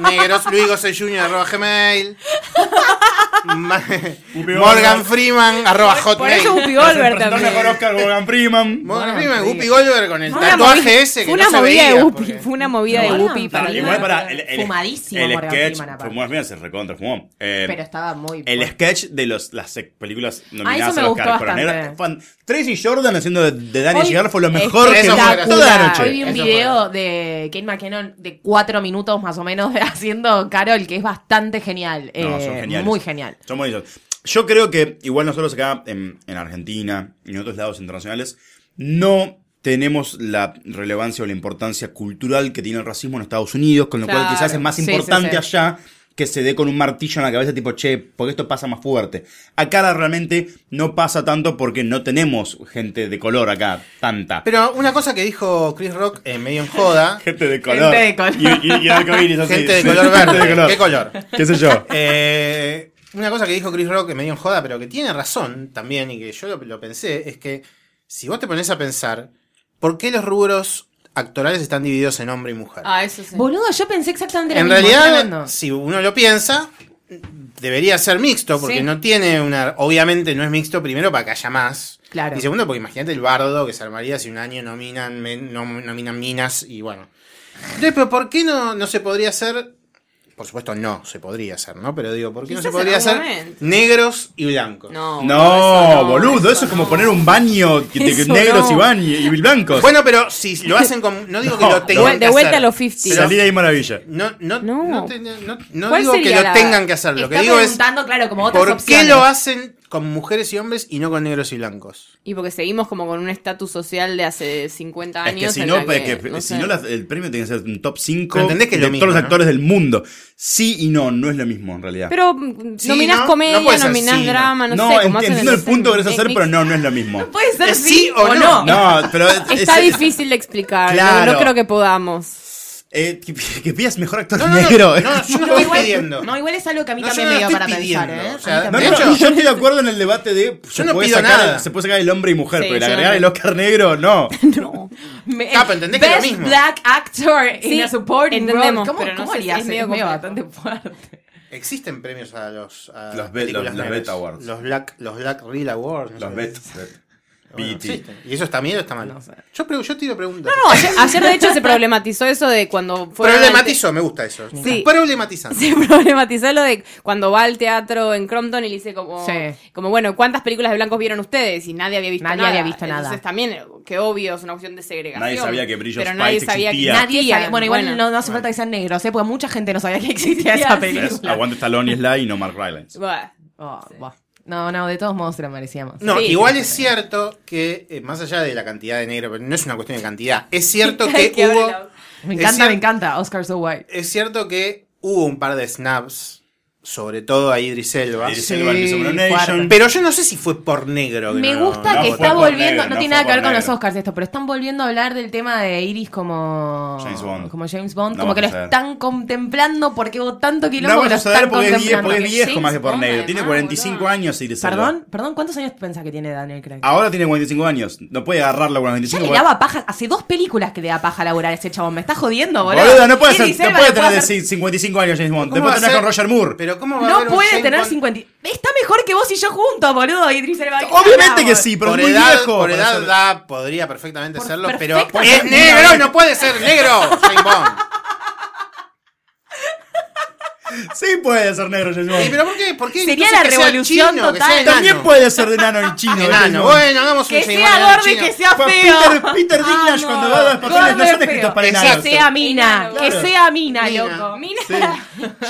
Speaker 15: negros, Luis José Junior arroba Gmail. Ma- Morgan Freeman arroba hotmail.
Speaker 9: Por eso Whoopi Goldberg también.
Speaker 14: Oscar Morgan Freeman.
Speaker 15: Morgan Freeman, Whoopi Goldberg con el
Speaker 9: Fue una
Speaker 15: tatuaje
Speaker 9: movida-
Speaker 15: ese que
Speaker 9: fue una
Speaker 15: no se
Speaker 9: movida
Speaker 15: veía.
Speaker 9: de
Speaker 15: porque-
Speaker 9: Whoopi, fue una movida de Whoopi para
Speaker 14: Para, Ah, igual para el, el-
Speaker 12: Fumadísimo
Speaker 14: el
Speaker 12: Morgan
Speaker 14: sketch.
Speaker 12: Freeman, aparte.
Speaker 14: Morgan Freeman se recontra fumó. Eh,
Speaker 12: Pero estaba muy.
Speaker 14: el sketch de los, las sec- películas nominadas
Speaker 12: me
Speaker 14: a los
Speaker 12: gustó bastante.
Speaker 14: Tracy Jordan haciendo de, de Danny
Speaker 12: Hoy-
Speaker 14: Girard fue lo mejor que
Speaker 15: Eso fue gracioso.
Speaker 14: toda la
Speaker 12: Hoy vi
Speaker 14: noche.
Speaker 12: un video de Kate McKinnon de cuatro minutos más o menos haciendo Carol, que es bastante genial.
Speaker 14: No,
Speaker 12: eh,
Speaker 14: son geniales.
Speaker 12: muy genial.
Speaker 14: Son bonitos. Yo creo que igual nosotros acá en, en Argentina y en otros lados internacionales no tenemos la relevancia o la importancia cultural que tiene el racismo en Estados Unidos, con lo cual
Speaker 15: Claro.
Speaker 14: quizás es más
Speaker 15: Sí, sí,
Speaker 14: importante
Speaker 15: sí.
Speaker 14: allá que se dé con un martillo en la cabeza tipo, che, porque esto pasa más fuerte. Acá realmente no pasa tanto porque no tenemos gente de color acá, tanta.
Speaker 15: Pero una cosa que dijo Chris Rock eh, medio en joda.
Speaker 14: Gente de color.
Speaker 15: Gente de color.
Speaker 14: Y, y, y arcoíris, así.
Speaker 15: Gente de color verde.
Speaker 14: Gente de color.
Speaker 15: ¿Qué color?
Speaker 14: ¿Qué sé yo?
Speaker 15: Eh, una cosa que dijo Chris Rock que medio en joda, pero que tiene razón también y que yo lo, lo pensé, es que si vos te pones a pensar, ¿por qué los rubros actorales están divididos en hombre y mujer?
Speaker 9: Ah, eso sí.
Speaker 12: Boludo, yo pensé exactamente lo
Speaker 15: en
Speaker 12: mismo. estoy
Speaker 15: realidad,
Speaker 12: hablando.
Speaker 15: si uno lo piensa, debería ser mixto, porque
Speaker 12: Sí.
Speaker 15: no tiene una. Obviamente no es mixto, primero para que haya más.
Speaker 12: Claro.
Speaker 15: Y segundo, porque imagínate el bardo que se armaría si un año nominan, men- nom- nominan minas y bueno. Entonces, pero ¿por qué no, no se podría hacer? Por supuesto, no se podría hacer, ¿no? Pero digo, ¿por qué no
Speaker 9: Quizás
Speaker 15: se podría
Speaker 9: en algún
Speaker 15: hacer
Speaker 9: momento.
Speaker 15: negros y blancos?
Speaker 9: No,
Speaker 14: No, boludo, eso, es como poner un baño de
Speaker 15: Eso
Speaker 14: negros
Speaker 15: no.
Speaker 14: y, baño, y blancos.
Speaker 15: Bueno, pero si lo hacen con. No digo que
Speaker 14: No,
Speaker 15: lo tengan.
Speaker 14: de
Speaker 15: que
Speaker 9: vuelta
Speaker 15: hacer,
Speaker 9: a los 50.
Speaker 15: pero
Speaker 14: Salí de ahí maravilla.
Speaker 15: No, no, no. te- no- no
Speaker 9: ¿Cuál
Speaker 15: digo que
Speaker 9: sería
Speaker 15: lo
Speaker 9: la-
Speaker 15: tengan que hacer. Lo que
Speaker 12: Está
Speaker 15: digo es.
Speaker 12: preguntando, claro, como otras
Speaker 15: ¿Por
Speaker 12: opciones.
Speaker 15: qué lo hacen con mujeres y hombres y no con negros y blancos?
Speaker 9: Y porque seguimos como con un estatus social de hace 50
Speaker 14: Es
Speaker 9: años.
Speaker 14: que si
Speaker 9: en
Speaker 14: no,
Speaker 9: la
Speaker 15: pues,
Speaker 9: que,
Speaker 14: es que
Speaker 9: no
Speaker 14: si
Speaker 9: sé.
Speaker 14: no las- el premio tiene que ser un top 5
Speaker 15: Pero entendés que es
Speaker 14: de
Speaker 15: lo mismo,
Speaker 14: todos los
Speaker 15: ¿no?
Speaker 14: actores del mundo. Sí y no, no es lo mismo en realidad.
Speaker 9: Pero mm,
Speaker 15: Sí,
Speaker 9: nominás
Speaker 15: no,
Speaker 9: comedia,
Speaker 15: no puede ser
Speaker 9: nominás
Speaker 15: sí, no.
Speaker 9: drama, no,
Speaker 14: no,
Speaker 9: sé.
Speaker 14: ent-
Speaker 9: Como hacen en
Speaker 14: entiendo el
Speaker 9: los
Speaker 14: punto que querés
Speaker 9: mix-
Speaker 14: hacer, pero no, no es lo mismo.
Speaker 9: Puede ser
Speaker 15: ¿Es
Speaker 9: sí, o no.
Speaker 14: No, pero es-
Speaker 9: Está
Speaker 14: es-
Speaker 9: difícil de explicar.
Speaker 14: Claro.
Speaker 9: No, no creo que podamos.
Speaker 14: eh, que, que pidas mejor actor
Speaker 15: No, no, no,
Speaker 14: negro.
Speaker 15: no, yo no
Speaker 12: No,
Speaker 15: estoy
Speaker 12: igual,
Speaker 15: pidiendo.
Speaker 12: no, igual es algo que a mí
Speaker 15: No, yo
Speaker 12: también
Speaker 15: no
Speaker 12: me dio
Speaker 15: estoy
Speaker 12: para pensar,
Speaker 15: pidiendo,
Speaker 12: ¿eh?
Speaker 15: o sea,
Speaker 12: A mí
Speaker 14: No,
Speaker 12: también.
Speaker 15: de
Speaker 14: no,
Speaker 15: hecho-
Speaker 14: yo estoy de acuerdo en el debate de pues, se
Speaker 15: no
Speaker 14: puede
Speaker 15: pido
Speaker 14: sacar-
Speaker 15: nada.
Speaker 14: se puede sacar el hombre y mujer,
Speaker 9: Sí,
Speaker 14: pero el
Speaker 9: yo no
Speaker 14: agregar el
Speaker 9: pido.
Speaker 14: Oscar negro, no.
Speaker 12: Me-
Speaker 15: Ah, pero entendés que es
Speaker 12: Best
Speaker 15: lo mismo.
Speaker 12: Black Actor in
Speaker 9: Sí,
Speaker 12: a Supporting Role.
Speaker 9: entendemos,
Speaker 12: ¿Cómo,
Speaker 9: pero no
Speaker 12: cómo
Speaker 9: sé,
Speaker 12: harías?
Speaker 9: es medio
Speaker 12: Es medio
Speaker 9: complejo.
Speaker 12: bastante fuerte.
Speaker 15: Existen premios a los. a
Speaker 14: Los be-
Speaker 15: películas
Speaker 14: los- los
Speaker 15: negras.
Speaker 14: Beta Awards.
Speaker 15: Los Black, los Black Real Awards. no
Speaker 14: Los
Speaker 15: sé.
Speaker 14: bet.
Speaker 15: Bueno,
Speaker 14: BET.
Speaker 15: existen. ¿Y eso está bien o está mal? Yo, pregu- yo tiro preguntas.
Speaker 9: No, ayer, ayer, de hecho se problematizó eso de cuando fueron al
Speaker 15: Problematizo, me gusta eso.
Speaker 9: Sí.
Speaker 15: Problematizando.
Speaker 9: se problematizó lo de cuando va al teatro en Crompton y le dice como,
Speaker 12: Sí.
Speaker 9: como bueno, ¿cuántas películas de blancos vieron ustedes? Y nadie había visto
Speaker 12: Nadie
Speaker 9: nada.
Speaker 12: había visto nada.
Speaker 9: Entonces también, que obvio, es una opción de segregación.
Speaker 14: Nadie sabía que Brillo
Speaker 9: Pero
Speaker 14: Spikes
Speaker 9: nadie sabía
Speaker 14: existía.
Speaker 9: que
Speaker 12: Nadie
Speaker 9: existía.
Speaker 12: sabe- Bueno, igual no, no hace falta que sean negros, ¿eh? Porque mucha gente no sabía que existía esa
Speaker 14: Es
Speaker 12: película.
Speaker 14: Aguante Stallone y Sly y no Mark Rylance.
Speaker 9: Buah.
Speaker 12: Oh, buah. No, no, de todos modos se lo merecíamos.
Speaker 15: No,
Speaker 9: Sí.
Speaker 15: igual es cierto que, eh, más allá de la cantidad de negro, pero no es una cuestión de cantidad, es cierto que
Speaker 9: Que abre
Speaker 15: hubo.
Speaker 9: la-
Speaker 12: Me
Speaker 15: es
Speaker 12: encanta,
Speaker 15: cier-
Speaker 12: me encanta. Oscar So White.
Speaker 15: Es cierto que hubo un par de snaps, sobre todo a Idris Elba.
Speaker 14: Idris
Speaker 12: Sí,
Speaker 14: Elba, Miss Hombre
Speaker 12: cuarta.
Speaker 14: Nation.
Speaker 15: Pero yo no sé si fue por negro. que
Speaker 12: Me
Speaker 15: no-
Speaker 12: gusta
Speaker 15: no
Speaker 12: que
Speaker 15: votaron.
Speaker 12: está volviendo,
Speaker 14: negro,
Speaker 12: no tiene
Speaker 14: no fue
Speaker 12: nada que ver
Speaker 14: por
Speaker 12: con los
Speaker 14: negro.
Speaker 12: Oscars esto, pero están volviendo a hablar del tema de Iris como
Speaker 14: James Bond.
Speaker 12: como James Bond,
Speaker 14: No
Speaker 12: como
Speaker 14: va a
Speaker 12: que lo
Speaker 14: suceder.
Speaker 12: están contemplando porque hubo tanto
Speaker 14: No
Speaker 12: quilombo que
Speaker 14: vas
Speaker 12: lo
Speaker 14: a saber
Speaker 12: están
Speaker 14: porque es, vie-
Speaker 12: contemplando. ah,
Speaker 14: porque es viejo más que por
Speaker 9: Bond,
Speaker 14: negro. Tiene
Speaker 9: además,
Speaker 14: 45
Speaker 9: boludo.
Speaker 14: años y dice.
Speaker 12: Perdón, perdón, ¿cuántos años pensás que tiene Daniel Craig?
Speaker 14: Ahora tiene 45 años. No puede agarrarlo con los
Speaker 12: Ya
Speaker 14: 25.
Speaker 12: le daba paja, hace dos películas que le da paja laburar a ese chabón, me está jodiendo, boludo.
Speaker 14: Boludo, no puede,
Speaker 12: Idris
Speaker 14: ser, no
Speaker 12: Elba
Speaker 14: puede
Speaker 12: le puede
Speaker 14: tener
Speaker 12: hacer-
Speaker 14: 55 años James Bond.
Speaker 15: ¿Cómo
Speaker 14: Después
Speaker 15: va a
Speaker 14: tenés con
Speaker 15: ser?
Speaker 14: Roger Moore.
Speaker 15: Pero ¿cómo va a haber
Speaker 12: No
Speaker 15: un
Speaker 12: puede
Speaker 15: James
Speaker 12: tener
Speaker 15: Bond?
Speaker 12: 50. Está mejor que vos y yo juntos, boludo. Idris Elba. ¿qué
Speaker 14: Obviamente
Speaker 12: hablamos?
Speaker 14: que sí, pero
Speaker 15: por
Speaker 14: es muy
Speaker 15: edad,
Speaker 14: viejo.
Speaker 15: por
Speaker 14: para
Speaker 15: edad
Speaker 14: ser-
Speaker 15: da- podría perfectamente serlo, pero
Speaker 12: perfecta-
Speaker 15: es negro, no puede ser negro, James Bond.
Speaker 14: Sí puede ser negro, James Bond.
Speaker 15: Sí, pero ¿por qué? ¿Por qué?
Speaker 9: Sería
Speaker 15: Entonces,
Speaker 9: la
Speaker 15: que sea
Speaker 9: revolución
Speaker 15: chino, que sea
Speaker 9: total.
Speaker 15: enano. Ah,
Speaker 14: También puede ser de enano y chino.
Speaker 15: Enano,
Speaker 14: James Bond.
Speaker 15: bueno, hagamos un Que James sea Bond gordo y chino. que sea
Speaker 14: Fue
Speaker 15: feo.
Speaker 14: Peter, Peter Dinklage cuando va a las patrullas no
Speaker 15: Gordo y
Speaker 14: son escritos
Speaker 15: feo.
Speaker 14: para
Speaker 15: Exacto.
Speaker 14: enanos.
Speaker 15: Que
Speaker 12: sea mina,
Speaker 15: Claro.
Speaker 12: que sea mina,
Speaker 15: Mina.
Speaker 12: loco.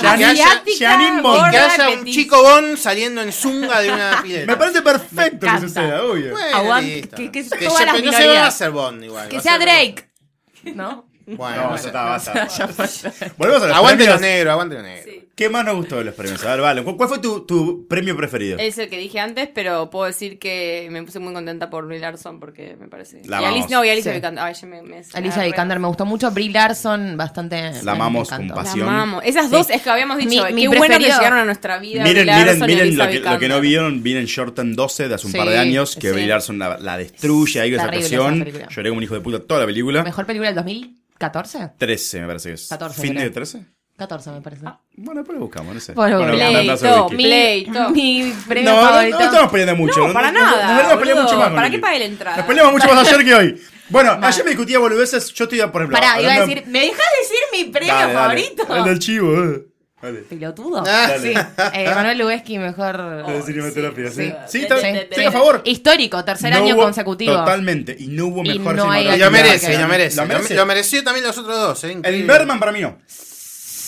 Speaker 15: Ya que haya-
Speaker 12: Asiática,
Speaker 15: Janine Bond.
Speaker 12: gorda,
Speaker 15: Que haya un
Speaker 12: petiza.
Speaker 15: chico Bond saliendo en zunga de una pileta.
Speaker 14: Me parece perfecto que
Speaker 15: encanta.
Speaker 14: suceda, obvio.
Speaker 15: Bueno,
Speaker 12: Aguante,
Speaker 15: listo.
Speaker 12: que- que
Speaker 15: Que
Speaker 12: todas
Speaker 15: ya-
Speaker 12: las
Speaker 15: pero no se
Speaker 12: minorías.
Speaker 15: va a hacer Bond igual. va
Speaker 12: Que
Speaker 15: a
Speaker 12: sea
Speaker 15: ser-
Speaker 12: Drake. ¿No?
Speaker 14: No,
Speaker 15: Bueno,
Speaker 14: ya está, basta. Volvemos
Speaker 15: Volvemos
Speaker 14: a los
Speaker 15: Aguante
Speaker 14: premios.
Speaker 15: los negros, aguante los negros.
Speaker 14: ¿Qué más nos gustó de los premios? A ver, vale. ¿Cuál fue tu, tu premio preferido?
Speaker 9: Es el que dije antes, pero puedo decir que me puse muy contenta por Brie Larson porque me parece.
Speaker 14: La
Speaker 9: y
Speaker 14: amamos.
Speaker 9: Alice, no, y Alicia
Speaker 12: Sí.
Speaker 9: Vikander. Ay, ya me, me-
Speaker 12: Alicia
Speaker 9: me-
Speaker 12: Vikander me gustó mucho. Brie Larson, bastante.
Speaker 14: La amamos
Speaker 12: me encantó.
Speaker 14: con pasión.
Speaker 9: La amamos. Esas dos es que habíamos
Speaker 12: Mi-
Speaker 9: dicho.
Speaker 12: mi
Speaker 9: qué bueno que
Speaker 12: preferido-
Speaker 9: llegaron a nuestra vida.
Speaker 14: Miren,
Speaker 9: Brie
Speaker 14: miren,
Speaker 9: Larson y
Speaker 14: miren
Speaker 9: Alicia
Speaker 14: lo que, lo que
Speaker 9: Vikander.
Speaker 14: no vieron, miren Shorten 12 de hace un par de
Speaker 12: Sí,
Speaker 14: años, que
Speaker 12: sí.
Speaker 14: Brie Larson la, la destruye ahí con esa
Speaker 12: Terrible esa
Speaker 14: actuación.
Speaker 12: película.
Speaker 14: Lloré como un hijo de puta toda la película.
Speaker 12: Mejor película del 2014?
Speaker 14: 13 me parece que es.
Speaker 12: 14,
Speaker 14: ¿Fin
Speaker 12: creo.
Speaker 14: de 13?
Speaker 12: 14, me parece.
Speaker 14: bueno, después lo buscamos, no sé.
Speaker 12: Bueno,
Speaker 9: Pleito,
Speaker 14: mandazo de Vicky.
Speaker 9: Pleito.
Speaker 12: Mi premio
Speaker 14: no, no,
Speaker 12: favorito.
Speaker 14: no estamos peleando mucho.
Speaker 9: No, para
Speaker 14: nos-
Speaker 9: nada.
Speaker 14: Nos, nos peleamos
Speaker 9: boludo.
Speaker 14: mucho más con
Speaker 9: ¿Para qué
Speaker 14: Vicky.
Speaker 9: pagué la entrada?
Speaker 14: Nos peleamos mucho más ayer que hoy. Bueno, ayer me discutía boludeces. Yo estoy, por ejemplo.
Speaker 12: Pará, iba a
Speaker 14: hablando-
Speaker 12: decir, ¿me dejas decir mi premio
Speaker 14: Dale, dale. Ah,
Speaker 12: favorito?
Speaker 14: El del chivo, eh. Vale.
Speaker 12: Pelotudo.
Speaker 14: Dale.
Speaker 12: Sí. Eh, Manuel Lubeski, mejor.
Speaker 14: De cinematografía, sí. Sí,
Speaker 12: Sí.
Speaker 14: está
Speaker 12: Sí.
Speaker 14: bien. Sí, a favor.
Speaker 12: Histórico, tercer
Speaker 14: No
Speaker 12: año
Speaker 14: hubo-
Speaker 12: consecutivo.
Speaker 14: Totalmente. Y no hubo
Speaker 12: Y
Speaker 14: mejor
Speaker 12: no hay
Speaker 14: cinematografía.
Speaker 15: Y lo merece, lo merece.
Speaker 14: Lo
Speaker 15: Lo
Speaker 14: merece.
Speaker 15: lo mereció también los otros dos, ¿eh?
Speaker 14: El
Speaker 15: Increíble.
Speaker 14: Birdman para mí no.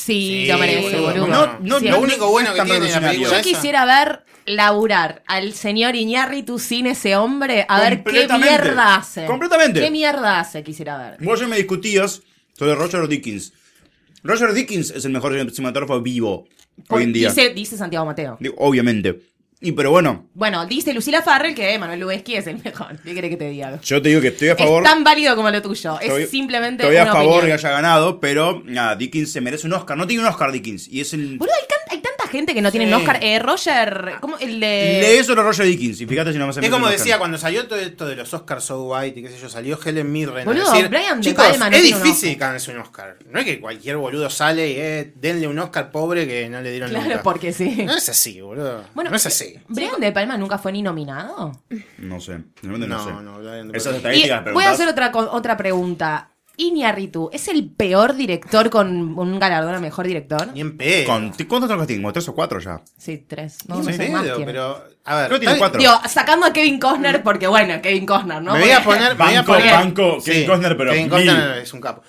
Speaker 12: Sí,
Speaker 15: Sí,
Speaker 12: lo merece,
Speaker 15: boludo.
Speaker 12: boludo.
Speaker 15: No, no,
Speaker 12: Sí,
Speaker 15: lo
Speaker 12: es-
Speaker 15: único bueno que
Speaker 14: tan
Speaker 15: tiene la
Speaker 14: revolucionario.
Speaker 15: película
Speaker 12: Yo
Speaker 15: esa.
Speaker 12: quisiera ver laburar al señor Iñárritu sin ese hombre a ver qué
Speaker 14: Completamente.
Speaker 12: mierda hace.
Speaker 14: Completamente.
Speaker 12: ¿Qué mierda hace? Quisiera ver.
Speaker 14: Vos ya me discutías sobre Roger Dickens. Roger Dickens es el mejor cinematógrafo vivo hoy en día.
Speaker 12: Dice, dice Santiago Mateo.
Speaker 14: Digo, Obviamente. Y pero bueno,
Speaker 12: Bueno, dice Lucila Farrell que Manuel Lubeski es el mejor. ¿Qué quiere que te diga?
Speaker 14: yo te digo que estoy a favor.
Speaker 12: es tan válido como lo tuyo.
Speaker 14: Estoy-
Speaker 12: es simplemente.
Speaker 14: Estoy a
Speaker 12: una
Speaker 14: favor
Speaker 12: opinión.
Speaker 14: que haya ganado, pero nada, Dickens se merece un Oscar. No tiene un Oscar Dickens. Y es el.
Speaker 12: Boludo, hay, tan- hay tanta gente que no tiene
Speaker 14: Sí.
Speaker 12: un Oscar. Eh, Roger, ¿cómo? El de.
Speaker 14: Lee eso de Roger Dickens. Y fíjate si no me hace
Speaker 15: Es como
Speaker 14: menos Oscar.
Speaker 15: decía, cuando salió todo esto de los Oscars So White y qué sé yo, salió Helen Mirren. a
Speaker 12: Boludo,
Speaker 15: decir,
Speaker 12: Brian De
Speaker 15: Chicos,
Speaker 12: Palma no
Speaker 15: es
Speaker 12: tiene un
Speaker 15: difícil ganarse un Oscar. No es que cualquier boludo sale y eh, denle un Oscar pobre que no le dieron
Speaker 12: Claro,
Speaker 15: nunca.
Speaker 12: porque sí.
Speaker 15: No es así, boludo.
Speaker 12: Bueno,
Speaker 15: no es así.
Speaker 12: ¿Brian De Palma nunca fue ni nominado?
Speaker 14: No sé. Realmente no,
Speaker 15: No,
Speaker 14: sé.
Speaker 15: no, Brian De
Speaker 14: Esas
Speaker 12: Y
Speaker 15: Palma.
Speaker 14: estadísticas
Speaker 12: voy a
Speaker 14: preguntadas.
Speaker 12: hacer otra, co- otra pregunta. Iñárritu, ¿es el peor director con un galardón a mejor director?
Speaker 15: Ni en pedo.
Speaker 14: Con- ¿Cuántos Oscars tiene? Como ¿Tres o cuatro ya?
Speaker 12: Sí, tres. No,
Speaker 15: Ni
Speaker 12: no
Speaker 15: en
Speaker 12: sé más
Speaker 15: pedo,
Speaker 12: tiene.
Speaker 15: pero. A ver,
Speaker 14: Creo que tiene
Speaker 15: tal-
Speaker 14: cuatro.
Speaker 12: Digo, sacando a Kevin Costner, porque bueno, Kevin Costner, ¿no?
Speaker 15: me voy a
Speaker 12: Porque-
Speaker 15: poner. me voy a
Speaker 14: Banco,
Speaker 15: poner-
Speaker 14: banco, Kevin Costner, pero
Speaker 15: Kevin
Speaker 14: mil.
Speaker 15: Costner es un capo.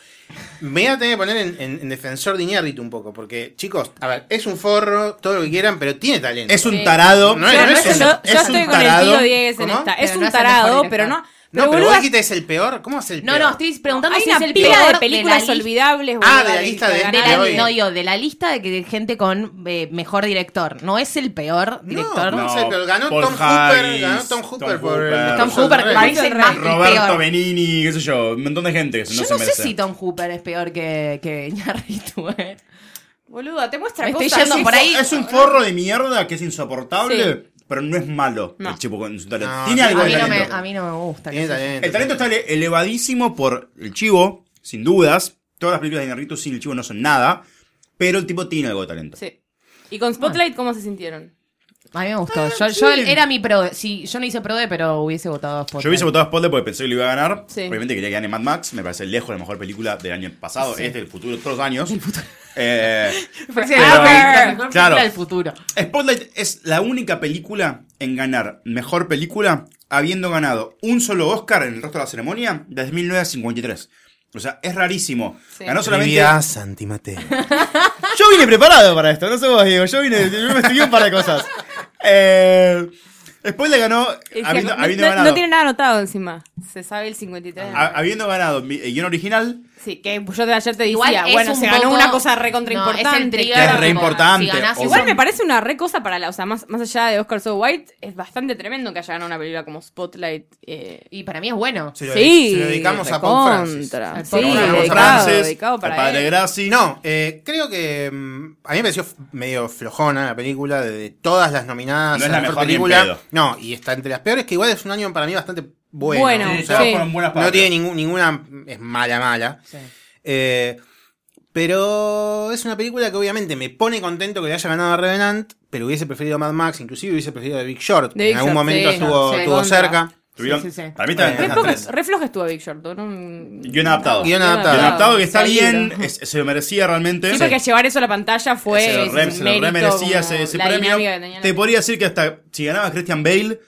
Speaker 15: Me voy a tener que poner en, en- en defensor de Iñárritu un poco, porque, chicos, a ver, es un forro, todo lo que quieran, pero tiene talento.
Speaker 14: Es un tarado.
Speaker 15: No,
Speaker 9: Yo,
Speaker 15: no es
Speaker 9: yo-
Speaker 15: un-
Speaker 9: yo
Speaker 15: es un
Speaker 9: estoy con
Speaker 15: tarado.
Speaker 9: el tío Diegues en
Speaker 15: ¿Cómo?
Speaker 9: esta. Es
Speaker 12: Pero
Speaker 9: un
Speaker 12: no es el mejor
Speaker 9: tarado,
Speaker 12: director.
Speaker 9: pero no.
Speaker 15: No, pero
Speaker 9: boludo,
Speaker 15: vos dijiste es el peor. ¿Cómo es el
Speaker 12: No,
Speaker 15: peor?
Speaker 12: no, estoy preguntando
Speaker 9: hay
Speaker 12: si
Speaker 9: una
Speaker 12: es el
Speaker 9: pila
Speaker 12: peor
Speaker 9: de películas
Speaker 12: la lista.
Speaker 9: olvidables,
Speaker 15: Ah,
Speaker 9: boludo,
Speaker 15: de la lista de-
Speaker 12: De
Speaker 9: ganaron.
Speaker 12: la,
Speaker 15: hoy.
Speaker 12: no, digo, de la lista de, que, de gente con eh, mejor director. No es el peor director.
Speaker 15: No, sé, pero ganó
Speaker 14: Paul
Speaker 15: Tom
Speaker 14: Haggis,
Speaker 15: Hooper, ganó Tom Hooper por el-
Speaker 12: Tom Hooper,
Speaker 15: Rey.
Speaker 12: parece más el
Speaker 14: Roberto
Speaker 12: peor.
Speaker 14: Benini, qué sé yo, un montón de gente que no
Speaker 12: Yo
Speaker 14: se
Speaker 12: no sé
Speaker 14: merece.
Speaker 12: si Tom Hooper es peor que, que Iñárritu, eh.
Speaker 9: Boludo, te muestra
Speaker 12: Me estoy
Speaker 9: cosas.
Speaker 12: yendo por ahí.
Speaker 14: Es un forro de mierda que es insoportable, pero no es malo. El chico con su talento.
Speaker 15: No,
Speaker 14: Tiene
Speaker 15: a
Speaker 14: algo
Speaker 12: a,
Speaker 14: de
Speaker 12: mí no me,
Speaker 14: talento.
Speaker 12: a mí no me gusta.
Speaker 15: Tiene
Speaker 12: qué sé yo.
Speaker 15: talento.
Speaker 14: El talento está ele- elevadísimo por el chivo, sin dudas. Todas las películas de Iñárritu sin el chivo no son nada. Pero el tipo tiene algo de talento.
Speaker 9: Sí. ¿Y con Spotlight cómo se sintieron?
Speaker 12: A mí me gustó. Yo, yo era mi pro. Sí, yo no hice pro de, pero hubiese votado a Spotlight.
Speaker 14: Yo hubiese votado a Spotlight porque pensé que lo iba a ganar.
Speaker 9: Sí.
Speaker 14: Obviamente quería que gane Mad Max. Me parece lejos la mejor película del año pasado.
Speaker 12: Sí.
Speaker 14: Es del futuro, todos los años. Eh,
Speaker 12: Parece
Speaker 14: Pero-
Speaker 12: la mejor película
Speaker 14: Claro.
Speaker 12: del futuro.
Speaker 14: Spotlight es la única película en ganar mejor película habiendo ganado un solo Oscar en el resto de la ceremonia desde 1953. O sea, es rarísimo.
Speaker 9: Sí.
Speaker 14: Ganó solamente.
Speaker 15: Santi Mateo.
Speaker 14: Yo vine preparado para esto, no sé vos, Diego. Yo vine, yo me estudié un par de cosas. Eh, Spotlight ganó habiendo,
Speaker 9: no,
Speaker 14: habiendo
Speaker 9: no-
Speaker 14: ganado.
Speaker 9: no tiene nada anotado encima. Se sabe el 53.
Speaker 15: Ah,
Speaker 14: ha- habiendo ganado mi- eh, guión original,
Speaker 9: Sí, que yo de ayer te
Speaker 12: Igual
Speaker 9: decía,
Speaker 12: es
Speaker 9: bueno,
Speaker 12: un
Speaker 9: se ganó
Speaker 12: poco-
Speaker 9: una cosa re contra
Speaker 12: No, es el
Speaker 9: importante.
Speaker 12: trigger,
Speaker 14: que es re
Speaker 12: tipo,
Speaker 14: importante.
Speaker 12: si ganás
Speaker 14: o
Speaker 9: Igual
Speaker 14: sea,
Speaker 9: me parece una re cosa para la. O sea, más, más allá de Oscar So White, es bastante tremendo que haya ganado una película como Spotlight. eh,
Speaker 12: Y para mí es bueno.
Speaker 15: Se lo,
Speaker 9: sí,
Speaker 15: se lo dedicamos a Paul Francis.
Speaker 9: recontra.
Speaker 12: Al
Speaker 9: Sí,
Speaker 12: Paul Francis.
Speaker 9: dedicado,
Speaker 14: Francis,
Speaker 9: dedicado para
Speaker 14: al padre
Speaker 9: él.
Speaker 14: Grassi.
Speaker 15: No, eh, creo que mm, a mí me pareció f- medio flojona la película de, de todas las nominadas.
Speaker 14: No es
Speaker 15: a
Speaker 14: la mejor ni en pedo.
Speaker 15: película. No, y está entre las peores, que igual es un año para mí bastante bueno.
Speaker 9: Bueno,
Speaker 15: O
Speaker 14: Sí,
Speaker 15: sea,
Speaker 14: todas fueron buenas
Speaker 15: No
Speaker 14: patrias.
Speaker 15: tiene ningún- ninguna, es mala, mala.
Speaker 12: Sí.
Speaker 15: Eh, pero es una película que obviamente me pone contento que le haya ganado a Revenant, pero hubiese preferido Mad Max, inclusive hubiese preferido The Big Short.
Speaker 9: The Big
Speaker 15: en algún
Speaker 9: Short,
Speaker 15: momento
Speaker 9: sí.
Speaker 15: estuvo,
Speaker 9: Sí,
Speaker 15: estuvo
Speaker 9: contra.
Speaker 15: cerca.
Speaker 14: Tuvieron-
Speaker 9: Sí, sí, sí.
Speaker 14: Para mí también
Speaker 9: Re
Speaker 14: están
Speaker 9: poca-
Speaker 14: tres.
Speaker 9: re floja estuvo Big Short. ¿no? No-
Speaker 14: Guión adaptado.
Speaker 15: Guión adaptado.
Speaker 14: Guión adaptado que está
Speaker 9: Está
Speaker 14: bien,
Speaker 9: libre.
Speaker 14: es- se lo merecía realmente.
Speaker 9: Siento que llevar eso a la pantalla fue.
Speaker 14: se lo, re,
Speaker 9: es
Speaker 14: se
Speaker 9: un
Speaker 14: lo re
Speaker 9: mérito,
Speaker 14: merecía
Speaker 9: como
Speaker 14: ese, ese
Speaker 9: la
Speaker 14: premio.
Speaker 9: dinámica que tenía la
Speaker 14: Te podría decir que hasta si ganaba Christian Bale,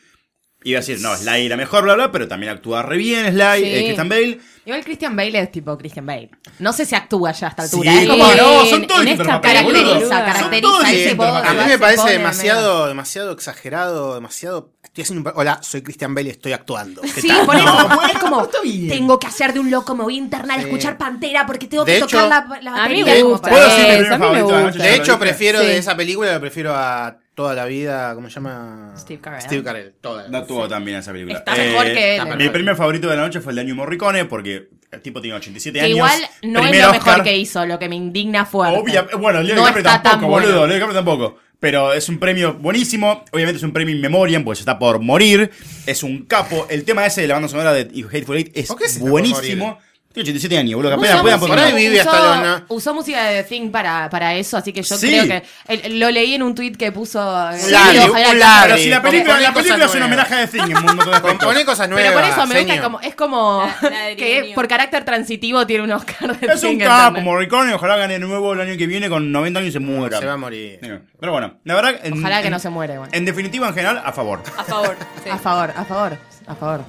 Speaker 14: iba a decir, no, Sly la mejor, bla, bla, pero también actúa re bien Sly,
Speaker 12: Sí.
Speaker 14: eh, Christian Bale.
Speaker 12: Igual Christian Bale es tipo Christian Bale. No sé si actúa ya a esta
Speaker 14: Sí,
Speaker 12: altura. es
Speaker 14: ¿cómo no? Son todos
Speaker 12: en
Speaker 14: distintos
Speaker 12: esta
Speaker 14: papeles, boludo.
Speaker 12: caracteriza,
Speaker 14: Son
Speaker 12: caracteriza
Speaker 14: todos
Speaker 12: ese
Speaker 14: distintos
Speaker 12: voz,
Speaker 14: papeles.
Speaker 15: A mí
Speaker 12: se
Speaker 15: me parece
Speaker 12: pone
Speaker 15: demasiado, demasiado exagerado, demasiado. Estoy haciendo un. pa- Hola, soy Christian Bale, estoy actuando. ¿Qué
Speaker 12: Sí,
Speaker 15: tal?
Speaker 12: por
Speaker 15: No,
Speaker 12: eso.
Speaker 15: bueno,
Speaker 12: es como,
Speaker 15: está bien.
Speaker 12: tengo que hacer de un loco, me voy a internar a
Speaker 15: Sí.
Speaker 12: escuchar Pantera porque tengo
Speaker 15: De
Speaker 12: que
Speaker 15: hecho,
Speaker 12: tocar la, la
Speaker 9: Ah,
Speaker 15: a mí me
Speaker 12: batería como
Speaker 15: gusta
Speaker 12: para-
Speaker 15: ¿Puedo decir mi
Speaker 14: primer favorito de la noche?
Speaker 15: De
Speaker 14: Ya lo
Speaker 15: hecho,
Speaker 14: dije.
Speaker 15: prefiero
Speaker 14: Sí.
Speaker 15: de esa película, lo prefiero a toda la vida. ¿Cómo se llama?
Speaker 12: Steve Carell.
Speaker 15: Steve Carell, toda.
Speaker 14: No tuvo también esa película. Eh,
Speaker 12: Está mejor que él.
Speaker 14: Mi
Speaker 12: Está mejor.
Speaker 14: primer favorito de la noche fue el de Ennio Morricone, porque el tipo tiene 87
Speaker 12: Que
Speaker 14: años.
Speaker 12: igual no es
Speaker 14: primer
Speaker 12: lo mejor
Speaker 14: Oscar.
Speaker 12: que hizo, lo que me indigna fue.
Speaker 14: Obvia- eh, bueno, Leo
Speaker 12: No
Speaker 14: DiCaprio
Speaker 12: está
Speaker 14: tampoco,
Speaker 12: tan
Speaker 14: boludo.
Speaker 12: bueno.
Speaker 14: Leo DiCaprio tampoco. Pero es un premio buenísimo. Obviamente es un premio in memoriam, porque se está por morir. Es un capo. El tema ese de la banda sonora de You Hateful Eight es
Speaker 15: ¿Por qué se está por
Speaker 14: buenísimo. Tiene 87 años, boludo. que Apenas
Speaker 12: Usó
Speaker 14: puedan
Speaker 12: música-
Speaker 14: por ahí vive hasta
Speaker 12: usó-
Speaker 14: la- na-
Speaker 12: Usó música de The Thing para, para eso, así que yo
Speaker 14: Sí.
Speaker 12: creo que. el- lo leí en un tweet que puso. eh,
Speaker 14: Un Larry,
Speaker 12: ojalá
Speaker 14: un
Speaker 12: que-
Speaker 14: Larry. Pero
Speaker 12: Sí,
Speaker 14: si la película,
Speaker 15: Compone
Speaker 14: la película
Speaker 15: cosas
Speaker 14: es un
Speaker 15: nuevas.
Speaker 14: homenaje a The Thing en un montón de aspectos.
Speaker 15: Compone cosas nuevas.
Speaker 12: Pero por eso me gusta
Speaker 14: señor.
Speaker 12: como. Es como. que por carácter transitivo tiene un Oscar de
Speaker 14: Es un
Speaker 12: Thing,
Speaker 14: capo,
Speaker 12: ¿entendés?
Speaker 14: Morricone. Ojalá gane de nuevo el año que viene con 90 años y se muera.
Speaker 15: Se va a morir.
Speaker 14: Pero bueno, la verdad. en-
Speaker 12: Ojalá que
Speaker 14: en-
Speaker 12: no se muere, bueno.
Speaker 14: En definitiva, en general, a favor.
Speaker 9: A favor.
Speaker 12: A favor, a favor, a favor.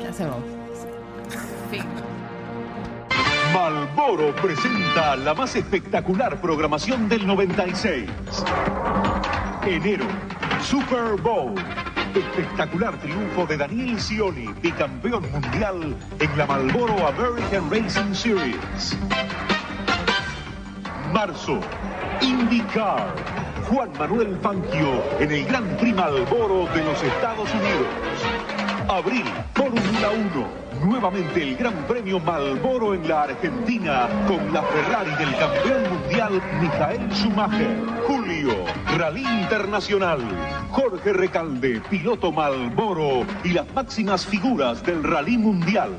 Speaker 12: ¿Qué hacemos?
Speaker 16: Malboro presenta la más espectacular programación del 96. Enero, Super Bowl. Espectacular triunfo de Daniel Scioli, bicampeón mundial en la Malboro American Racing Series. Marzo, IndyCar. Juan Manuel Fangio en el Gran Prix Malboro de los Estados Unidos. Abril, Fórmula 1. Nuevamente el Gran Premio Malboro en la Argentina con la Ferrari del campeón mundial Michael Schumacher. Julio, Rally Internacional. Jorge Recalde, piloto Malboro y las máximas figuras del Rally Mundial.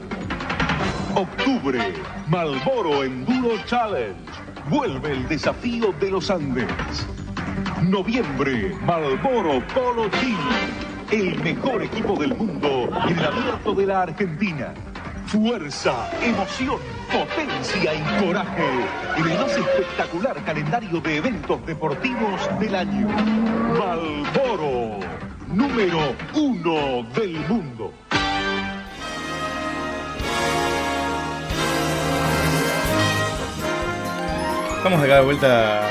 Speaker 16: Octubre, Malboro Enduro Challenge. Vuelve el desafío de los Andes. Noviembre, Malboro Polo Team. El mejor equipo del mundo en el abierto de la Argentina. Fuerza, emoción, potencia y coraje en el más espectacular calendario de eventos deportivos del año. Malboro, número uno del mundo.
Speaker 14: Estamos acá de vuelta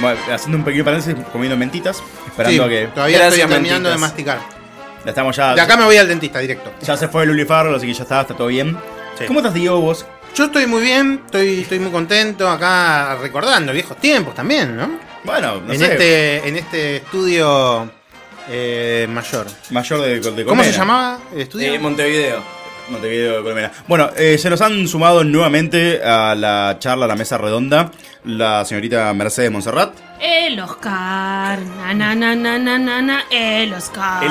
Speaker 14: bueno, haciendo un pequeño paréntesis, comiendo mentitas, esperando
Speaker 15: Sí,
Speaker 14: que.
Speaker 15: todavía
Speaker 14: Gracias,
Speaker 15: estoy terminando de
Speaker 14: mentitas.
Speaker 15: masticar.
Speaker 14: Ya estamos ya.
Speaker 15: De acá me voy al dentista directo.
Speaker 14: Ya se fue el Luli Farrell, así que ya está, está todo bien. ¿Cómo estás, Diego, vos?
Speaker 15: Yo estoy muy bien, estoy, estoy muy contento acá recordando viejos tiempos también, ¿no?
Speaker 14: Bueno, no
Speaker 15: en
Speaker 14: sé.
Speaker 15: este En este estudio eh, mayor.
Speaker 14: Mayor de,
Speaker 15: ¿Cómo se llamaba el estudio?
Speaker 1: Montevideo.
Speaker 14: Eh, Montevideo de Colmena. Bueno, eh, se nos han sumado nuevamente a la charla, a la mesa redonda, la señorita Mercedes Monserrat.
Speaker 7: El Oscar. Na, na, na, na, na, na, na, el Oscar.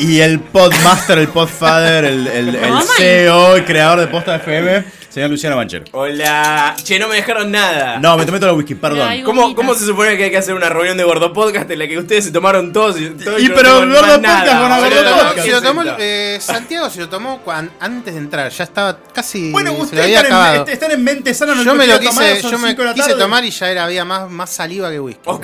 Speaker 14: Y el podmaster, el podfather, el, el, el
Speaker 7: Oh my-
Speaker 14: CEO, el creador de Posta FM, señor Luciano Banchero.
Speaker 1: Hola. Che, no me dejaron nada.
Speaker 14: No, me tomé todo el whisky, perdón.
Speaker 1: ¿Cómo, ¿Cómo se supone que hay que hacer una reunión de Gordo Podcast en la que ustedes se tomaron todos y, todo
Speaker 14: Y
Speaker 1: yo no
Speaker 14: pero
Speaker 1: tengo
Speaker 14: el Gordo
Speaker 1: más
Speaker 14: Podcast
Speaker 1: nada,
Speaker 14: con
Speaker 1: boludo?
Speaker 15: Se lo tomó-
Speaker 1: ¿Qué
Speaker 15: se lo
Speaker 1: es
Speaker 15: tomó,
Speaker 1: esto?
Speaker 15: eh, Santiago se lo tomó cuan- antes de entrar, ya estaba casi.
Speaker 14: Bueno,
Speaker 15: se lo
Speaker 14: ustedes
Speaker 15: había
Speaker 14: están
Speaker 15: acabado.
Speaker 14: en, este están en mente sana, no
Speaker 15: yo
Speaker 14: lo
Speaker 15: me lo
Speaker 14: quiero tomar,
Speaker 15: quise,
Speaker 14: son
Speaker 15: yo me
Speaker 14: cinco de la
Speaker 15: quise
Speaker 14: tarde.
Speaker 15: tomar y ya era, había más, más saliva que whisky.
Speaker 14: Oh,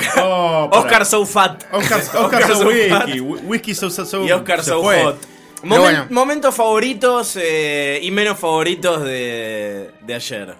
Speaker 14: pará.
Speaker 1: Oscar So Fat.
Speaker 14: Oscar, Oscar so whisky. Whisky so, so, so-
Speaker 1: Y Oscar
Speaker 14: se
Speaker 1: So
Speaker 14: fue.
Speaker 1: Hot.
Speaker 14: Pero
Speaker 1: Momen-
Speaker 14: bueno.
Speaker 1: Momentos favoritos eh, y menos favoritos de, de ayer.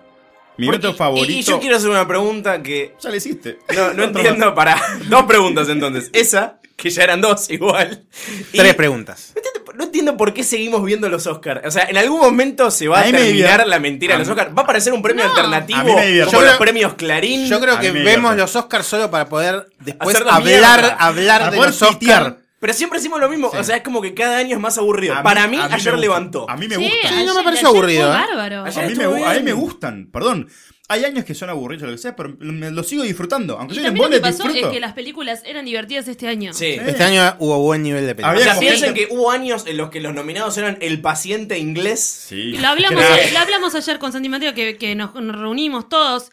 Speaker 14: Mi momento favorito.
Speaker 1: Y, y yo quiero hacer una pregunta que.
Speaker 14: Ya le hiciste.
Speaker 1: No, no entiendo para. Dos preguntas entonces. Esa, que ya eran dos igual. Y
Speaker 15: Tres preguntas.
Speaker 1: no entiendo por qué seguimos viendo los Oscars. O sea, en algún momento se va
Speaker 15: A
Speaker 1: a
Speaker 15: mí me
Speaker 1: terminar
Speaker 15: divierte.
Speaker 1: la mentira de los
Speaker 15: A mí-
Speaker 1: Oscars. Va a aparecer un premio alternativo
Speaker 15: A mí me divierte.
Speaker 1: como
Speaker 15: Yo
Speaker 1: los
Speaker 15: creo-
Speaker 1: premios Clarín.
Speaker 15: Yo creo que vemos los Oscars solo para poder después hablar, hablar de los Oscars.
Speaker 1: Pero siempre hicimos lo mismo. O sea, es como que cada año es más aburrido.
Speaker 14: A mí-
Speaker 1: Para mí,
Speaker 14: a mí me
Speaker 1: ayer
Speaker 14: gusta.
Speaker 1: levantó.
Speaker 14: A mí me
Speaker 15: Sí,
Speaker 14: gusta.
Speaker 15: ayer- Sí, no me pareció ayer fue aburrido, ¿eh? bárbaro.
Speaker 14: A
Speaker 15: Ayer
Speaker 14: mí, me,
Speaker 15: estuvo
Speaker 14: gu- a mí
Speaker 15: bien.
Speaker 14: me gustan, perdón. Hay años que son aburridos, lo que sea, pero me- los sigo disfrutando. Aunque
Speaker 7: Y
Speaker 14: yo en
Speaker 7: también lo
Speaker 14: bola
Speaker 7: que pasó
Speaker 14: disfruto.
Speaker 7: es que las películas eran divertidas este año.
Speaker 15: Este año hubo buen nivel de
Speaker 1: O sea,
Speaker 15: películas.
Speaker 1: piensen que hubo años en los que los nominados eran el paciente inglés.
Speaker 14: Sí.
Speaker 7: Lo hablamos, lo hablamos ayer con Santi Mateo, que, que nos, nos reunimos todos.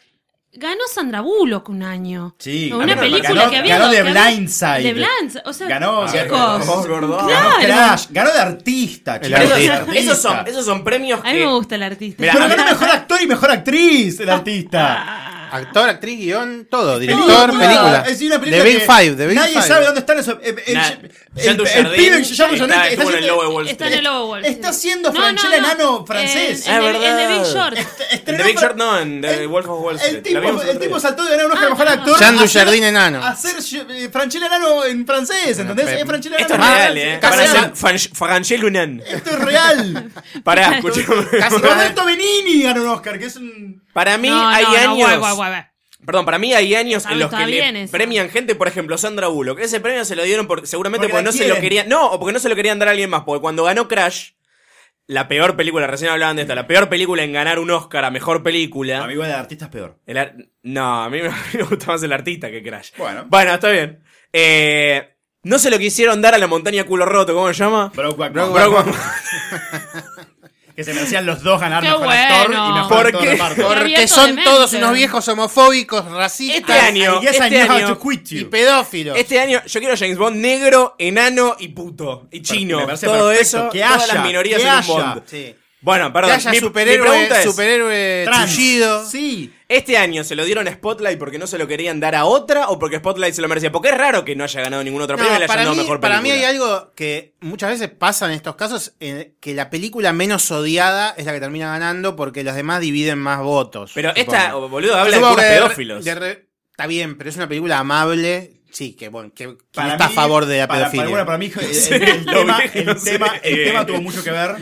Speaker 7: Ganó Sandra Bullock un año.
Speaker 14: Sí,
Speaker 7: Con una
Speaker 14: ganó-
Speaker 7: película
Speaker 14: ganó-
Speaker 7: que había.
Speaker 14: ganó
Speaker 7: que
Speaker 14: de
Speaker 7: había-
Speaker 14: Blindside.
Speaker 7: De Blindside. O sea,
Speaker 14: Ganó,
Speaker 7: chicos.
Speaker 1: Gordon.
Speaker 14: ganó
Speaker 7: Claro.
Speaker 14: Crash, ganó de artista,
Speaker 1: El
Speaker 14: chicos, de
Speaker 1: artista.
Speaker 14: artista.
Speaker 1: Esos son- esos son premios
Speaker 7: A mí me gusta el artista.
Speaker 14: Pero ganó mejor actor y mejor actriz, el artista.
Speaker 15: Actor, actriz, guión, todo. Director, película.
Speaker 14: Es decir, una película
Speaker 15: The Big
Speaker 14: que
Speaker 15: Five, The Big
Speaker 14: Nadie
Speaker 15: Five.
Speaker 14: sabe dónde están esos. El, el,
Speaker 15: Nah,
Speaker 14: el,
Speaker 15: Jean
Speaker 14: el,
Speaker 15: Dujardin
Speaker 14: pibe Jean Dujardin
Speaker 1: está-
Speaker 14: que
Speaker 1: estuvo en el
Speaker 14: haciendo-
Speaker 1: Lobo de Wall
Speaker 7: Está en el Lobo Wall Street.
Speaker 14: Está haciendo
Speaker 7: No, no,
Speaker 14: Franchella
Speaker 7: no.
Speaker 14: enano francés.
Speaker 7: En, en el- en The Big Short.
Speaker 1: En The Big Short no, en The Wolf of Wall Street.
Speaker 14: El tipo,
Speaker 1: La vimos el
Speaker 14: el
Speaker 1: otro
Speaker 14: tipo
Speaker 1: día.
Speaker 14: saltó de ganar un Oscar a mejor actor.
Speaker 15: Jean
Speaker 14: a hacer-
Speaker 15: Dujardin enano.
Speaker 14: A hacer eh, Franchella enano en francés, ¿entendés?
Speaker 15: pero-
Speaker 14: Es Franchella
Speaker 1: Esto es
Speaker 14: enano.
Speaker 1: real, eh.
Speaker 14: Casi
Speaker 1: Para
Speaker 14: ganó-
Speaker 1: ser Fran- Frangel Unan.
Speaker 14: Esto es real.
Speaker 1: Pará, escuchame.
Speaker 14: Roberto Benini ganó un Oscar, que es un.
Speaker 1: Para mí
Speaker 7: No,
Speaker 1: hay
Speaker 7: no, no,
Speaker 1: años.
Speaker 7: guay, guay, guay, guay.
Speaker 1: Perdón, para mí hay años
Speaker 7: Está-
Speaker 1: en los
Speaker 7: está
Speaker 1: que
Speaker 7: bien
Speaker 1: le
Speaker 7: eso.
Speaker 1: premian gente, por ejemplo, Sandra Bullock. Ese premio se lo dieron por, seguramente
Speaker 14: Porque
Speaker 1: porque
Speaker 14: la
Speaker 1: no se lo
Speaker 14: quieren.
Speaker 1: querían. No, o porque no se lo querían dar a alguien más. Porque cuando ganó Crash, la peor película, recién hablaban de esta, la peor película en ganar un Oscar a mejor película.
Speaker 14: Amigo de artistas peor.
Speaker 1: El ar- No, a mí me, me gusta más el artista que Crash.
Speaker 14: Bueno.
Speaker 1: Bueno, está bien. Eh, no se lo quisieron dar a la montaña culo roto, ¿cómo se llama?
Speaker 14: Brokeback
Speaker 1: Brokeback
Speaker 14: Mountain.
Speaker 1: Mountain.
Speaker 14: Que se merecían los dos ganar
Speaker 7: Qué
Speaker 14: mejor actor y mejor
Speaker 1: ¿Por
Speaker 14: actor
Speaker 1: qué?
Speaker 14: reparto.
Speaker 15: Porque son todos unos viejos homofóbicos, racistas.
Speaker 1: Este año,
Speaker 15: I guess I
Speaker 1: este
Speaker 15: know how
Speaker 1: año.
Speaker 15: to quit you. Y pedófilos.
Speaker 1: Este año yo quiero James Bond negro, enano y puto. Y chino.
Speaker 14: me parece
Speaker 1: Todo
Speaker 14: perfecto,
Speaker 1: eso,
Speaker 14: que
Speaker 1: todas
Speaker 14: haya,
Speaker 1: las minorías
Speaker 14: que
Speaker 1: en un
Speaker 14: haya.
Speaker 1: Bond.
Speaker 15: Sí.
Speaker 1: Bueno, perdón.
Speaker 15: Que haya
Speaker 1: mi, mi
Speaker 15: superhéroe,
Speaker 1: pregunta es,
Speaker 15: superhéroe
Speaker 1: Trans.
Speaker 15: tullido.
Speaker 14: Sí.
Speaker 1: ¿Este año se lo dieron a Spotlight porque no se lo querían dar a otra o porque Spotlight se lo merecía? Porque es raro que no haya ganado ningún otro
Speaker 15: No,
Speaker 1: premio y le hayan
Speaker 15: para,
Speaker 1: dado
Speaker 15: mí,
Speaker 1: mejor
Speaker 15: para mí hay
Speaker 1: película.
Speaker 15: algo que muchas veces pasa en estos casos, en que la película menos odiada es la que termina ganando porque las demás dividen más votos.
Speaker 1: Pero esta,
Speaker 15: supongo.
Speaker 1: boludo, habla de
Speaker 15: Supongo
Speaker 1: puros
Speaker 15: que re-
Speaker 1: pedófilos.
Speaker 15: de re- está bien, pero es una película amable. Sí, que bueno, que, ¿quién
Speaker 14: Para
Speaker 15: está
Speaker 14: mí-
Speaker 15: a favor de la
Speaker 14: para- para-
Speaker 15: pedofilia.
Speaker 14: bueno, para mí el, el- el
Speaker 1: Lo
Speaker 14: tema,
Speaker 1: vi,
Speaker 14: el
Speaker 1: no sé.
Speaker 14: tema- el tema tuvo mucho que ver.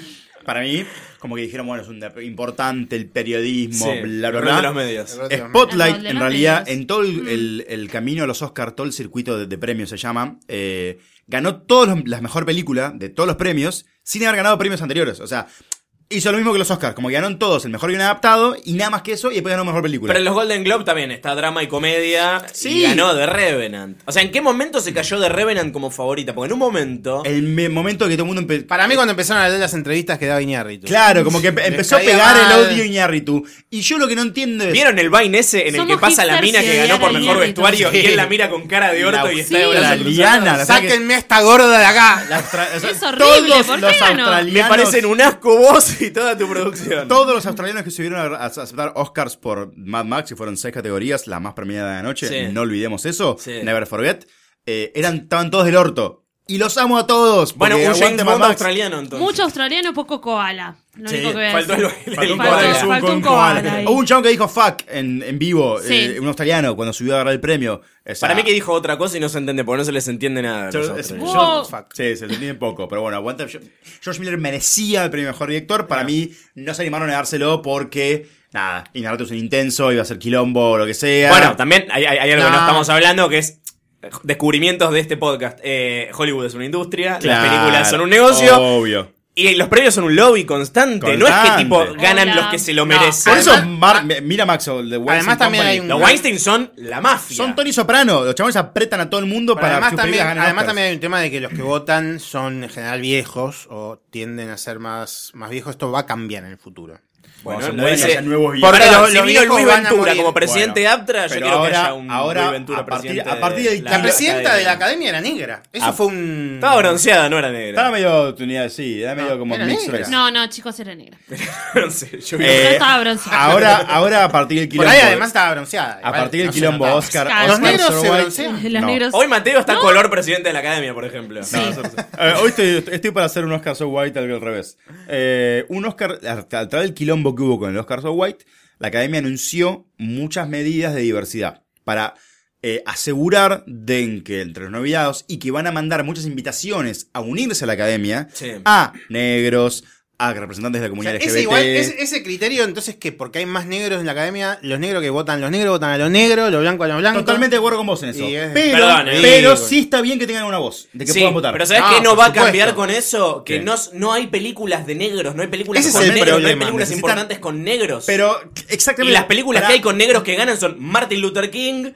Speaker 14: Para mí, como que dijeron, bueno, es un de- importante el periodismo, bla,
Speaker 1: Sí, el
Speaker 14: bla,
Speaker 1: rol
Speaker 14: bla.
Speaker 1: de los medios. El rol de los
Speaker 14: Spotlight,
Speaker 1: medios. Mm.
Speaker 14: en realidad, en todo el, el- el camino a los Oscars, todo el circuito de, de premios se llama, eh, ganó todas las mejor películas de todos los premios sin haber ganado premios anteriores. O sea, hizo lo mismo que los Oscars, como que ganaron todos el mejor guion adaptado y nada más que eso, y después ganó mejor película.
Speaker 1: Pero en los Golden Globe también está drama y comedia.
Speaker 14: Sí.
Speaker 1: Y ganó The Revenant. O sea, ¿en qué momento se cayó The Revenant como favorita? Porque en un momento.
Speaker 14: el me- momento que todo el mundo empe- eh,
Speaker 15: Para mí cuando empezaron a leer las entrevistas que daba Iñárritu.
Speaker 14: Claro, como que
Speaker 15: Les
Speaker 14: empezó a
Speaker 15: caía
Speaker 14: pegar el
Speaker 15: mal.
Speaker 14: odio Iñárritu. Y yo lo que no entiendo es.
Speaker 1: ¿Vieron el vaine ese en el
Speaker 7: Somos
Speaker 1: que pasa la
Speaker 7: hipsters
Speaker 1: mina
Speaker 7: y
Speaker 1: que ganó
Speaker 7: odiar
Speaker 1: por
Speaker 7: a
Speaker 1: mejor
Speaker 7: Iñárritu.
Speaker 1: vestuario
Speaker 15: Sí.
Speaker 1: y él la mira con cara de orto y está de brazos
Speaker 14: la
Speaker 1: cruzados?
Speaker 14: liana, la
Speaker 15: Sáquenme a esta gorda de acá.
Speaker 14: La austra- o sea,
Speaker 7: Es horrible,
Speaker 14: todos
Speaker 7: ¿por qué
Speaker 14: los
Speaker 7: ganó?
Speaker 1: Me
Speaker 14: australianos,
Speaker 1: parecen un asco vos y toda tu producción.
Speaker 14: todos los australianos que subieron a, a aceptar Oscars por Mad Max, que fueron seis categorías, la más premiada de la noche,
Speaker 1: Sí.
Speaker 14: no olvidemos eso,
Speaker 1: Sí.
Speaker 14: never forget, eh, eran, estaban todos del orto. Y los amo a todos.
Speaker 1: Bueno,
Speaker 14: porque
Speaker 1: un
Speaker 14: aguante
Speaker 1: James
Speaker 14: Mad
Speaker 1: Bond
Speaker 14: Max.
Speaker 1: australiano entonces.
Speaker 7: Mucho australiano, poco koala. Lo
Speaker 1: Sí,
Speaker 7: único que voy a
Speaker 1: faltó
Speaker 7: decir.
Speaker 1: el- el-
Speaker 14: Faltó un
Speaker 7: Faltó-
Speaker 14: koala.
Speaker 7: faltó un
Speaker 14: Con koala.
Speaker 7: koala ahí.
Speaker 14: Hubo un chabón que dijo fuck en, en vivo,
Speaker 7: Sí.
Speaker 14: eh, un australiano, cuando subió a agarrar el premio. O sea,
Speaker 1: Para mí que dijo otra cosa y no se entiende, porque no se les entiende nada. a los
Speaker 14: Yo- es-
Speaker 1: australianos.
Speaker 7: Wow.
Speaker 14: yo- Sí, se entiende poco, pero bueno, aguanta. yo- George Miller merecía el premio mejor director. Para mí, no se animaron a dárselo porque, nada, Inarritu es un intenso, iba a ser quilombo o lo que sea.
Speaker 1: Bueno, también hay, hay- hay algo que
Speaker 15: No.
Speaker 1: no estamos hablando que es eh, descubrimientos de este podcast. Eh, Hollywood es una industria,
Speaker 14: Claro,
Speaker 1: las películas son un negocio.
Speaker 14: Obvio.
Speaker 1: Y los premios son un lobby constante. No es que
Speaker 14: Constante.
Speaker 1: tipo ganan
Speaker 7: Hola.
Speaker 1: los que se lo
Speaker 15: No,
Speaker 1: merecen.
Speaker 14: Por eso,
Speaker 15: Además-
Speaker 14: Mar- mira Maxwell, de Weinstein
Speaker 15: Además también
Speaker 14: Company.
Speaker 15: hay un-
Speaker 1: los Weinstein son la mafia.
Speaker 14: Son Tony Soprano, los chavales apretan a todo el mundo
Speaker 15: Pero
Speaker 14: para que "Ah,
Speaker 15: además,
Speaker 14: sus películas
Speaker 15: también,
Speaker 14: ganen
Speaker 15: además
Speaker 14: Oscars.
Speaker 15: también hay un tema de que los que votan son en general viejos o tienden a ser más, más viejos. Esto va a cambiar en el futuro.
Speaker 1: Bueno,
Speaker 14: Cuando se
Speaker 1: lo
Speaker 14: mueran
Speaker 1: dice-
Speaker 14: haya nuevos
Speaker 1: Porque
Speaker 14: guiones.
Speaker 1: los-
Speaker 15: los
Speaker 1: si vino
Speaker 15: viejos
Speaker 1: Luis
Speaker 15: van a
Speaker 1: Ventura
Speaker 15: morir.
Speaker 1: como presidente de Aptra, yo
Speaker 14: pero
Speaker 1: quiero que
Speaker 14: ahora-
Speaker 1: haya un
Speaker 14: ahora,
Speaker 1: Luis Ventura
Speaker 14: a partir-
Speaker 1: presidente
Speaker 14: a partir de-
Speaker 15: La, presidenta de la academia
Speaker 1: academia.
Speaker 15: era negra. Eso
Speaker 14: Ah.
Speaker 15: fue un.
Speaker 1: Estaba bronceada, no era
Speaker 14: Estaba
Speaker 1: negra.
Speaker 14: medio tunida, sí, era medio como
Speaker 15: era
Speaker 14: mixed
Speaker 15: negra.
Speaker 14: race.
Speaker 7: No, no, chicos, era negra.
Speaker 1: No sé, yo vi-
Speaker 7: Yo
Speaker 14: Eh,
Speaker 7: estaba bronceada.
Speaker 14: Ahora, ahora a partir del
Speaker 15: Por
Speaker 14: quilombo.
Speaker 15: ahí además estaba bronceada.
Speaker 14: A
Speaker 15: igual,
Speaker 14: partir del
Speaker 15: no se
Speaker 14: quilombo
Speaker 15: notaba.
Speaker 14: Oscar,
Speaker 7: Claro.
Speaker 14: Oscar
Speaker 15: Los negros se
Speaker 14: Sorway-
Speaker 15: broncean.
Speaker 7: Los
Speaker 14: No.
Speaker 7: negros.
Speaker 1: Hoy Mateo está color presidente de la academia, por ejemplo.
Speaker 14: No, eso no sé. Eh, hoy estoy, estoy para hacer un Oscar So White al al revés. Eh, un Oscar, al al través del quilombo que hubo con el Oscar So White, la academia anunció muchas medidas de diversidad para eh, asegurar de en que entre los noviados y que van a mandar muchas invitaciones a unirse a la academia
Speaker 1: Sí.
Speaker 14: a negros, a representantes de la
Speaker 15: O sea,
Speaker 14: comunidad LGBT.
Speaker 15: ese, igual- ese- ese criterio, entonces, que porque hay más negros en la academia, los negros que votan, los negros votan a los negros, los blancos a los blancos.
Speaker 14: Totalmente de acuerdo con vos en eso.
Speaker 15: Y es-
Speaker 14: Pero,
Speaker 1: Perdón, eh.
Speaker 14: pero
Speaker 15: Sí,
Speaker 14: sí está bien que tengan una voz, de que
Speaker 1: Sí,
Speaker 14: puedan votar.
Speaker 1: pero ¿sabes
Speaker 15: No,
Speaker 1: qué no
Speaker 15: por
Speaker 1: va a
Speaker 15: supuesto.
Speaker 1: cambiar con eso? Que
Speaker 14: ¿Qué?
Speaker 1: no, no hay películas de negros, no hay películas
Speaker 15: Ese es
Speaker 1: con
Speaker 15: el
Speaker 1: negros, no hay
Speaker 15: problema,
Speaker 1: películas
Speaker 14: necesitan-
Speaker 1: importantes con negros.
Speaker 14: Pero,
Speaker 1: y
Speaker 14: exactamente.
Speaker 1: las películas
Speaker 14: Pará.
Speaker 1: que hay con negros que ganan son Martin Luther King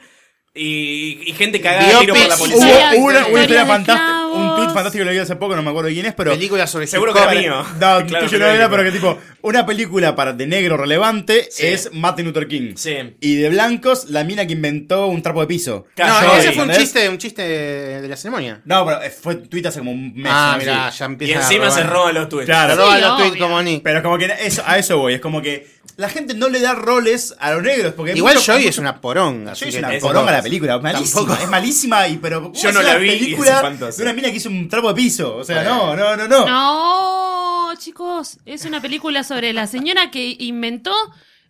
Speaker 1: y, y gente cagada a tiro por la
Speaker 15: Biopics.
Speaker 1: policía.
Speaker 14: Hubo
Speaker 7: Historias-
Speaker 14: una, una
Speaker 7: historias
Speaker 14: historia
Speaker 7: de
Speaker 14: fantástica.
Speaker 7: vos.
Speaker 14: un tweet fantástico que leí hace poco, no me acuerdo quién es, pero.
Speaker 15: Película sobre
Speaker 14: Seguro
Speaker 15: hip hop.
Speaker 14: que era mío. No, tuyo no era, pero que tipo, una película para de negro relevante es Martin Luther King. Y de blancos, la mina que inventó un trapo de piso.
Speaker 15: No,
Speaker 14: Yo,
Speaker 15: ese fue un
Speaker 14: ¿entendés?
Speaker 15: chiste, un chiste de la ceremonia.
Speaker 14: No, pero eh, fue tweet hace como un mes.
Speaker 15: Ah,
Speaker 14: ¿no?
Speaker 15: mirá,
Speaker 14: Sí.
Speaker 15: ya empieza Y encima a robar. se roba los tweets.
Speaker 14: Claro,
Speaker 15: Se roba Sí, los obvio. tweets como ni.
Speaker 14: Pero como que eso, a eso voy, es como que la gente no le da roles a los negros. Porque
Speaker 15: Igual
Speaker 14: mucho-
Speaker 15: Joy es una poronga.
Speaker 14: Joy es una poronga la película, malísima, es malísima y pero
Speaker 15: Yo
Speaker 14: es
Speaker 15: no
Speaker 14: una
Speaker 15: la vi y es
Speaker 14: película
Speaker 15: espantosa.
Speaker 14: de una mina que hizo un trapo de piso, o sea,
Speaker 15: Bueno.
Speaker 14: no, no, no, no.
Speaker 7: No, chicos, es una película sobre la señora que inventó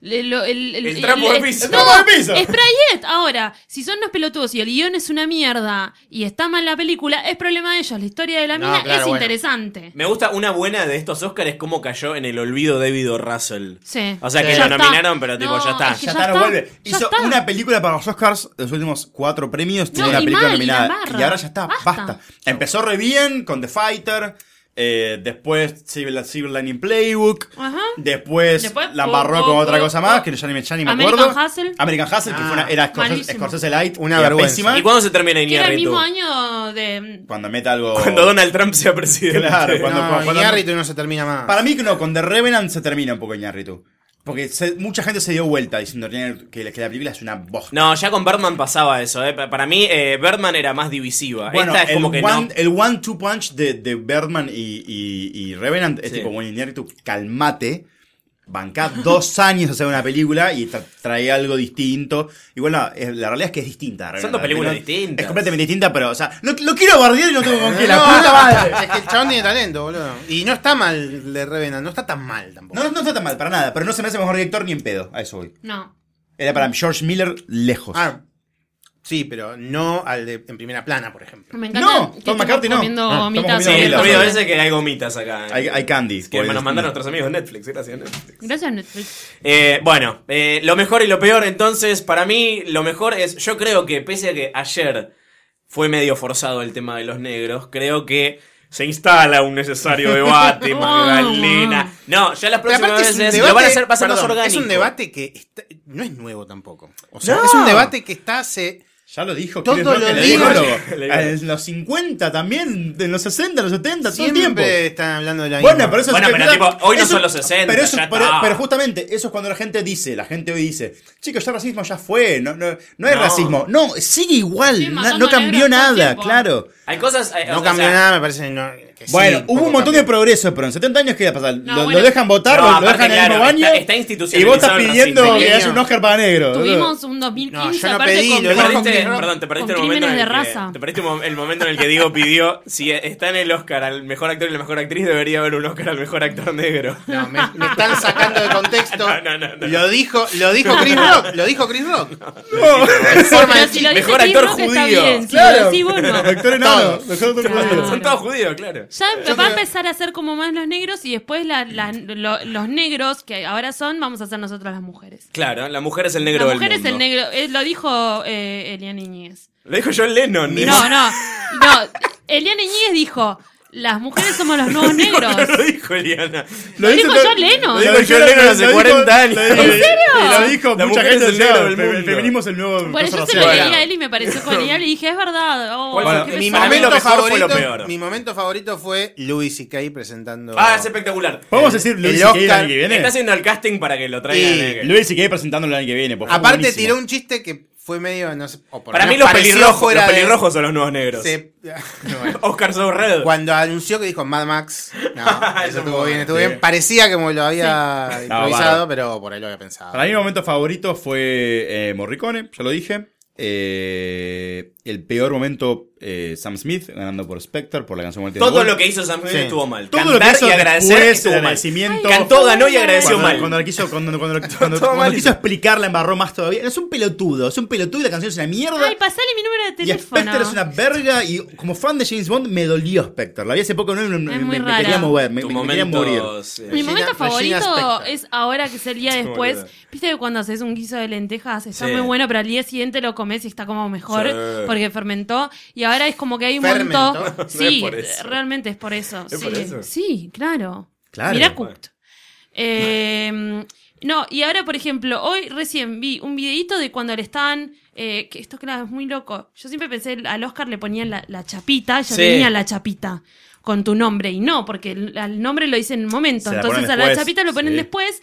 Speaker 7: le- lo- el,
Speaker 14: El trapo de piso.
Speaker 7: No,
Speaker 14: El trapo de piso.
Speaker 7: Sprayet. Ahora, si son unos pelotudos y el guión es una mierda y está mal la película, es problema de ellos. La historia de la
Speaker 1: No,
Speaker 7: mina
Speaker 1: claro,
Speaker 7: es
Speaker 1: bueno.
Speaker 7: interesante.
Speaker 1: Me gusta una buena de estos Oscars es cómo cayó en el olvido David O. Russell.
Speaker 7: Sí.
Speaker 1: O sea que
Speaker 7: Sí.
Speaker 1: lo
Speaker 7: Ya está.
Speaker 1: nominaron, pero tipo,
Speaker 7: No,
Speaker 1: ya está.
Speaker 7: es que
Speaker 14: Ya está, no vuelve.
Speaker 7: ya
Speaker 14: Hizo
Speaker 7: está.
Speaker 14: una película para los Oscars, los últimos cuatro premios, tiene
Speaker 7: No,
Speaker 14: una
Speaker 7: y
Speaker 14: película
Speaker 7: mal, y la
Speaker 14: nominada.
Speaker 7: embarra.
Speaker 14: Y ahora ya está, basta. Empezó re bien con The Fighter, eh, después Civil, Civil Lining Playbook,
Speaker 7: Ajá.
Speaker 14: después,
Speaker 7: Después,
Speaker 14: la
Speaker 7: po-
Speaker 14: embarró
Speaker 7: po-
Speaker 14: con otra
Speaker 7: po-
Speaker 14: cosa más, que ya ni me, ya ni me
Speaker 7: American
Speaker 14: acuerdo.
Speaker 7: Hustle.
Speaker 14: American Hustle, que
Speaker 15: Ah,
Speaker 14: fue una, era Scorsese,
Speaker 7: malísimo.
Speaker 14: Scorsese Light.
Speaker 15: Una
Speaker 14: era
Speaker 15: vergüenza.
Speaker 14: pésima.
Speaker 1: ¿Y cuándo se termina
Speaker 7: Que era el mismo
Speaker 1: Iñárritu?
Speaker 7: año de.
Speaker 14: Cuando meta algo...
Speaker 1: Cuando Donald Trump sea presidente.
Speaker 14: Oh. Claro, cuando,
Speaker 15: No,
Speaker 14: cuando-
Speaker 15: Iñárritu no se termina más.
Speaker 14: Para mí que no, con The Revenant se termina un poco Iñárritu. Porque se- mucha gente se dio vuelta diciendo que, que la película es una bosta.
Speaker 1: No, ya con Birdman pasaba eso. eh. Pa- Para mí, eh, Birdman era más divisiva.
Speaker 14: Bueno,
Speaker 1: Esta es
Speaker 14: el,
Speaker 1: como que
Speaker 14: one,
Speaker 1: no.
Speaker 14: el one two punch de, de Birdman y, y- y Revenant es tipo, bueno, Iñárritu, calmate. Bancá dos años a hacer una película y tra- trae algo distinto. Igual no, es- la realidad es que es distinta.
Speaker 1: Son
Speaker 14: Revenant.
Speaker 1: dos películas
Speaker 14: Revenant
Speaker 1: distintas.
Speaker 14: Es completamente distinta, pero, o sea, lo, lo quiero bardear y no tengo con qué. Eh, la
Speaker 15: No,
Speaker 14: puta madre.
Speaker 15: Es que el chabón tiene talento, boludo. Y no está mal de Revenant, no está tan mal tampoco.
Speaker 14: No, no está tan mal, para nada, pero no se me hace mejor director ni en pedo. A eso voy.
Speaker 7: No.
Speaker 14: Era para George Miller lejos.
Speaker 15: Ah, sí, pero no al de en primera plana, por ejemplo.
Speaker 7: Me encanta No, que Tom estemos McCarthy no. comiendo No, estamos gomitas.
Speaker 1: Sí,
Speaker 7: comiendo
Speaker 1: el
Speaker 7: gomitas.
Speaker 1: ruido ese que hay gomitas acá. eh,
Speaker 14: Hay- hay candy,
Speaker 1: Que
Speaker 14: por
Speaker 1: nos
Speaker 14: el-
Speaker 1: mandaron nuestros amigos de Netflix. Gracias, Netflix.
Speaker 7: Gracias, Netflix.
Speaker 1: Eh, bueno, eh, lo mejor y lo peor, entonces, para mí, lo mejor es, yo creo que pese a que ayer fue medio forzado el tema de los negros, creo que se instala un necesario debate, Magdalena. No, ya las
Speaker 15: Pero
Speaker 1: próximas
Speaker 15: aparte es un
Speaker 1: veces
Speaker 15: debate-
Speaker 1: lo van a hacer va a ser más
Speaker 15: perdón,
Speaker 1: orgánico.
Speaker 15: Es un debate que está- no es nuevo tampoco. O sea,
Speaker 14: No.
Speaker 15: es un debate que está hace.
Speaker 14: Ya lo dijo.
Speaker 15: Todo
Speaker 14: Chris Rock,
Speaker 15: lo
Speaker 14: el
Speaker 15: digo.
Speaker 14: ideólogo. En los 50 también, en los 60, los 70, todo el tiempo.
Speaker 15: Siempre están hablando de la
Speaker 14: Bueno,
Speaker 15: misma.
Speaker 14: pero eso
Speaker 1: Bueno,
Speaker 14: es
Speaker 1: pero
Speaker 14: verdad.
Speaker 1: tipo, hoy no
Speaker 14: Eso-
Speaker 1: son los 60,
Speaker 14: Pero, eso-
Speaker 1: ya
Speaker 14: pero-
Speaker 1: está.
Speaker 14: pero justamente eso es cuando la gente dice, la gente hoy dice, chicos, ya el racismo ya fue, no, no, no hay
Speaker 1: No.
Speaker 14: racismo. No, sigue igual, no- no,
Speaker 1: matando
Speaker 14: cambió
Speaker 1: negros todo el
Speaker 14: nada,
Speaker 1: tiempo.
Speaker 14: claro.
Speaker 1: Hay cosas... eh,
Speaker 15: No
Speaker 1: o
Speaker 15: cambió
Speaker 1: sea,
Speaker 15: nada, me parece. no, que sí,
Speaker 14: Bueno, hubo
Speaker 15: poco
Speaker 14: un montón
Speaker 15: cambió.
Speaker 14: de progreso, pero en 70 años, ¿qué va a pasar?
Speaker 7: No,
Speaker 14: lo,
Speaker 7: bueno.
Speaker 14: lo dejan votar,
Speaker 1: No,
Speaker 14: lo- lo,
Speaker 1: aparte,
Speaker 14: dejan en el
Speaker 1: claro,
Speaker 14: mismo baño.
Speaker 1: está- está
Speaker 14: y vos estás
Speaker 1: institucionalizado el
Speaker 14: pidiendo
Speaker 1: racismo.
Speaker 14: que haya un Oscar para negro.
Speaker 7: Tuvimos un 2015
Speaker 15: No, yo no
Speaker 7: aparte
Speaker 15: pedí,
Speaker 7: con,
Speaker 15: lo dijo
Speaker 7: con-
Speaker 1: Perdiste-
Speaker 7: con
Speaker 1: perdón, te perdiste el momento
Speaker 7: crímenes
Speaker 1: en
Speaker 7: de
Speaker 1: el que-
Speaker 7: raza.
Speaker 1: te perdiste un mo- el momento en el que Diego pidió si está en el Oscar al mejor actor y la mejor actriz debería haber un Oscar al mejor actor negro.
Speaker 15: No, me, me están sacando de contexto. Lo dijo, lo dijo Chris Rock, lo dijo Chris Rock. En forma de-
Speaker 7: Pero si lo dice Tim Roth está bien, si lo decís vos no.
Speaker 14: Actor enano,
Speaker 15: Todos.
Speaker 14: mejor actor
Speaker 1: Claro.
Speaker 14: negro.
Speaker 1: Son todos judíos, claro.
Speaker 7: Ya va a empezar a ser como más los negros y después la- la- lo- los negros, que ahora son, vamos a ser nosotros las mujeres.
Speaker 1: Claro, la mujer es el negro
Speaker 7: La
Speaker 1: del
Speaker 7: mujer es
Speaker 1: mundo.
Speaker 7: el negro, eh, lo dijo eh, Eliana Iñiguez.
Speaker 1: Lo dijo John Lennon. ¿eh?
Speaker 7: No, no, no, Eliana Iñiguez dijo, las mujeres somos los nuevos negros.
Speaker 1: No lo dijo Eliana.
Speaker 7: Lo dijo John Lennon.
Speaker 1: Lo dijo
Speaker 7: Lo
Speaker 1: John Lennon hace 40 años.
Speaker 14: ¿En serio? Lo dijo mucha
Speaker 1: La mujer
Speaker 14: gente
Speaker 1: es el negro del
Speaker 14: fe-
Speaker 1: mundo.
Speaker 14: El feminismo es el nuevo.
Speaker 7: Por eso se
Speaker 14: racial.
Speaker 7: lo leí
Speaker 14: Bueno.
Speaker 7: a él y me pareció genial y dije, es verdad. oh,
Speaker 1: ¿Cuál fue?
Speaker 7: qué
Speaker 1: Mi
Speaker 7: pesado.
Speaker 1: mamá lo mejor fue lo peor.
Speaker 15: Mi momento favorito fue Louis C.K. presentando.
Speaker 1: Ah, es espectacular.
Speaker 14: Podemos decir Luis
Speaker 15: el
Speaker 14: C.K. el
Speaker 15: Oscar-
Speaker 14: año que viene.
Speaker 1: Está haciendo el casting para que lo traigan. eh, que-
Speaker 14: Luis C.K. presentándolo el año que viene. por favor,
Speaker 15: Aparte
Speaker 14: buenísimo.
Speaker 15: tiró un chiste que fue medio, no sé, o por
Speaker 1: Para
Speaker 15: lo
Speaker 1: mí
Speaker 15: menos
Speaker 1: los
Speaker 15: pareció
Speaker 1: pelirrojos,
Speaker 15: fuera
Speaker 1: los
Speaker 15: de-
Speaker 1: pelirrojos son los nuevos negros.
Speaker 15: Se- bueno.
Speaker 1: Oscar So Red.
Speaker 15: Cuando anunció que dijo Mad Max, no, eso estuvo bien, estuvo
Speaker 14: Sí.
Speaker 15: bien. Parecía como lo había
Speaker 14: Sí.
Speaker 15: Eh, improvisado,
Speaker 14: No, bárbaro.
Speaker 15: pero por ahí lo había pensado.
Speaker 14: Para mí, mi momento favorito fue eh, Morricone, ya lo dije. Eh, el peor momento, eh, Sam Smith ganando por Spectre, por la canción Muerte de
Speaker 1: Todo
Speaker 14: Gol.
Speaker 1: lo que hizo Sam Smith
Speaker 14: Sí.
Speaker 1: estuvo mal.
Speaker 14: Todo lo que
Speaker 1: Cantar
Speaker 14: hizo
Speaker 1: y agradecer
Speaker 14: después,
Speaker 1: estuvo
Speaker 14: el
Speaker 1: mal.
Speaker 14: agradecimiento.
Speaker 1: Cantó, ganó y agradeció
Speaker 14: Cuando-
Speaker 1: mal.
Speaker 14: Cuando, la quiso, cuando, cuando, cuando- cuando-
Speaker 1: Todo
Speaker 14: cuando
Speaker 1: mal
Speaker 14: quiso explicarla, embarró más todavía. Es un pelotudo, es un pelotudo y la canción es una mierda.
Speaker 7: Ay, pasale mi número de
Speaker 14: y Spectre es
Speaker 7: teléfono.
Speaker 14: una verga y como fan de James Bond me dolió Spectre. La vi hace poco, no, no, no,
Speaker 7: Es muy
Speaker 14: me, me
Speaker 7: rara.
Speaker 14: quería mover, me,
Speaker 1: Tu
Speaker 14: me- me quería
Speaker 1: momento,
Speaker 14: morir.
Speaker 1: sí.
Speaker 7: Mi momento
Speaker 14: Regina
Speaker 7: favorito es ahora que es el día
Speaker 14: Qué
Speaker 7: después.
Speaker 14: boluda.
Speaker 7: Viste que cuando haces un guiso de lentejas está
Speaker 14: Sí.
Speaker 7: muy bueno, pero al día siguiente lo comes y está como mejor
Speaker 1: Sí.
Speaker 7: porque fermentó. Y ahora es como que hay un
Speaker 1: ¿Fermentó?
Speaker 7: montón.
Speaker 1: No
Speaker 7: Sí,
Speaker 1: es por eso.
Speaker 7: realmente es por eso.
Speaker 1: ¿Es
Speaker 7: sí.
Speaker 1: por eso?
Speaker 7: Sí, claro.
Speaker 1: Claro.
Speaker 7: Mirá Cooked. Eh, No, y ahora, por ejemplo, hoy recién vi un videito de cuando le estaban. eh, que esto, claro, es muy loco. Yo siempre pensé, al Oscar le ponían la, la chapita,
Speaker 12: Sí.
Speaker 7: ya tenía la chapita con tu nombre, y no, porque el, al nombre lo dicen en el
Speaker 12: Se
Speaker 7: momento.
Speaker 12: la
Speaker 7: Entonces
Speaker 12: ponen
Speaker 7: a la
Speaker 12: después,
Speaker 7: chapita lo ponen
Speaker 12: sí.
Speaker 7: después.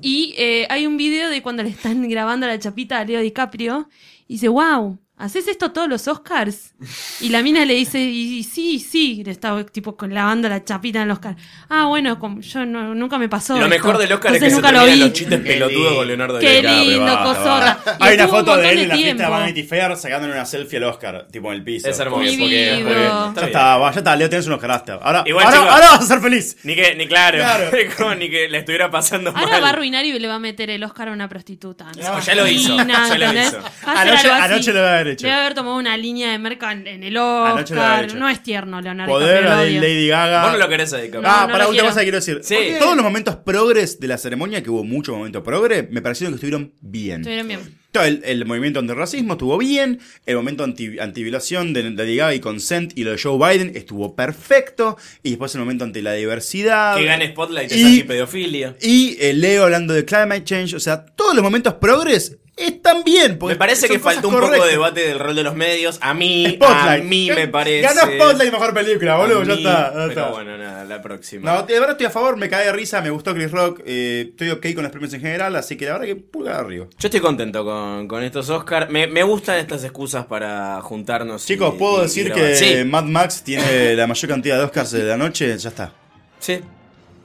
Speaker 7: Y eh, hay un video de cuando le están grabando la chapita a Leo DiCaprio. Y dice, wow, ¿haces esto todos los Oscars? Y la mina le dice, y, y sí, sí, le estaba tipo con- lavando la chapita en el Oscar. Ah, bueno, como yo no- nunca me pasó.
Speaker 1: Lo
Speaker 7: esto.
Speaker 1: mejor del Oscar es
Speaker 7: Entonces
Speaker 1: que se
Speaker 7: nunca lo
Speaker 1: terminan
Speaker 7: vi.
Speaker 1: los chistes pelotudos con Leonardo
Speaker 7: Qué
Speaker 1: DiCaprio.
Speaker 7: lindo,
Speaker 1: basta,
Speaker 7: cosota.
Speaker 1: basta.
Speaker 7: Y
Speaker 14: Hay una
Speaker 7: estuvo un
Speaker 14: foto de
Speaker 7: montón
Speaker 14: él
Speaker 7: de
Speaker 14: en la fiesta de
Speaker 7: tiempo.
Speaker 14: Vanity Fair sacándole una selfie al Oscar, tipo en el piso.
Speaker 1: Es hermoso.
Speaker 14: Porque-
Speaker 1: Divino.
Speaker 14: porque-
Speaker 1: Está
Speaker 14: Ya
Speaker 1: bien.
Speaker 14: está, va, ya está, Leo, tenés un Oscar hasta. Ahora,
Speaker 1: Igual,
Speaker 14: ahora,
Speaker 1: chicos,
Speaker 14: ahora vas a ser feliz.
Speaker 1: Ni que, ni claro,
Speaker 14: Claro.
Speaker 1: como ni que le estuviera pasando
Speaker 7: Ahora
Speaker 1: mal.
Speaker 7: va a arruinar y le va a meter el Oscar a una prostituta.
Speaker 1: No, ya lo hizo,
Speaker 7: Argentina,
Speaker 1: ya lo
Speaker 7: ¿entendés?
Speaker 1: hizo.
Speaker 7: Va a hacer
Speaker 14: Anoche-
Speaker 7: algo así.
Speaker 14: anoche lo debe haber hecho.
Speaker 7: Debe haber tomado una línea de merca en, en el
Speaker 14: Anoche lo debe haber
Speaker 7: Oscar.
Speaker 14: hecho.
Speaker 7: No es tierno, Leonardo.
Speaker 14: Poder
Speaker 7: DiCaprio,
Speaker 14: a
Speaker 7: lo odio.
Speaker 14: Lady Gaga.
Speaker 1: Vos no lo querés a DiCaprio.
Speaker 14: Ah,
Speaker 7: No, no
Speaker 14: pará,
Speaker 7: lo
Speaker 14: una
Speaker 7: quiero.
Speaker 14: cosa que quiero decir.
Speaker 1: Sí.
Speaker 14: Porque Todos los momentos progres de la ceremonia, que hubo muchos momentos progres, me parecieron que estuvieron bien.
Speaker 7: Estuvieron bien.
Speaker 14: Todo el, el movimiento antirracismo estuvo bien, el momento anti, antiviolación de, de Lady Gaga y Consent y lo de Joe Biden estuvo perfecto, y después el momento anti la diversidad.
Speaker 1: Que gane Spotlight es
Speaker 14: Y-
Speaker 1: antipedofilia.
Speaker 14: Y eh, Leo hablando de climate change, o sea, todos los momentos progres están bien. porque
Speaker 1: Me parece
Speaker 14: pues son
Speaker 1: que faltó un
Speaker 14: cosas
Speaker 1: poco de
Speaker 14: correctas.
Speaker 1: debate del rol de los medios. A mí,
Speaker 14: Spotlight.
Speaker 1: a mí me parece.
Speaker 14: Ganó Spotlight mejor película, boludo,
Speaker 1: A
Speaker 14: ya
Speaker 1: mí,
Speaker 14: está, ya está.
Speaker 1: Pero bueno, nada, la próxima.
Speaker 14: No, de verdad estoy a favor, me cae de risa, me gustó Chris Rock, eh, estoy ok con los premios en general, así que la verdad que pulgar arriba.
Speaker 1: Yo estoy contento con, con estos Oscars. Me, me gustan estas excusas para juntarnos. y-
Speaker 14: Chicos, ¿puedo
Speaker 1: y- y
Speaker 14: decir
Speaker 1: grabar.
Speaker 14: que eh,
Speaker 1: Sí,
Speaker 14: Mad Max tiene la mayor cantidad de Oscars de la noche? Ya está.
Speaker 1: sí,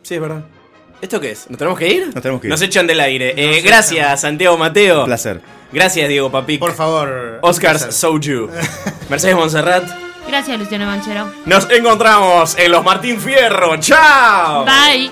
Speaker 1: sí, es verdad. ¿Esto qué es? ¿Nos tenemos que ir?
Speaker 14: Nos tenemos que ir.
Speaker 1: Nos echan del aire. Eh,
Speaker 14: echan.
Speaker 1: gracias, Santiago Mateo.
Speaker 14: Un placer.
Speaker 1: Gracias, Diego Papic. Por
Speaker 15: favor.
Speaker 1: Oscars Soju. Mercedes Monserrat.
Speaker 7: Gracias, Luciano Banchero.
Speaker 1: Nos encontramos en los Martín Fierro. ¡Chao!
Speaker 7: Bye.